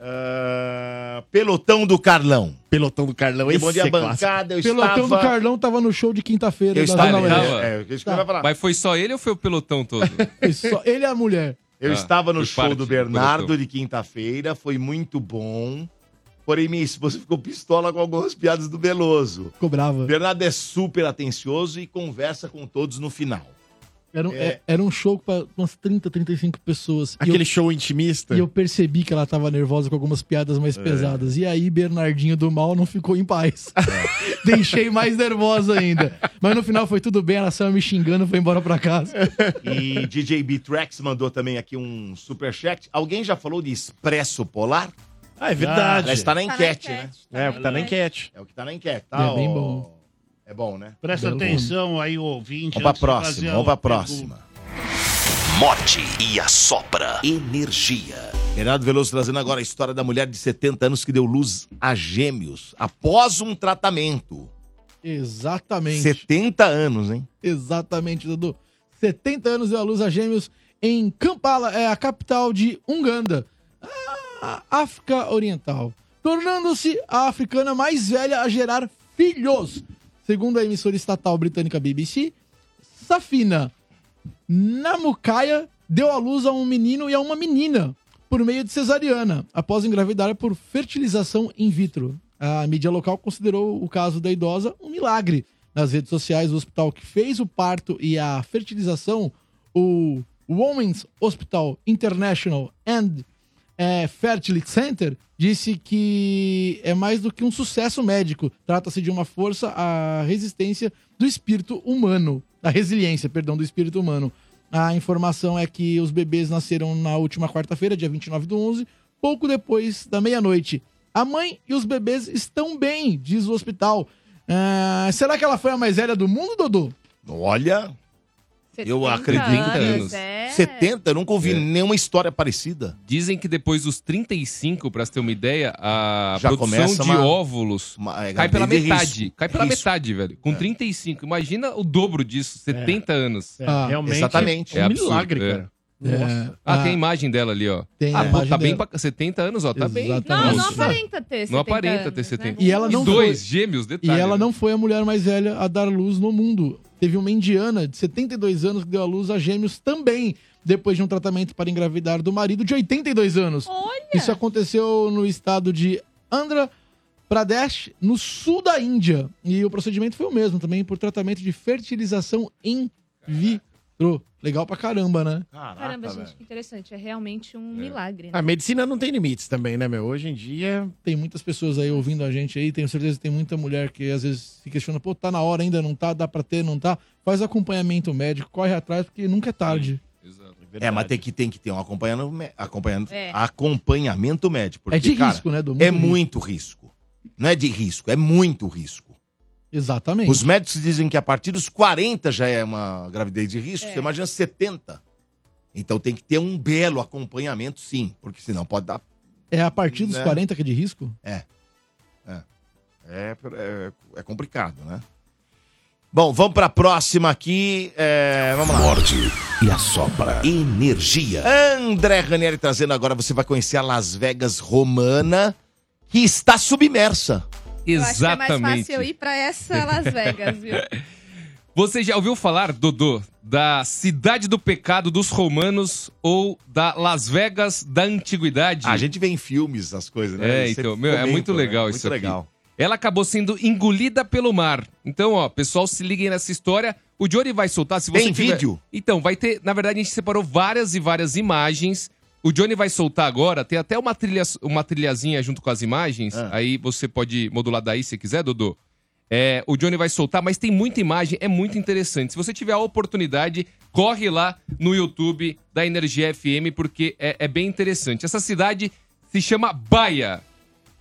S1: Ah, pelotão do Carlão.
S2: Pelotão do Carlão,
S1: esse bom dia,
S2: é clássico.
S1: bancada. Eu
S5: Pelotão
S1: estava...
S5: do Carlão tava no show de quinta-feira.
S1: Eu
S5: da
S1: estava-
S5: Zona Leste.
S1: Tava. É, isso que eu ia falar.
S6: Tá. Mas foi só ele ou foi o pelotão todo?
S5: Foi só Ele é a mulher.
S1: Eu
S6: Ah,
S1: estava no
S6: foi
S1: show
S6: parte
S1: do
S6: do
S1: Bernardo
S6: pelotão.
S1: de quinta-feira, foi muito bom. Porém, minha esposa ficou pistola com algumas piadas do Beloso.
S5: Ficou brava.
S1: Bernardo é super atencioso e conversa com todos no final.
S5: Era, um-
S1: É.
S5: é- era um show pra umas 30, 35 pessoas. E
S2: Aquele
S5: eu-
S2: show intimista.
S5: E eu percebi que ela tava nervosa com algumas piadas mais
S2: É.
S5: pesadas. E aí, Bernardinho do Mal não ficou em paz.
S1: É.
S5: Deixei mais nervosa ainda. Mas no final foi tudo bem, ela saiu me xingando e foi embora pra casa.
S1: E DJ B-Trax mandou também aqui um superchat. Alguém já falou de Expresso Polar?
S2: Ah, é verdade.
S1: Ah, está na
S2: Tá na
S1: enquete, né?
S2: enquete, tá É, na o que tá na enquete.
S1: É o que tá na enquete, tá?
S2: É bem
S1: ó.
S2: bom.
S1: É bom, né?
S4: Presta
S1: Belo
S4: atenção aí, ouvinte.
S1: Vamos pra
S4: antes de
S1: próxima,
S4: fazer a
S1: vamos pra
S4: pergunta.
S1: próxima.
S7: Morte e assopra energia.
S1: Bernardo Veloso trazendo agora a história da mulher de 70 anos que deu luz a gêmeos após um tratamento.
S5: Exatamente.
S1: 70 anos, hein?
S5: Exatamente, Dudu. 70 anos deu à luz a gêmeos em Kampala, é a capital de Uganda, a África Oriental, tornando-se a africana mais velha a gerar filhos. Segundo a emissora estatal britânica BBC, Safina Namukaya deu à luz a um menino e a uma menina por meio de cesariana, após engravidar por fertilização in vitro. A mídia local considerou o caso da idosa um milagre. Nas redes sociais, o hospital que fez o parto e a fertilização, o Women's Hospital International and é, Fertility Center disse que é mais do que um sucesso médico. Trata-se de uma força à resistência do espírito humano. A resiliência, perdão, do espírito humano. A informação é que os bebês nasceram na última quarta-feira, dia 29 do 11, pouco depois da meia-noite. A mãe e os bebês estão bem, diz o hospital. Ah, será que ela foi a mais velha do mundo, Dodô?
S1: Olha, eu
S6: 70
S1: acredito.
S6: anos, é.
S1: 70, eu nunca ouvi
S5: É.
S1: nenhuma história parecida.
S6: Dizem que depois dos 35, pra você ter uma ideia, a
S1: Já começa
S6: produção de
S1: uma-
S6: óvulos
S1: uma- é,
S6: cai pela
S1: gravidez de
S6: metade.
S1: risco.
S6: Cai pela
S1: Risco. É.
S6: metade, velho. Com 35. Imagina o dobro disso, 70 anos.
S5: É, Ah, realmente
S6: Exatamente.
S5: é um milagre, cara.
S6: É.
S5: Nossa.
S6: Ah,
S5: Ah.
S6: tem a imagem dela ali, ó.
S5: Tem a
S6: ah, pô,
S5: imagem
S6: tá bem
S5: dela.
S6: pra 70 anos, ó. Tá bem.
S5: Exatamente.
S3: Não, não aparenta ter 70
S6: Não aparenta ter
S3: anos, né?
S6: 70.
S5: E ela não
S6: dois
S5: foi-
S6: gêmeos,
S5: E
S6: detalhe.
S5: ela não foi a mulher mais velha a dar luz no mundo. Teve uma indiana de 72 anos que deu à luz a gêmeos também, depois de um tratamento para engravidar do marido de 82 anos.
S3: Olha!
S5: Isso aconteceu no estado de Andhra Pradesh, no sul da Índia. E o procedimento foi o mesmo também, por tratamento de fertilização in vitro. Legal pra caramba, né?
S1: Ah,
S3: Caramba,
S1: tá
S3: gente, que interessante. É realmente um milagre,
S5: Ah,
S3: né?
S2: A medicina não tem limites também, né, meu? Hoje em dia.
S5: Tem muitas pessoas aí ouvindo a gente aí, tenho certeza que tem muita mulher que às vezes se questiona, pô, tá na hora ainda, não tá, dá pra ter, não tá. Faz acompanhamento médico, corre atrás, porque nunca é tarde.
S1: É, mas tem que, tem que ter um acompanhamento, mé- acompanhamento,
S5: É.
S1: acompanhamento médico. porque,
S5: É de
S1: cara,
S5: risco, né, do
S1: É
S5: muito
S1: muito risco. Não é de risco, é muito risco.
S5: Exatamente.
S1: Os médicos dizem que a partir dos 40 já é uma gravidez de risco.
S6: É.
S1: Você imagina 70. Então tem que ter um belo acompanhamento, sim. Porque senão pode dar...
S5: É a partir dos
S1: Né?
S5: 40 que é de risco?
S1: É. É, é, é, é complicado, né? Bom, vamos pra próxima aqui. É, vamos lá.
S7: Morde e assopra energia.
S1: André Ranieri trazendo agora, você vai conhecer a Las Vegas romana, que está submersa.
S3: Eu acho que é mais fácil eu ir pra essa Las Vegas, viu?
S6: Você já ouviu falar, Dodô, da Cidade do Pecado dos Romanos ou da Las Vegas da Antiguidade?
S1: A gente vê em filmes as coisas, né?
S6: É,
S1: Eles sempre
S6: então, meu, é
S1: comentam,
S6: muito
S1: né?
S6: legal isso
S1: Muito legal.
S6: aqui. Ela acabou sendo engolida pelo mar. Então, ó, pessoal, se liguem nessa história. O Johnny vai soltar, se você
S8: Tem
S6: tiver-
S8: vídeo?
S6: Então, vai ter... Na verdade, a gente separou várias e várias imagens. O Johnny vai soltar agora, tem até uma, trilha, uma trilhazinha junto com as imagens.
S8: Ah.
S6: Aí você pode modular daí se quiser, Dodô. É, o Johnny vai soltar, mas tem muita imagem, é muito interessante. Se você tiver a oportunidade, corre lá no YouTube da Energia FM, porque é, é bem interessante. Essa cidade se chama Baia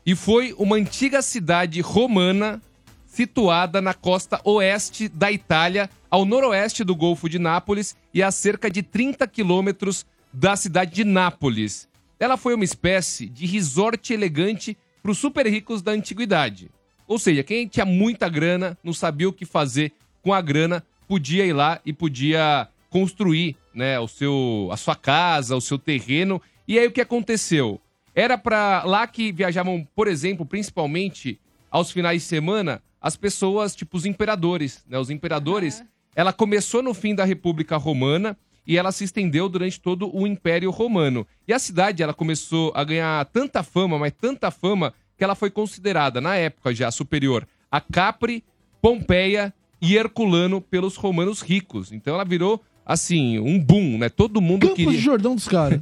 S6: e foi uma antiga cidade romana situada na costa oeste da Itália, ao noroeste do Golfo de Nápoles e a cerca de 30 quilômetros da cidade de Nápoles. Ela foi uma espécie de resort elegante para os super ricos da antiguidade. Ou seja, quem tinha muita grana, não sabia o que fazer com a grana, podia ir lá e podia construir né, o seu, a sua casa, o seu terreno. E aí o que aconteceu? Era para lá que viajavam, por exemplo, principalmente aos finais de semana, as pessoas, tipo os imperadores, né? Os imperadores, ela começou no fim da República Romana e ela se estendeu durante todo o Império Romano. E a cidade, ela começou a ganhar tanta fama, mas tanta fama, que ela foi considerada, na época já superior, a Capri, Pompeia e Herculano pelos romanos ricos. Então ela virou, assim, um boom, né? Todo mundo queria...
S5: Campos de Jordão dos caras.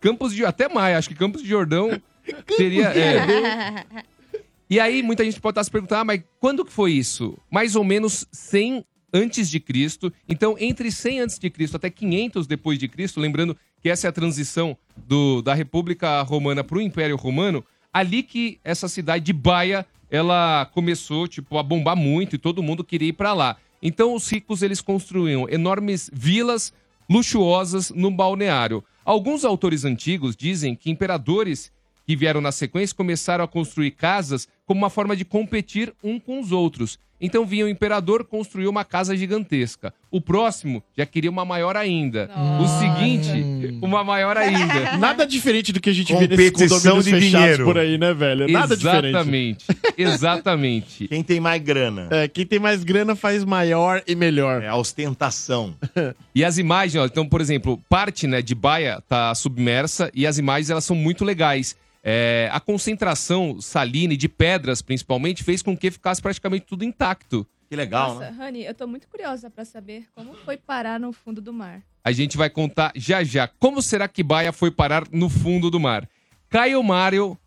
S6: Campos de até mais, acho que Campos de Jordão seria. é. E aí muita gente pode estar se perguntando, ah, mas quando que foi isso? Mais ou menos 100 antes de Cristo. Então, entre 100 antes de Cristo até 500 depois de Cristo, lembrando que essa é a transição do- da República Romana para o Império Romano, ali que essa cidade de Baia, ela começou, tipo, a bombar muito e todo mundo queria ir para lá. Então, os ricos, eles construíam enormes vilas luxuosas no balneário. Alguns autores antigos dizem que imperadores que vieram na sequência começaram a construir casas como uma forma de competir um com os outros. Então vinha o imperador construir uma casa gigantesca. O próximo já queria uma maior ainda. O seguinte, uma maior ainda.
S2: Nada diferente do que a gente vê nesses
S1: Competição
S2: condomínios
S1: de
S2: fechados
S1: dinheiro.
S2: por aí, né, velho? Nada diferente.
S6: Exatamente. Exatamente.
S1: Quem tem mais grana?
S2: É, quem tem mais grana faz maior e melhor.
S1: É a ostentação.
S6: E as imagens, ó, então, por exemplo, parte né, de Baia tá submersa e as imagens elas são muito legais. É, a concentração saline de pedras, principalmente, fez com que ficasse praticamente tudo intacto.
S1: Que legal, né?
S3: Nossa, Honey, eu tô muito curiosa pra saber como foi parar no fundo do mar.
S6: A gente vai contar já já como será que Baia foi parar no fundo do mar. Caio Mário,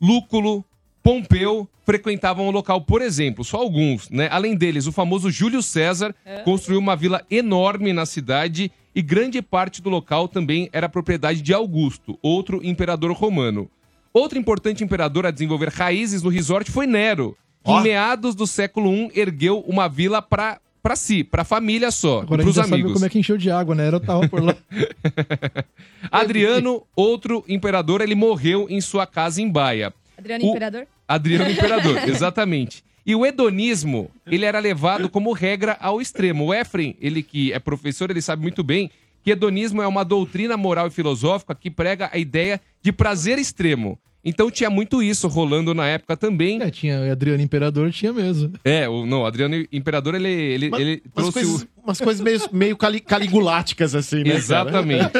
S6: Lúculo, Pompeu frequentavam o local, por exemplo, só alguns, né? Além deles, o famoso Júlio César construiu uma vila enorme na cidade e grande parte do local também era propriedade de Augusto, outro imperador romano. Outro importante imperador a desenvolver raízes no resort foi Nero, que em meados do século I ergueu uma vila para para si, para a família só,
S5: Agora
S6: para
S5: a gente
S6: os
S5: já sabe
S6: amigos.
S5: como é que encheu de água, né? Era tava por lá.
S6: Adriano, outro imperador, ele morreu em sua casa em Baia.
S3: Adriano
S6: O-
S3: Imperador?
S6: Adriano Imperador, exatamente. E o hedonismo, ele era levado como regra ao extremo. O Efren, ele que é professor, ele sabe muito bem que hedonismo é uma doutrina moral e filosófica que prega a ideia de prazer extremo. Então tinha muito isso rolando na época também.
S5: É, tinha Adriano Imperador, tinha mesmo.
S6: É, o, não, o Adriano Imperador, ele, ele, ele
S2: Umas
S6: trouxe
S2: coisas,
S6: o...
S2: umas coisas meio, meio cali- caliguláticas, assim, né? cara?
S6: Exatamente.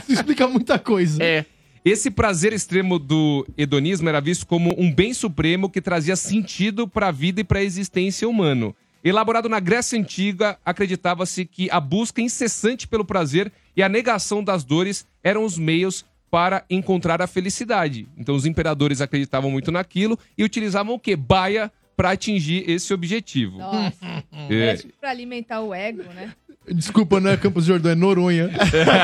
S5: Isso explica muita coisa.
S6: É. Esse prazer extremo do hedonismo era visto como um bem supremo que trazia sentido para a vida e para a existência humana. Elaborado na Grécia Antiga, acreditava-se que a busca incessante pelo prazer e a negação das dores eram os meios para encontrar a felicidade. Então os imperadores acreditavam muito naquilo e utilizavam o que? Baia para atingir esse objetivo.
S3: Nossa.
S6: É.
S3: É tipo pra alimentar o ego, né?
S5: Desculpa, não é Campos de Jordão, é Noronha.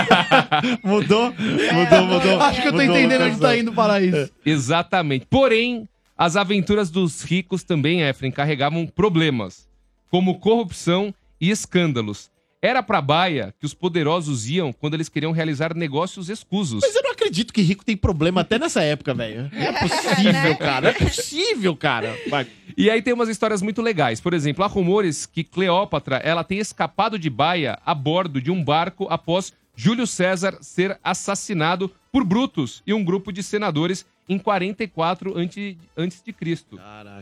S2: Mudou?
S3: Mudou,
S2: mudou.
S5: Acho que eu tô
S2: Mudou,
S5: entendendo onde
S2: mudou.
S5: tá indo o paraíso.
S6: Exatamente. Porém, as aventuras dos ricos também, Efren, carregavam problemas, como corrupção e escândalos. Era pra Baia que os poderosos iam quando eles queriam realizar negócios escusos.
S2: Mas eu não acredito que rico tem problema até nessa época, velho. Não é possível, cara. Não é possível, cara. Vai.
S6: E aí tem umas histórias muito legais. Por exemplo, há rumores que Cleópatra ela tem escapado de Baia a bordo de um barco após Júlio César ser assassinado por Brutus e um grupo de senadores em 44 ante- antes de Cristo.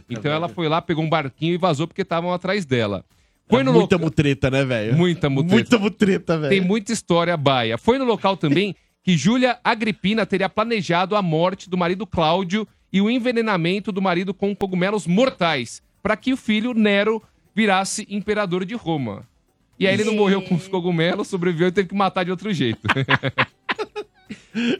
S6: então ela foi lá, pegou um barquinho e vazou porque estavam atrás dela. Foi no
S2: É Muita
S6: loca-
S2: mutreta, né, velho?
S6: Muita mutreta.
S2: Muita mutreta, velho.
S6: Tem muita história baia. Foi no local também que Júlia Agripina teria planejado a morte do marido Cláudio e o envenenamento do marido com cogumelos mortais, para que o filho Nero virasse imperador de Roma. E aí ele não morreu com os cogumelos, sobreviveu e teve que matar de outro jeito.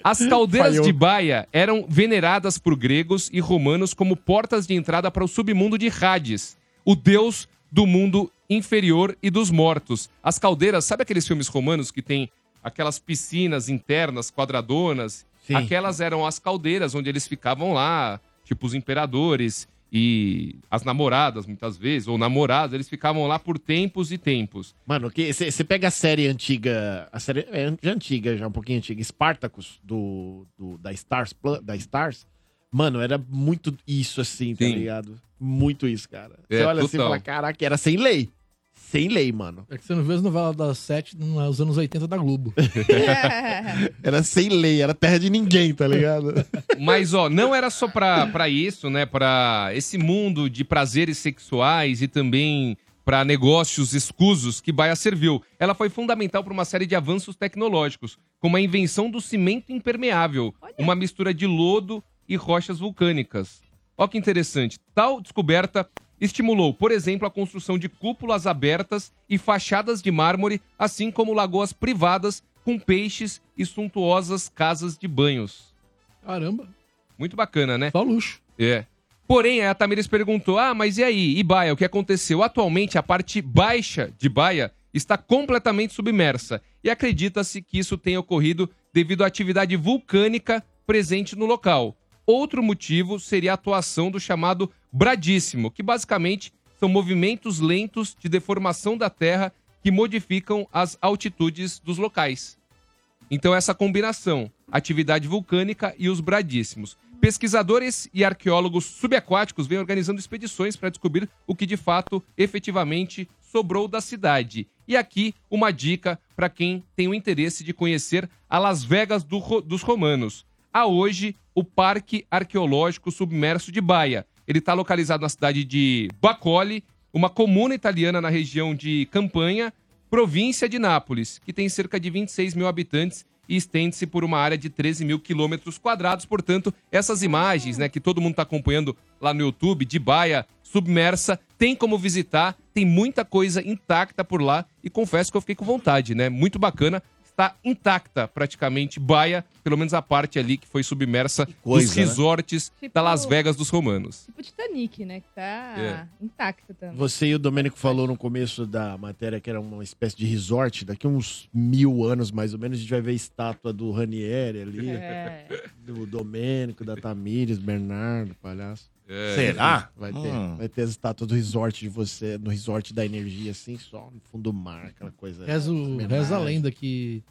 S6: As caldeiras
S15: Falhou.
S6: de Baia eram veneradas por gregos e romanos como portas de entrada para o submundo de Hades, o deus do mundo inferior e dos mortos. As caldeiras, sabe aqueles filmes romanos que tem aquelas piscinas internas quadradonas? Aquelas eram as caldeiras onde eles ficavam lá, tipo os imperadores e as namoradas, muitas vezes, ou namorados, eles ficavam lá por tempos e tempos.
S2: Mano, você pega a série antiga. A série é já antiga, já um pouquinho antiga. Spartacus, do, do- da, Stars, Plu- da Stars. Mano, era muito isso assim, tá
S6: Sim.
S2: ligado? Muito isso, cara. Você
S6: É,
S2: olha assim e
S6: total.
S2: fala, caraca, era sem lei. Sem lei, mano.
S5: É que você não vê as novelas das sete nos anos 80 da Globo.
S2: Era sem lei, era terra de ninguém, tá ligado?
S6: Mas, ó, não era só pra, pra isso, né? Pra esse mundo de prazeres sexuais e também pra negócios escusos que Baia serviu. Ela foi fundamental para uma série de avanços tecnológicos, como a invenção do cimento impermeável, uma mistura de lodo e rochas vulcânicas. Ó que interessante. Tal descoberta estimulou, por exemplo, a construção de cúpulas abertas e fachadas de mármore, assim como lagoas privadas com peixes e suntuosas casas de banhos.
S5: Caramba.
S6: Muito bacana, né?
S5: Só luxo.
S6: É. Porém, a Tamires perguntou: ah, mas e aí, e Baia, o que aconteceu? Atualmente, a parte baixa de Baia está completamente submersa e acredita-se que isso tenha ocorrido devido à atividade vulcânica presente no local. Outro motivo seria a atuação do chamado bradíssimo, que basicamente são movimentos lentos de deformação da terra que modificam as altitudes dos locais. Então, essa combinação, atividade vulcânica e os bradíssimos. Pesquisadores e arqueólogos subaquáticos vêm organizando expedições para descobrir o que de fato, efetivamente, sobrou da cidade. E aqui, uma dica para quem tem o interesse de conhecer a Las Vegas do Ro- dos romanos. Há hoje o Parque Arqueológico Submerso de Baia. Ele está localizado na cidade de Bacoli, uma comuna italiana na região de Campanha, província de Nápoles, que tem cerca de 26 mil habitantes e estende-se por uma área de 13 mil quilômetros quadrados. Portanto, essas imagens né, que todo mundo está acompanhando lá no YouTube, de baia submersa, tem como visitar, tem muita coisa intacta por lá e confesso que eu fiquei com vontade, né? Muito bacana. Está intacta praticamente baia, pelo menos a parte ali que foi submersa
S1: coisa,
S6: dos
S1: né?
S6: resorts da Las Vegas dos romanos.
S3: Tipo Titanic, né? Que tá
S6: É.
S3: intacto também.
S2: Você e o Domênico falou no começo da matéria que era uma espécie de resort. Daqui uns mil anos, mais ou menos, a gente vai ver estátua do Ranieri ali.
S3: É.
S2: Do Domênico, da Tamires, Bernardo, palhaço.
S1: É. Será?
S2: Vai ter,
S1: Hum.
S2: vai ter as estátuas do resort de você, no resort da energia, assim, só no fundo do mar, aquela coisa.
S5: Reza, o-
S2: homenagem.
S5: reza a lenda que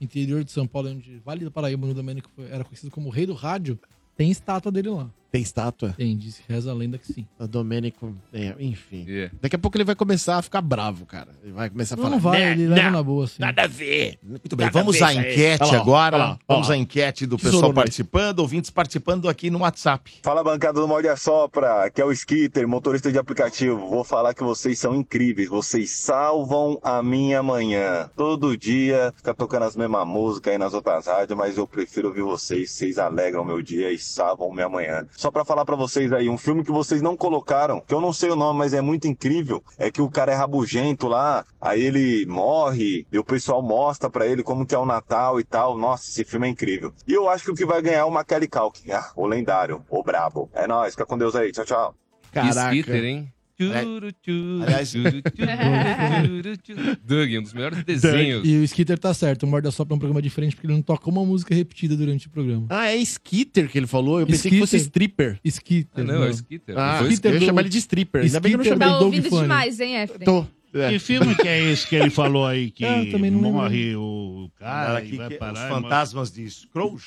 S5: interior de São Paulo, onde Vale do Paraíba, no Domênico foi- era conhecido como o rei do rádio, tem estátua dele lá.
S2: Tem estátua?
S5: Tem, diz que reza a lenda que sim.
S2: O Domênico, é, enfim.
S6: É.
S2: Daqui a pouco ele vai começar a ficar bravo, cara. Ele vai começar a
S5: Não,
S2: falar.
S5: não vai,
S2: "Né,
S5: ele leva na boa, assim.
S2: Nada a ver.
S1: Muito bem, vamos à enquete agora. vamos à enquete do
S2: né?
S1: pessoal participando, ouvintes participando aqui no WhatsApp.
S16: Fala bancada do Morde Sopra, que é o Skitter, motorista de aplicativo. Vou falar que vocês são incríveis, vocês salvam a minha manhã. Todo dia fica tocando as mesmas músicas aí nas outras rádios, mas eu prefiro ouvir vocês, vocês alegram meu dia e salvam minha manhã. Só pra falar pra vocês aí, um filme que vocês não colocaram, que eu não sei o nome, mas é muito incrível, é que o cara é rabugento lá, aí ele morre e o pessoal mostra pra ele como que é o Natal e tal. Nossa, esse filme é incrível. E eu acho que o que vai ganhar é o Macaulay Culkin, ah, o lendário, o brabo. É nóis, fica com Deus aí, tchau, tchau.
S2: Caraca. É.
S6: Skitter, hein? Tchuru, tchuru, tchuru, tchuru, tchuru. Doug, um dos melhores desenhos.
S5: E o Skitter tá certo, o Morda Sopra é um programa diferente porque ele não toca uma música repetida durante o programa.
S2: Ah, é Skitter que ele falou? Eu pensei que fosse stripper.
S5: Skitter.
S6: Ah, não, é o Skitter.
S2: Ah,
S6: Os dois
S2: eu ia
S6: Skitter.
S2: chamar ele de stripper. Ainda bem que eu não
S5: Skitter
S2: chamei
S3: Tá
S2: Doug
S3: ouvindo
S2: Funny.
S3: demais, hein, Efren?
S2: Tô.
S4: Que filme que é esse que ele falou aí que
S3: Ah, eu também não lembro.
S4: morre o cara e
S8: é?
S4: vai parar?
S1: é os
S4: e morre-
S1: fantasmas de Scrooge?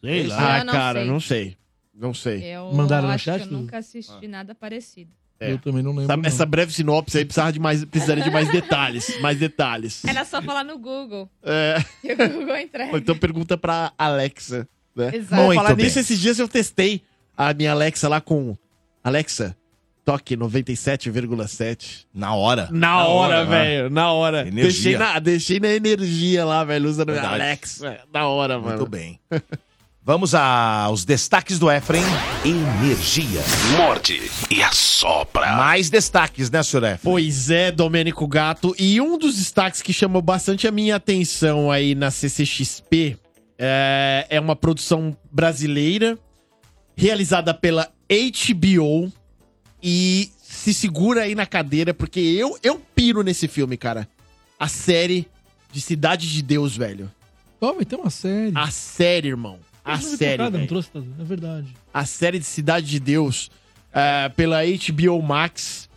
S4: Sei lá.
S8: é
S2: Ah,
S3: Eu não
S2: cara,
S3: sei.
S2: não sei. Não sei.
S3: Eu
S5: Mandaram no
S3: acho
S5: chat,
S3: que eu
S5: Dudu?
S3: nunca
S6: Ah.
S3: assisti nada parecido.
S2: É.
S5: Eu também não lembro.
S2: Essa, essa breve sinopse aí precisava de mais, precisaria de mais detalhes. Mais detalhes.
S3: Era só falar no Google.
S2: É.
S3: E o Google entrega.
S2: Ou então pergunta pra Alexa. Né?
S3: Exato.
S2: Bom, falar
S3: Muito bem.
S2: nisso, esses dias eu testei a minha Alexa lá com. Alexa, toque 97,7.
S1: Na hora.
S2: Na hora, né? velho. Na hora.
S1: Energia.
S2: Deixei na, deixei na energia lá, velho. Usando a
S1: Verdade.
S2: Alexa. Da hora, mano.
S1: Muito bem. Vamos aos destaques do Efren.
S7: Energia. Morde e assopra.
S1: Mais destaques, né, senhor Efren?
S2: Pois é, Domênico Gato. E um dos destaques que chamou bastante a minha atenção aí na CCXP é, é uma produção brasileira realizada pela HBO e se segura aí na cadeira porque eu eu piro nesse filme, cara. A série de Cidade de Deus, velho.
S5: Ó, vai ter uma então, série.
S2: A série, irmão. A
S5: Não me
S2: série.
S5: tocada, Não
S2: velho.
S5: trouxe, tá? é verdade.
S2: a série de Cidade de Deus eh, pela HBO Max.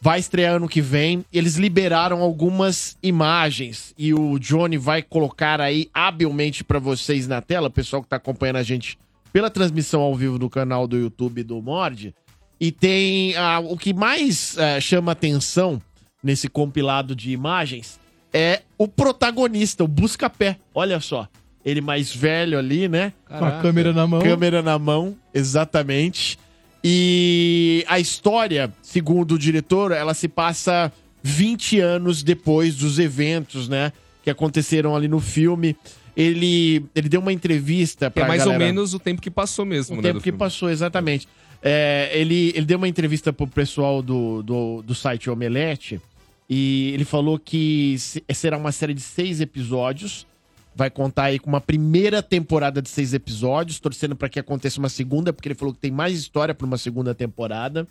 S2: Vai estrear ano que vem. Eles liberaram algumas imagens e o Johnny vai colocar aí habilmente pra vocês na tela, o pessoal que tá acompanhando a gente pela transmissão ao vivo do canal do YouTube do Mord. E tem ah, o que mais eh, chama atenção nesse compilado de imagens é o protagonista, o Buscapé. Olha só, ele mais velho ali, né?
S5: Com a câmera na mão.
S2: Câmera na mão, exatamente. E a história, segundo o diretor, ela se passa 20 anos depois dos eventos, né? Que aconteceram ali no filme. Ele, ele deu uma entrevista pra
S6: É mais ou
S2: galera-
S6: menos o tempo que passou mesmo,
S2: o
S6: né?
S2: tempo
S6: do
S2: que passou, exatamente. É, ele, ele deu uma entrevista pro pessoal do, do, do site Omelete e ele falou que se- é, será uma série de seis episódios. Vai contar aí com uma primeira temporada de seis episódios, torcendo para que aconteça uma segunda, porque ele falou que tem mais história para uma segunda temporada.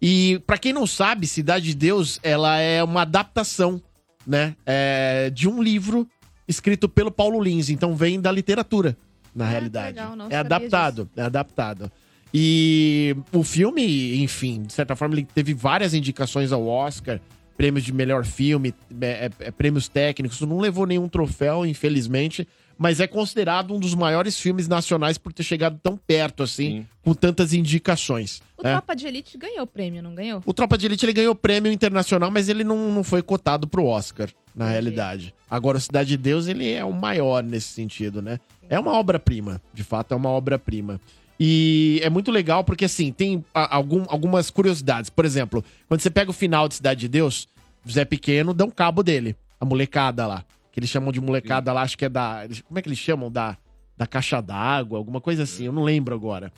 S2: E pra quem não sabe, Cidade de Deus, ela é uma adaptação, né, é, de um livro escrito pelo Paulo Lins, então vem da literatura, na realidade.
S3: Ah, legal, não
S2: é
S3: sabia
S2: adaptado, é adaptado. E o filme, enfim, de certa forma ele teve várias indicações ao Oscar, prêmios de melhor filme, é, é, é, prêmios técnicos, não levou nenhum troféu, infelizmente, mas é considerado um dos maiores filmes nacionais por ter chegado tão perto assim, com tantas indicações.
S3: O
S2: né?
S3: Tropa de Elite ganhou o prêmio, não ganhou?
S2: O Tropa de Elite ele ganhou prêmio internacional, mas ele não, não foi cotado pro Oscar, na realidade. Agora, o Cidade de Deus, ele é o maior nesse sentido, né? É uma obra-prima, de fato, é uma obra-prima. E é muito legal porque, assim, tem a- algum- algumas curiosidades. Por exemplo, quando você pega o final de Cidade de Deus, Zé Pequeno dá um cabo dele, a molecada lá. Que eles chamam de molecada lá, acho que é da. eles- Como é que eles chamam? Da, da caixa d'água, alguma coisa assim, eu não lembro agora.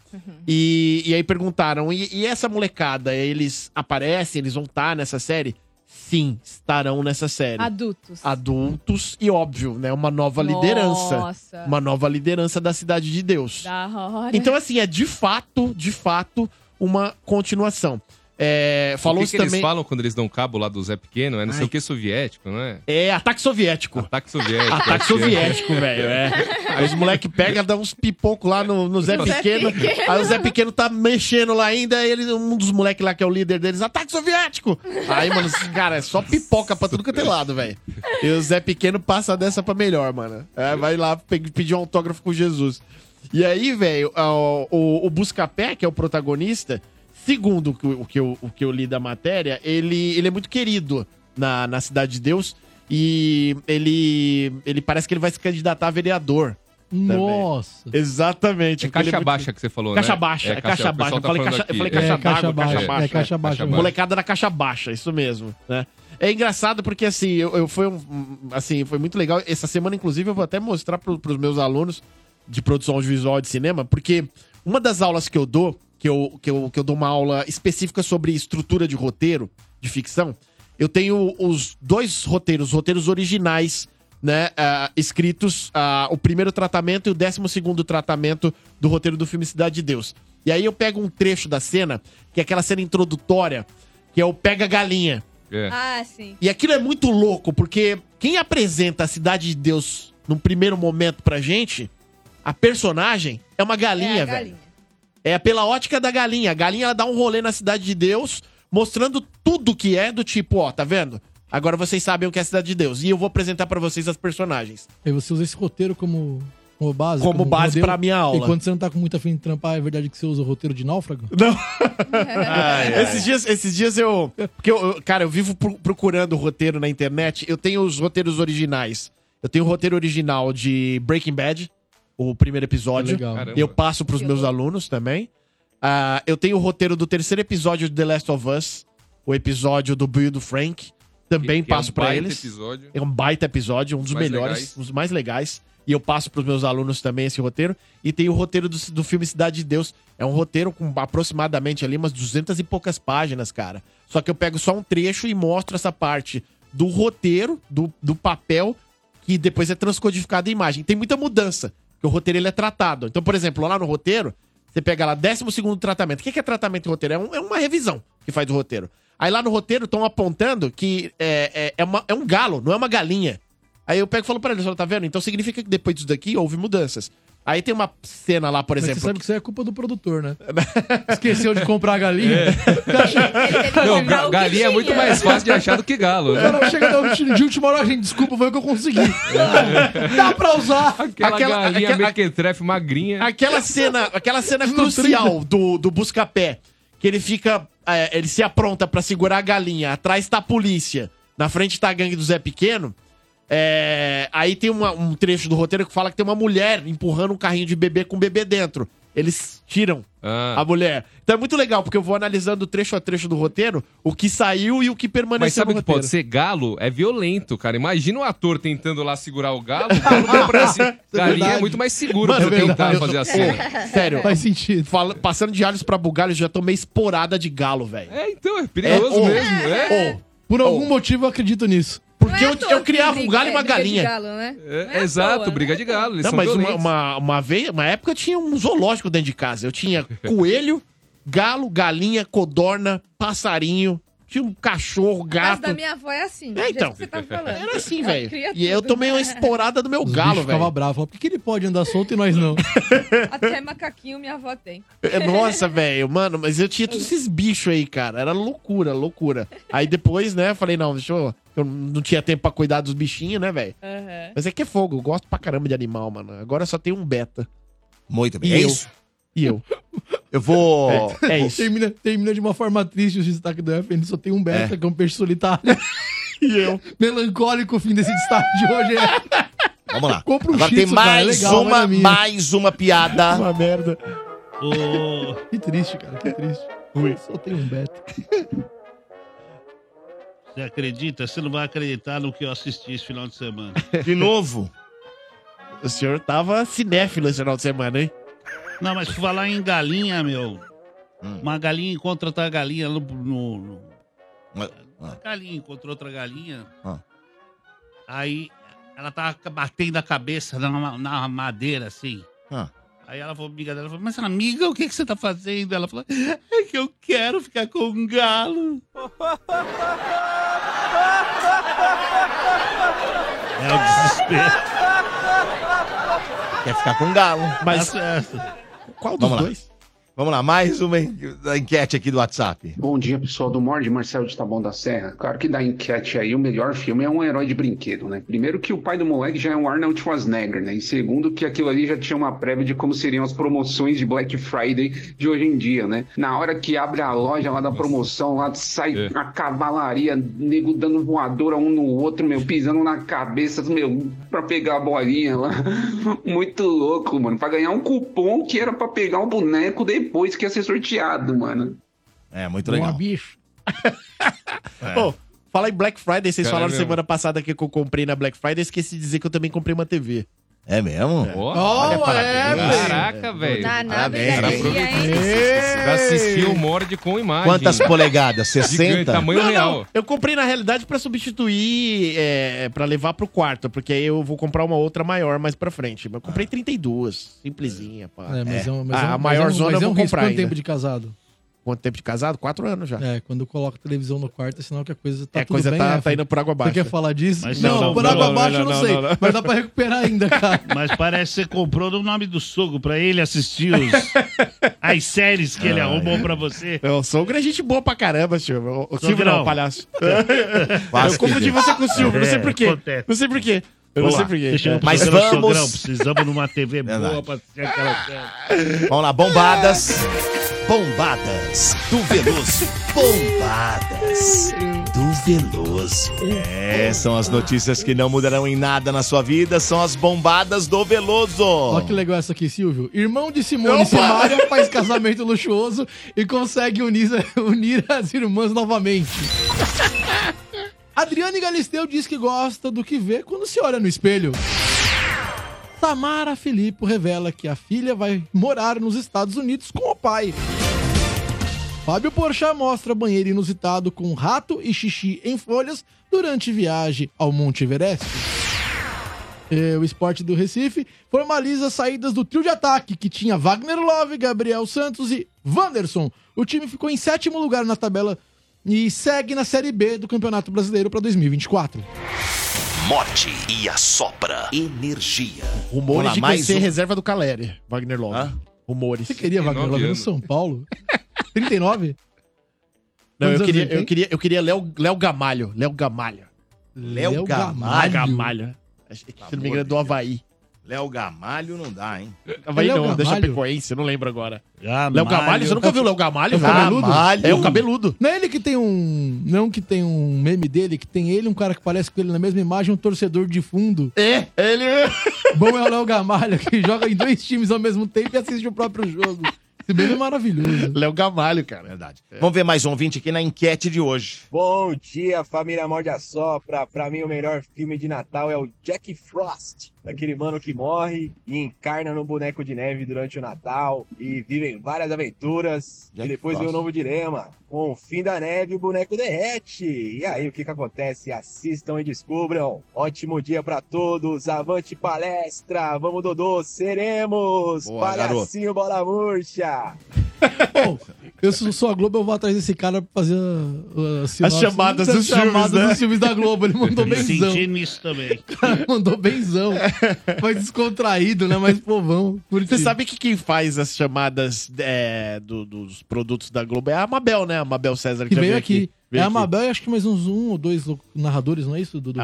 S2: E, e aí perguntaram: e, e essa molecada, eles aparecem, eles vão estar nessa série? Sim, estarão nessa série.
S3: Adultos.
S2: Adultos e óbvio, né? Uma nova
S3: Nossa.
S2: liderança. Uma nova liderança da Cidade de Deus.
S3: Da hora.
S2: Então, assim, é de fato, de fato, uma continuação. É,
S6: Falou
S2: falou
S6: o que, que
S2: também.
S6: eles falam quando eles dão cabo lá do Zé Pequeno? É não sei o que soviético, não é?
S2: É ataque soviético.
S6: Ataque soviético.
S2: Ataque soviético, velho. É. Aí os moleques pegam, dão uns pipocos lá no, no Zé
S6: Zé
S2: Pequeno.
S6: Pequeno.
S2: Aí o Zé Pequeno tá mexendo lá ainda. aí Ele, um dos moleques lá que é o líder deles, ataque soviético. Aí, mano, esse cara, é só pipoca pra tudo quanto é lado, velho. E o Zé Pequeno passa dessa pra melhor, mano. É, vai lá pe- pedir um autógrafo com Jesus. E aí, velho, ó, o, o Buscapé, que é o protagonista, segundo o que, o que eu, o que eu li da matéria, ele, ele é muito querido na, na Cidade de Deus. E ele, ele parece que ele vai se candidatar a vereador. também.
S5: Nossa.
S2: Exatamente.
S6: É
S2: porque ele
S6: caixa
S2: muito-
S6: baixa que você falou, né?
S2: Caixa baixa, é, caixa,
S6: o
S2: baixa.
S6: pessoal
S2: Eu
S6: tá
S2: falei
S6: falando
S2: caixa, eu
S6: aqui.
S2: falei caixa
S5: É, caixa
S2: d'água, caixa,
S5: baixa,
S2: baixa.
S5: é, caixa baixa mesmo.
S2: Molecada da caixa baixa, isso mesmo, né? É engraçado porque, assim, eu, eu foi um- um- assim, foi muito legal. Essa semana, inclusive, eu vou até mostrar pro, pros meus alunos de produção audiovisual e de cinema, porque uma das aulas que eu dou, que eu, que eu, que eu dou uma aula específica sobre estrutura de roteiro, de ficção, eu tenho os dois roteiros, roteiros originais né, ah, escritos ah, o primeiro tratamento e o décimo segundo tratamento do roteiro do filme Cidade de Deus. E aí eu pego um trecho da cena, que é aquela cena introdutória, que é o pega a galinha.
S3: Ah, sim.
S2: E aquilo é muito louco, porque quem apresenta a Cidade de Deus num primeiro momento pra gente, a personagem é uma galinha,
S3: É a
S2: velho.
S3: galinha.
S2: É pela ótica da galinha. A galinha ela dá um rolê na cidade de Deus, mostrando tudo que é do tipo, ó, tá vendo? Agora vocês sabem o que é a cidade de Deus. E eu vou apresentar pra vocês as personagens.
S5: Aí você usa esse roteiro como, como base.
S2: Como base
S5: modelo.
S2: pra minha aula.
S5: E quando você não tá com muita fim de trampar, é verdade que você usa o roteiro de náufrago?
S2: Não. esses, dias, esses dias eu. Porque eu, eu- cara, eu vivo pro- procurando roteiro na internet. Eu tenho os roteiros originais. Eu tenho o roteiro original de Breaking Bad, o primeiro episódio.
S5: Legal. Caramba.
S2: Eu passo pros meus alunos também. Ah, eu tenho o roteiro do terceiro episódio de The Last of Us, o episódio do Bill e do Frank. Também
S6: Que é um
S2: passo pra
S6: baita
S2: eles.
S6: episódio.
S2: É um baita episódio, um dos
S6: Mais
S2: melhores,
S6: legais.
S2: um dos mais legais. e eu passo para os meus alunos também esse roteiro. E tem o roteiro do, do filme Cidade de Deus. É um roteiro com aproximadamente ali umas 200 e poucas páginas, cara. Só que eu pego só um trecho e mostro essa parte do roteiro, do, do papel, que depois é transcodificado em imagem. Tem muita mudança, porque o roteiro ele é tratado. Então, por exemplo, lá no roteiro, você pega lá 12 segundo tratamento. O que que é tratamento e roteiro? É, um- é uma revisão que faz o roteiro. Aí lá no roteiro estão apontando que é, é, é, uma- é um galo, não é uma galinha. Aí eu pego e falo pra ele, só tá vendo? Então significa que depois disso daqui houve mudanças. Aí tem uma cena lá, por
S5: Mas
S2: exemplo.
S5: você sabe que isso aí é culpa do produtor, né? Esqueceu de comprar a galinha.
S2: É.
S5: Tá O cara
S6: Não, ga- galinha é muito mais fácil de achar do que galo.
S5: O
S6: né?
S5: cara chega na última- de última hora, "Ah, gente, desculpa, foi o que eu consegui. Dá pra usar.
S6: Aquela,
S5: Aquela-
S6: galinha
S5: aquela-
S6: mequetrefe magrinha.
S2: Aquela cena, aquela
S5: Tá
S2: cena crucial do, do busca-pé, que ele fica, é, ele se apronta pra segurar a galinha, atrás tá a polícia, na frente tá a gangue do Zé Pequeno. É, aí tem uma- um trecho do roteiro que fala que tem uma mulher empurrando um carrinho de bebê com bebê dentro. Eles tiram
S6: Ah.
S2: a mulher. Então é muito legal, porque eu vou analisando trecho a trecho do roteiro, o que saiu e o que permaneceu
S6: Mas sabe o
S2: no
S6: que
S2: roteiro.
S6: pode ser? Galo é violento, cara. Imagina o ator tentando lá segurar o galo. O galo deu pra assim. Galinha é
S2: verdade.
S6: muito mais seguro
S2: Mano,
S6: pra
S2: é
S6: você tentar
S2: verdade.
S6: fazer assim.
S2: Pô, sério.
S5: Faz sentido.
S2: Fala- passando de alhos pra bugalhos, já tô meio esporada de galo, velho.
S6: É, então, é perigoso
S2: ô,
S6: mesmo. É,
S2: ô,
S5: Por algum motivo eu acredito nisso.
S2: Porque
S3: é
S2: eu, eu criava um
S3: Briga-
S2: galho e uma
S3: briga de
S2: galinha.
S3: galo, né?
S6: É, exato, briga de galo. Eles
S2: Não,
S6: são
S2: mas uma,
S6: violentos.
S2: uma, uma vez, uma época eu tinha um zoológico dentro de casa. Eu tinha coelho, galo, galinha, codorna, passarinho, tinha um cachorro,
S3: Mas
S2: gato.
S3: da minha avó é assim. do
S2: É,
S3: jeito
S2: então.
S3: que você tá falando.
S2: Era assim,
S3: Ela
S2: velho.
S3: cria
S2: E eu
S3: tudo.
S2: tomei um uma esporada do meu
S5: Os
S2: galo,
S5: bichos ficavam
S2: velho.
S5: bravos. Falavam, Por que, que ele pode andar solto e nós não?
S3: Até macaquinho minha avó tem.
S2: É, Nossa, velho, mano, mas eu tinha todos esses bichos aí, cara. Era loucura, loucura. Aí depois, né, eu falei, não, deixa eu. Eu não tinha tempo pra cuidar dos bichinhos, né, velho?
S3: Aham.
S2: Mas é que é fogo, eu gosto pra caramba de animal, mano. Agora só tem um beta.
S8: Muito bem.
S2: E
S8: é
S2: eu?
S8: isso.
S2: E eu.
S8: Eu vou.
S2: É, é isso.
S5: Termina, termina de uma forma triste o destaque do FN. Só tem um beta, que é um peixe solitário.
S2: E eu.
S5: Melancólico o fim desse destaque de hoje. É.
S8: Vamos lá.
S5: Compra um
S8: Agora
S5: shih
S8: tem
S5: tzu, cara, é
S8: mais
S5: legal, vai
S8: uma,
S5: na minha.
S8: mais uma piada.
S2: Uma merda.
S4: Ô,
S5: Que triste, cara. Que triste. Só tem um beta.
S4: você acredita? Você não vai acreditar no que eu assisti esse final de semana.
S8: De novo.
S2: O senhor tava cinéfilo esse final de semana, hein?
S4: Não, mas falar em galinha, meu.
S8: Hum.
S4: Uma galinha encontra outra galinha no. no- no-
S8: Ah,
S4: Uma galinha encontrou outra galinha.
S8: Ah.
S4: Aí ela tava batendo a cabeça na, ma- na madeira, assim.
S8: Ah.
S4: Aí ela falou, amiga dela, falou, mas amiga, o que, que você tá fazendo? Ela falou, é que eu quero ficar com um galo. é o desespero.
S8: Quer ficar com galo.
S2: Mas
S4: Essa-
S2: qual dos
S8: Vamos lá.
S2: dois?
S8: Vamos lá, mais uma en- da enquete aqui do WhatsApp.
S15: Bom dia, pessoal do Mord, Marcelo de Taboão da Serra. Claro que da enquete aí, o melhor filme é um herói de brinquedo, né? Primeiro que o pai do moleque já é um Arnold Schwarzenegger, né? E segundo que aquilo ali já tinha uma prévia de como seriam as promoções de Black Friday de hoje em dia, né? Na hora que abre a loja lá da promoção, lá
S8: É.
S15: sai a cavalaria, nego dando voadora um no outro, meu, pisando na cabeça, meu, pra pegar a bolinha lá. Muito louco, mano. Pra ganhar um cupom que era pra pegar um boneco depois que ia ser sorteado, mano.
S8: É, muito legal.
S5: bicho.
S2: Pô, fala em Black Friday. Vocês
S6: Cara,
S2: falaram
S6: meu.
S2: semana passada que eu comprei na Black Friday. Esqueci de dizer que eu também comprei uma TV.
S8: É mesmo?
S6: Ó,
S5: Oh, é, velho.
S6: Caraca, velho.
S3: Tá na
S8: Parabéns, cara.
S3: brigadeirinha, hein?
S6: Pra assistir o Morde com imagem.
S8: Quantas polegadas?
S6: Gigante,
S8: 60?
S6: Tamanho
S2: Não,
S6: real.
S2: não. Eu comprei, na realidade, pra substituir, é, pra levar pro quarto. Porque aí eu vou comprar uma outra maior mais pra frente. Mas eu
S8: Ah.
S2: comprei 32, simplesinha. Pá.
S5: É, mas é, um-
S2: Ah,
S5: mas é um-
S2: a
S5: mas
S2: maior
S5: é um-
S2: zona
S5: mas
S2: eu
S5: é um
S2: vou
S5: risco
S2: comprar
S5: quanto
S2: ainda.
S5: tempo de casado?
S2: Quanto tempo de casado? Quatro anos já. É,
S5: É, quando coloca televisão no quarto, é sinal que a coisa tá
S2: a
S5: tudo
S2: coisa
S5: bem,
S2: tá,
S5: né?
S2: tá indo por água
S5: Você
S2: abaixo.
S5: quer falar disso?
S4: Mas
S5: não,
S4: não,
S5: por
S4: não,
S5: água
S4: não,
S5: abaixo eu não,
S4: não,
S5: sei.
S4: não, não.
S5: Mas dá pra recuperar ainda, cara.
S4: Mas parece que você comprou no nome do sogro pra ele assistir os, as séries que
S5: Ah,
S4: ele
S5: é.
S4: arrumou pra você.
S2: Eu sou um gente boa pra caramba, Silvio. O- O Silvio
S4: Sogrão.
S2: não, palhaço.
S8: Quase
S2: eu
S8: que
S2: confundi
S8: deu.
S2: você com o Silvio, não sei por quê.
S4: acontece.
S2: Não sei por quê. Eu não
S4: Vamos
S2: sei
S4: lá,
S2: por quê.
S4: deixa eu
S2: É.
S4: ir pro
S8: Mas
S4: programa,
S8: vamos-
S4: Sogrão, Precisamos de uma TV boa
S8: Verdade.
S4: pra assistir aquela série.
S8: Vamos lá, bombadas. Bombadas do Veloso. Bombadas do Veloso. É, são as notícias que não mudarão em nada na sua vida, são as bombadas do
S5: Olha que
S8: Veloso.
S5: legal essa aqui, Silvio. Irmão de Simone e Simaria faz casamento luxuoso e consegue unir, unir as irmãs novamente. Adriane Galisteu diz que gosta do que vê quando se olha no espelho. Tamara Filippo revela que a filha vai morar nos Estados Unidos com o pai. Fábio Porchat mostra banheiro inusitado com rato e xixi em folhas durante viagem ao Monte Everest. É, o esporte do Recife formaliza as saídas do trio de ataque, que tinha Wagner Love, Gabriel Santos e Wanderson. O time ficou em sétimo lugar na tabela e segue na Série B do Campeonato Brasileiro para 2024.
S7: Morte e a sopra energia.
S2: Rumores
S1: Vamos lá,
S2: de que vai
S1: mais
S2: ser
S1: um.
S2: reserva do Caleri, Wagner Love. Rumores.
S5: Você queria Wagner Love no São Paulo? 39? Quantos
S2: Não, eu
S5: anos
S2: queria,
S5: ele tem?
S2: eu queria, eu queria Léo, Léo Gamalho. Léo Gamalho.
S1: Léo
S2: Gamalho.
S1: Gamalho?
S2: Acho que, Se não me engano, é do Havaí.
S1: Léo Gamalho não dá, hein?
S5: é
S2: Havaí não,
S1: Gamalho.
S2: deixa a Pecoense, eu não lembro agora. Léo Gamalho, você nunca viu o Léo
S5: É
S2: Gamalho?
S5: o
S1: ah,
S5: cabeludo?
S2: É o cabeludo.
S5: Não é ele que tem um. Não que tem um meme dele, que tem ele, um cara que parece com ele na mesma imagem, um torcedor de fundo.
S2: É, ele.
S5: Bom é o Léo Gamalho, que joga em dois times ao mesmo tempo e assiste o próprio jogo. Esse meme é maravilhoso.
S2: Léo Gamalho, cara.
S1: Verdade. Vamos ver mais um ouvinte aqui na enquete de hoje.
S17: Bom dia, família Morde a Sopra. Pra mim, o melhor filme de Natal é o Jack Frost, daquele mano que morre e encarna no boneco de neve durante o Natal e vivem várias aventuras.
S18: Jack
S17: e depois vem o
S18: Frost.
S17: novo dilema. Com o fim da neve, o boneco derrete. E aí, o que que acontece? Assistam e descubram. Ótimo dia pra todos. Avante palestra. Vamos, Dodô. Seremos.
S5: Boa,
S17: Palhacinho Bola Murcha.
S5: Eu sou, sou a Globo, eu vou atrás desse cara pra fazer a- a sinopse
S4: chamadas
S5: das
S4: dos
S5: chamadas
S4: filmes, né?
S5: dos filmes da Globo. Ele mandou
S4: Me
S5: benzão.
S4: senti nisso também.
S5: mandou benzão.
S4: É.
S5: Foi descontraído, né? Mas, pô, vamos.
S2: Você sabe que quem faz as chamadas é, do- dos produtos da Globo é a Amabel, né? A Amabel César
S5: Que
S2: já
S5: veio aqui. É
S2: Veio
S5: a
S2: aqui.
S5: Mabel e acho que mais uns um ou dois lo- narradores, não é isso, Dudu?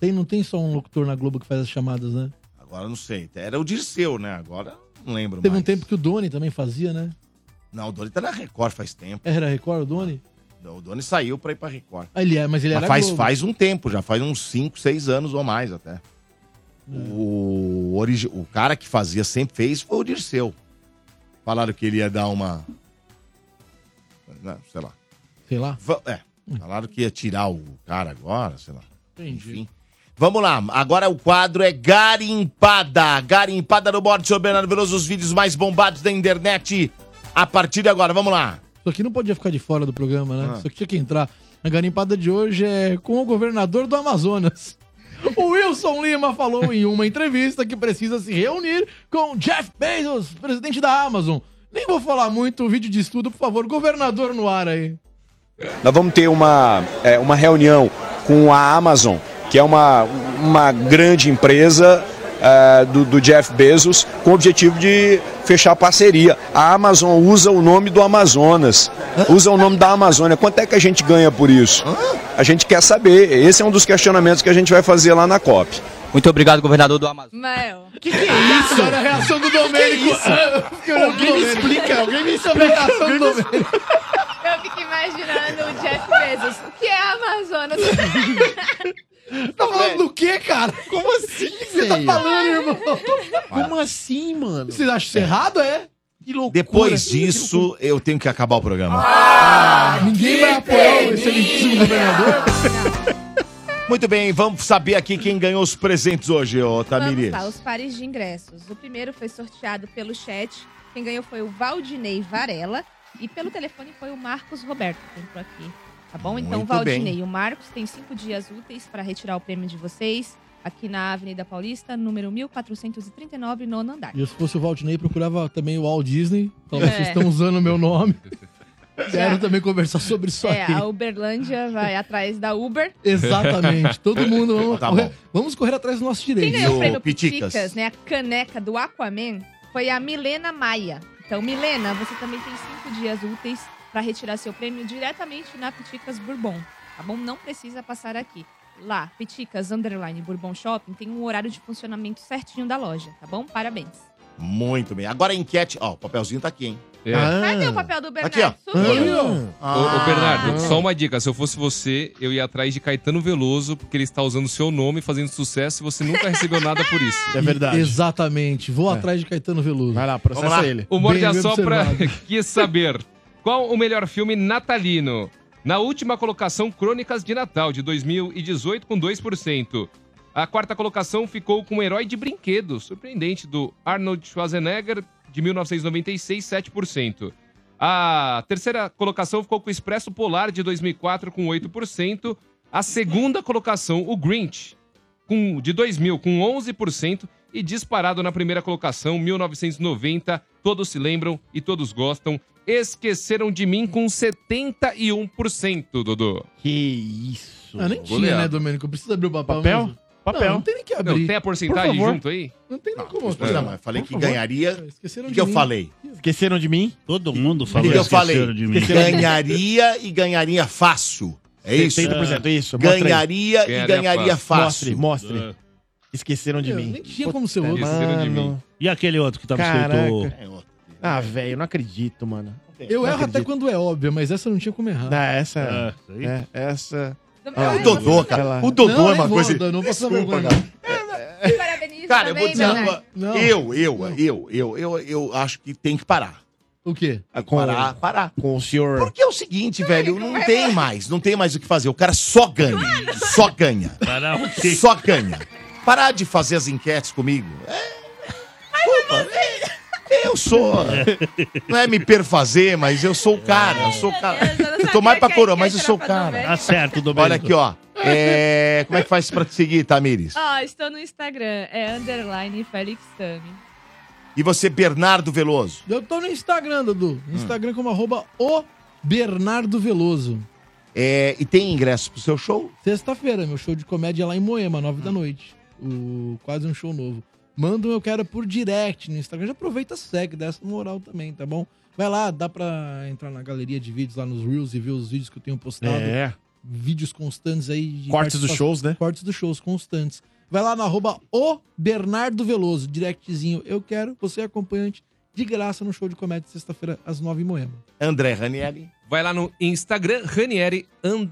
S5: Tem, não tem só um locutor na Globo que faz as chamadas, né?
S1: Agora eu não sei. Era o Dirceu, né? Agora não lembro
S5: Teve
S1: mais.
S5: um tempo que o Doni também fazia, né?
S1: Não, o Doni tá na Record faz tempo.
S5: Era Record o Doni?
S1: O Doni saiu pra ir pra Record.
S5: Ah, É. Ele é, mas ele
S1: Mas
S5: era
S1: faz,
S5: Globo. É.
S1: faz um tempo, já faz uns 5, 6 anos ou mais até. O, origi- o cara que fazia sempre fez foi o Dirceu. Falaram que ele ia dar uma. né, Sei lá.
S5: Sei lá.
S1: É. Falaram que ia tirar o cara agora, sei lá.
S5: Entendi.
S1: Vamos lá, agora o quadro é Garimpada. Garimpada no board sobre Bernardo Veloso, os vídeos mais bombados da internet. A partir de agora, vamos lá.
S5: Isso aqui não podia ficar de fora do programa, né?
S1: Ah.
S5: Isso aqui tinha que entrar. A garimpada de hoje é com o governador do Amazonas. O Wilson Lima falou em uma entrevista que precisa se reunir com Jeff Bezos, presidente da Amazon. Nem vou falar muito, vídeo de estudo, por favor, governador no ar aí.
S19: Nós vamos ter uma, é, uma reunião com a Amazon, que é uma, uma grande empresa é, do, do Jeff Bezos, com o objetivo de fechar parceria. A Amazon usa o nome do Amazonas, usa o nome da Amazônia. Quanto é que a gente ganha por isso? A gente quer saber. Esse é um dos questionamentos que a gente vai fazer lá na COP. Muito obrigado, governador do Amazonas.
S3: Mel.
S5: Que que é isso? Olha a reação do Domênico.
S2: Alguém me explica, alguém me
S5: Sobre a
S2: explica.
S5: reação do Domênico.
S3: Eu fico imaginando o Jeff Bezos. O que é Amazonas?
S5: Tá falando do quê, cara? Como assim, Você tá
S2: velho?
S5: falando, irmão?
S2: Como assim, mano?
S5: Você acha isso errado, é? Que loucura.
S1: Depois disso, eu tenho que acabar o programa.
S5: Ninguém vai apoiar esse elitismo governador?
S1: Muito bem, vamos saber aqui quem ganhou os presentes hoje, ô
S3: Vamos
S1: Tamires.
S3: lá, os pares de ingressos. O primeiro foi sorteado pelo chat. Quem ganhou foi o Valdinei Varela. E pelo telefone foi o Marcos Roberto, que entrou aqui. Tá bom? Então,
S20: Muito
S3: Valdinei,
S20: bem.
S3: o Marcos tem cinco dias úteis para retirar o prêmio de vocês aqui na Avenida Paulista, número 1439, nono andar.
S5: E se fosse o Walt Disney, procurava também o Walt Disney. Falava,
S3: É.
S5: vocês estão usando o meu nome. Quero
S3: Já-
S5: também conversar sobre isso
S3: É,
S5: aí.
S3: a Uberlândia vai atrás da Uber.
S5: Exatamente. Todo mundo, vamos,
S1: Tá
S5: correr, vamos correr atrás dos nossos
S3: Quem
S5: direitos.
S3: ganhou o prêmio Piticas. né? A caneca do Aquaman foi a Milena Maia. Então, Milena, você também tem cinco dias úteis para retirar seu prêmio diretamente na Piticas Bourbon, tá bom? Não precisa passar aqui. Lá, Piticas Underline Bourbon Shopping tem um horário de funcionamento certinho da loja, tá bom? Parabéns.
S1: Muito bem. Agora a enquete. Ó, o papelzinho tá aqui, hein?
S3: Cadê o papel do Bernardo?
S1: Aqui, ó.
S3: Sumiu.
S1: Ah.
S6: Ô, ô, Bernardo, só uma dica. Se eu fosse você, eu ia atrás de Caetano Veloso, porque ele está usando o seu nome, fazendo sucesso, e você nunca recebeu nada por isso.
S5: E- Exatamente. Vou atrás de Caetano Veloso. Vai lá,
S6: Vamos lá. O Morde
S5: é Bem
S6: a Sopra
S5: observado.
S6: quis saber qual o melhor filme natalino. Na última colocação, Crônicas de Natal, de 2018, com 2%. A quarta colocação ficou com o herói de brinquedo, surpreendente, do Arnold Schwarzenegger, de 1996, 7%. A terceira colocação ficou com o Expresso Polar, de 2004, com 8%. A segunda colocação, o Grinch, com, de 2000, com 11%. E disparado na primeira colocação, 1990, todos se lembram e todos gostam. Esqueceram de mim com 71%, Dodô.
S2: Que isso.
S5: Ah, nem tinha, né, Domênico? Eu preciso abrir o papel.
S6: Papel?
S5: mesmo.
S6: Papel.
S5: Não, não tem nem que abrir.
S6: Não, tem a porcentagem
S5: Por favor.
S6: junto aí?
S5: Não tem nem como.
S1: Ah, Não, não, mas falei
S5: Por
S1: que
S5: favor.
S1: ganharia.
S5: Esqueceram
S1: O que
S5: de
S1: eu
S5: mim.
S1: falei?
S2: Esqueceram de mim?
S4: Todo mundo
S1: O
S4: falou
S1: que eu falei?
S4: esqueceram de mim.
S1: Ganharia e ganharia fácil. É isso?
S2: 70%, isso, mostra aí.
S1: Ganharia e ganharia fácil.
S2: Mostre, mostre. Esqueceram de mim.
S5: Nem tinha como ser outro.
S2: Mano.
S4: E aquele outro que tava escrito...
S1: É
S2: Caraca. Ah, velho, não acredito, mano.
S5: Eu
S2: Não
S5: erro até
S2: acredito.
S5: quando é óbvia, mas essa não tinha como errar.
S2: Não, essa. é, essa.
S3: é,
S1: Ah, o Dodô, cara. O Dodô é uma coisa.
S5: Não passa
S1: Desculpa,
S5: vergonha.
S1: cara.
S3: Parabéns
S1: Cara, eu vou
S3: também,
S1: dizer.
S3: Bernardo.
S1: uma- Eu, eu, eu, eu, eu, eu acho que tem que parar. É,
S5: O quê?
S1: parar, parar.
S2: Com o senhor.
S1: Porque é o seguinte, velho, não tem mais, não tem mais o que fazer. O cara só ganha. Só ganha.
S4: Parar o quê?
S1: Só ganha. Parar de fazer as enquetes comigo. É. Desculpa, é- Eu sou. Não é me perfazer, mas eu sou o cara. Eu sou o cara. Eu tô mais pra coroa, mas eu sou o cara.
S4: Tá certo, Domênico.
S1: Olha aqui, ó. É, Como é que faz pra te seguir, Tamires?
S3: Ó, Ah, estou no Instagram, é underline Felix Tami.
S1: E você, Bernardo Veloso?
S5: Eu tô no Instagram, Dudu. No Instagram como arroba o Bernardo Veloso.
S1: É, e tem ingresso pro seu show? Hum.
S5: Sexta-feira, meu show de comédia lá em Moema, nove da noite. O, quase um show novo. Manda um eu quero por direct no Instagram. Já aproveita, segue, dá essa moral também, tá bom? Vai lá, dá pra entrar na galeria de vídeos lá nos Reels e ver os vídeos que eu tenho postado.
S2: É.
S5: Vídeos constantes aí. de
S2: Cortes dos
S5: participação-
S2: shows, né?
S5: Cortes dos shows constantes. Vai lá no arroba o Bernardo Veloso, directzinho. Eu quero, você é acompanhante, de graça no show de comédia, sexta-feira, às nove em Moema.
S1: André Ranieri.
S6: Vai lá no Instagram, Ranieri,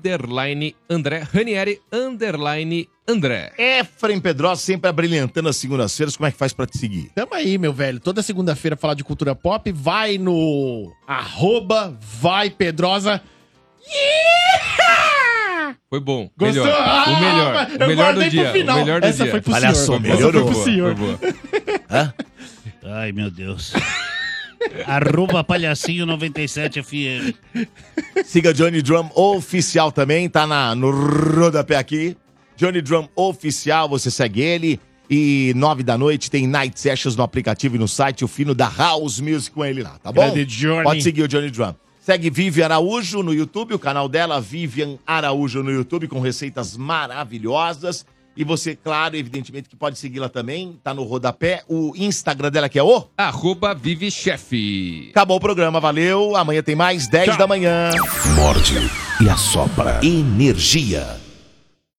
S6: underline, André, Ranieri, underline, André.
S1: Efraim Pedrosa sempre abrilhantando as segundas-feiras. Como é que faz pra te seguir?
S2: Tamo aí, meu velho. Toda segunda-feira falar de cultura pop. Vai no arroba vai Pedrosa.
S6: Foi bom.
S2: Gostou?
S6: Melhor.
S2: Ah,
S6: o melhor.
S2: mas
S6: O
S2: eu
S6: melhor do
S2: guardei pro
S6: dia.
S2: final.
S6: O melhor do
S2: Essa
S6: dia.
S2: foi pro Olha senhor. só,
S6: boa,
S2: melhorou.
S6: boa,
S2: Foi pro senhor.
S6: boa.
S4: Ai, meu Deus. Arroba palhacinho97fm.
S1: Siga Johnny Drum Oficial também, tá na, no rodapé aqui. Johnny Drum Oficial, você segue ele. E nove da noite tem Night Sessions no aplicativo e no site, o fino da House Music com ele lá, tá bom?
S2: Grande Johnny.
S1: Pode seguir o Johnny Drum. Segue Vivian Araújo no YouTube, o canal dela, Vivian Araújo no YouTube, com receitas maravilhosas. E você, claro, evidentemente que pode segui-la também, tá no rodapé. O Instagram dela que é o...
S6: Arroba Vive Chefe.
S1: Acabou o programa, valeu. Amanhã tem mais, 10 da manhã.
S7: Morde e assopra. Energia.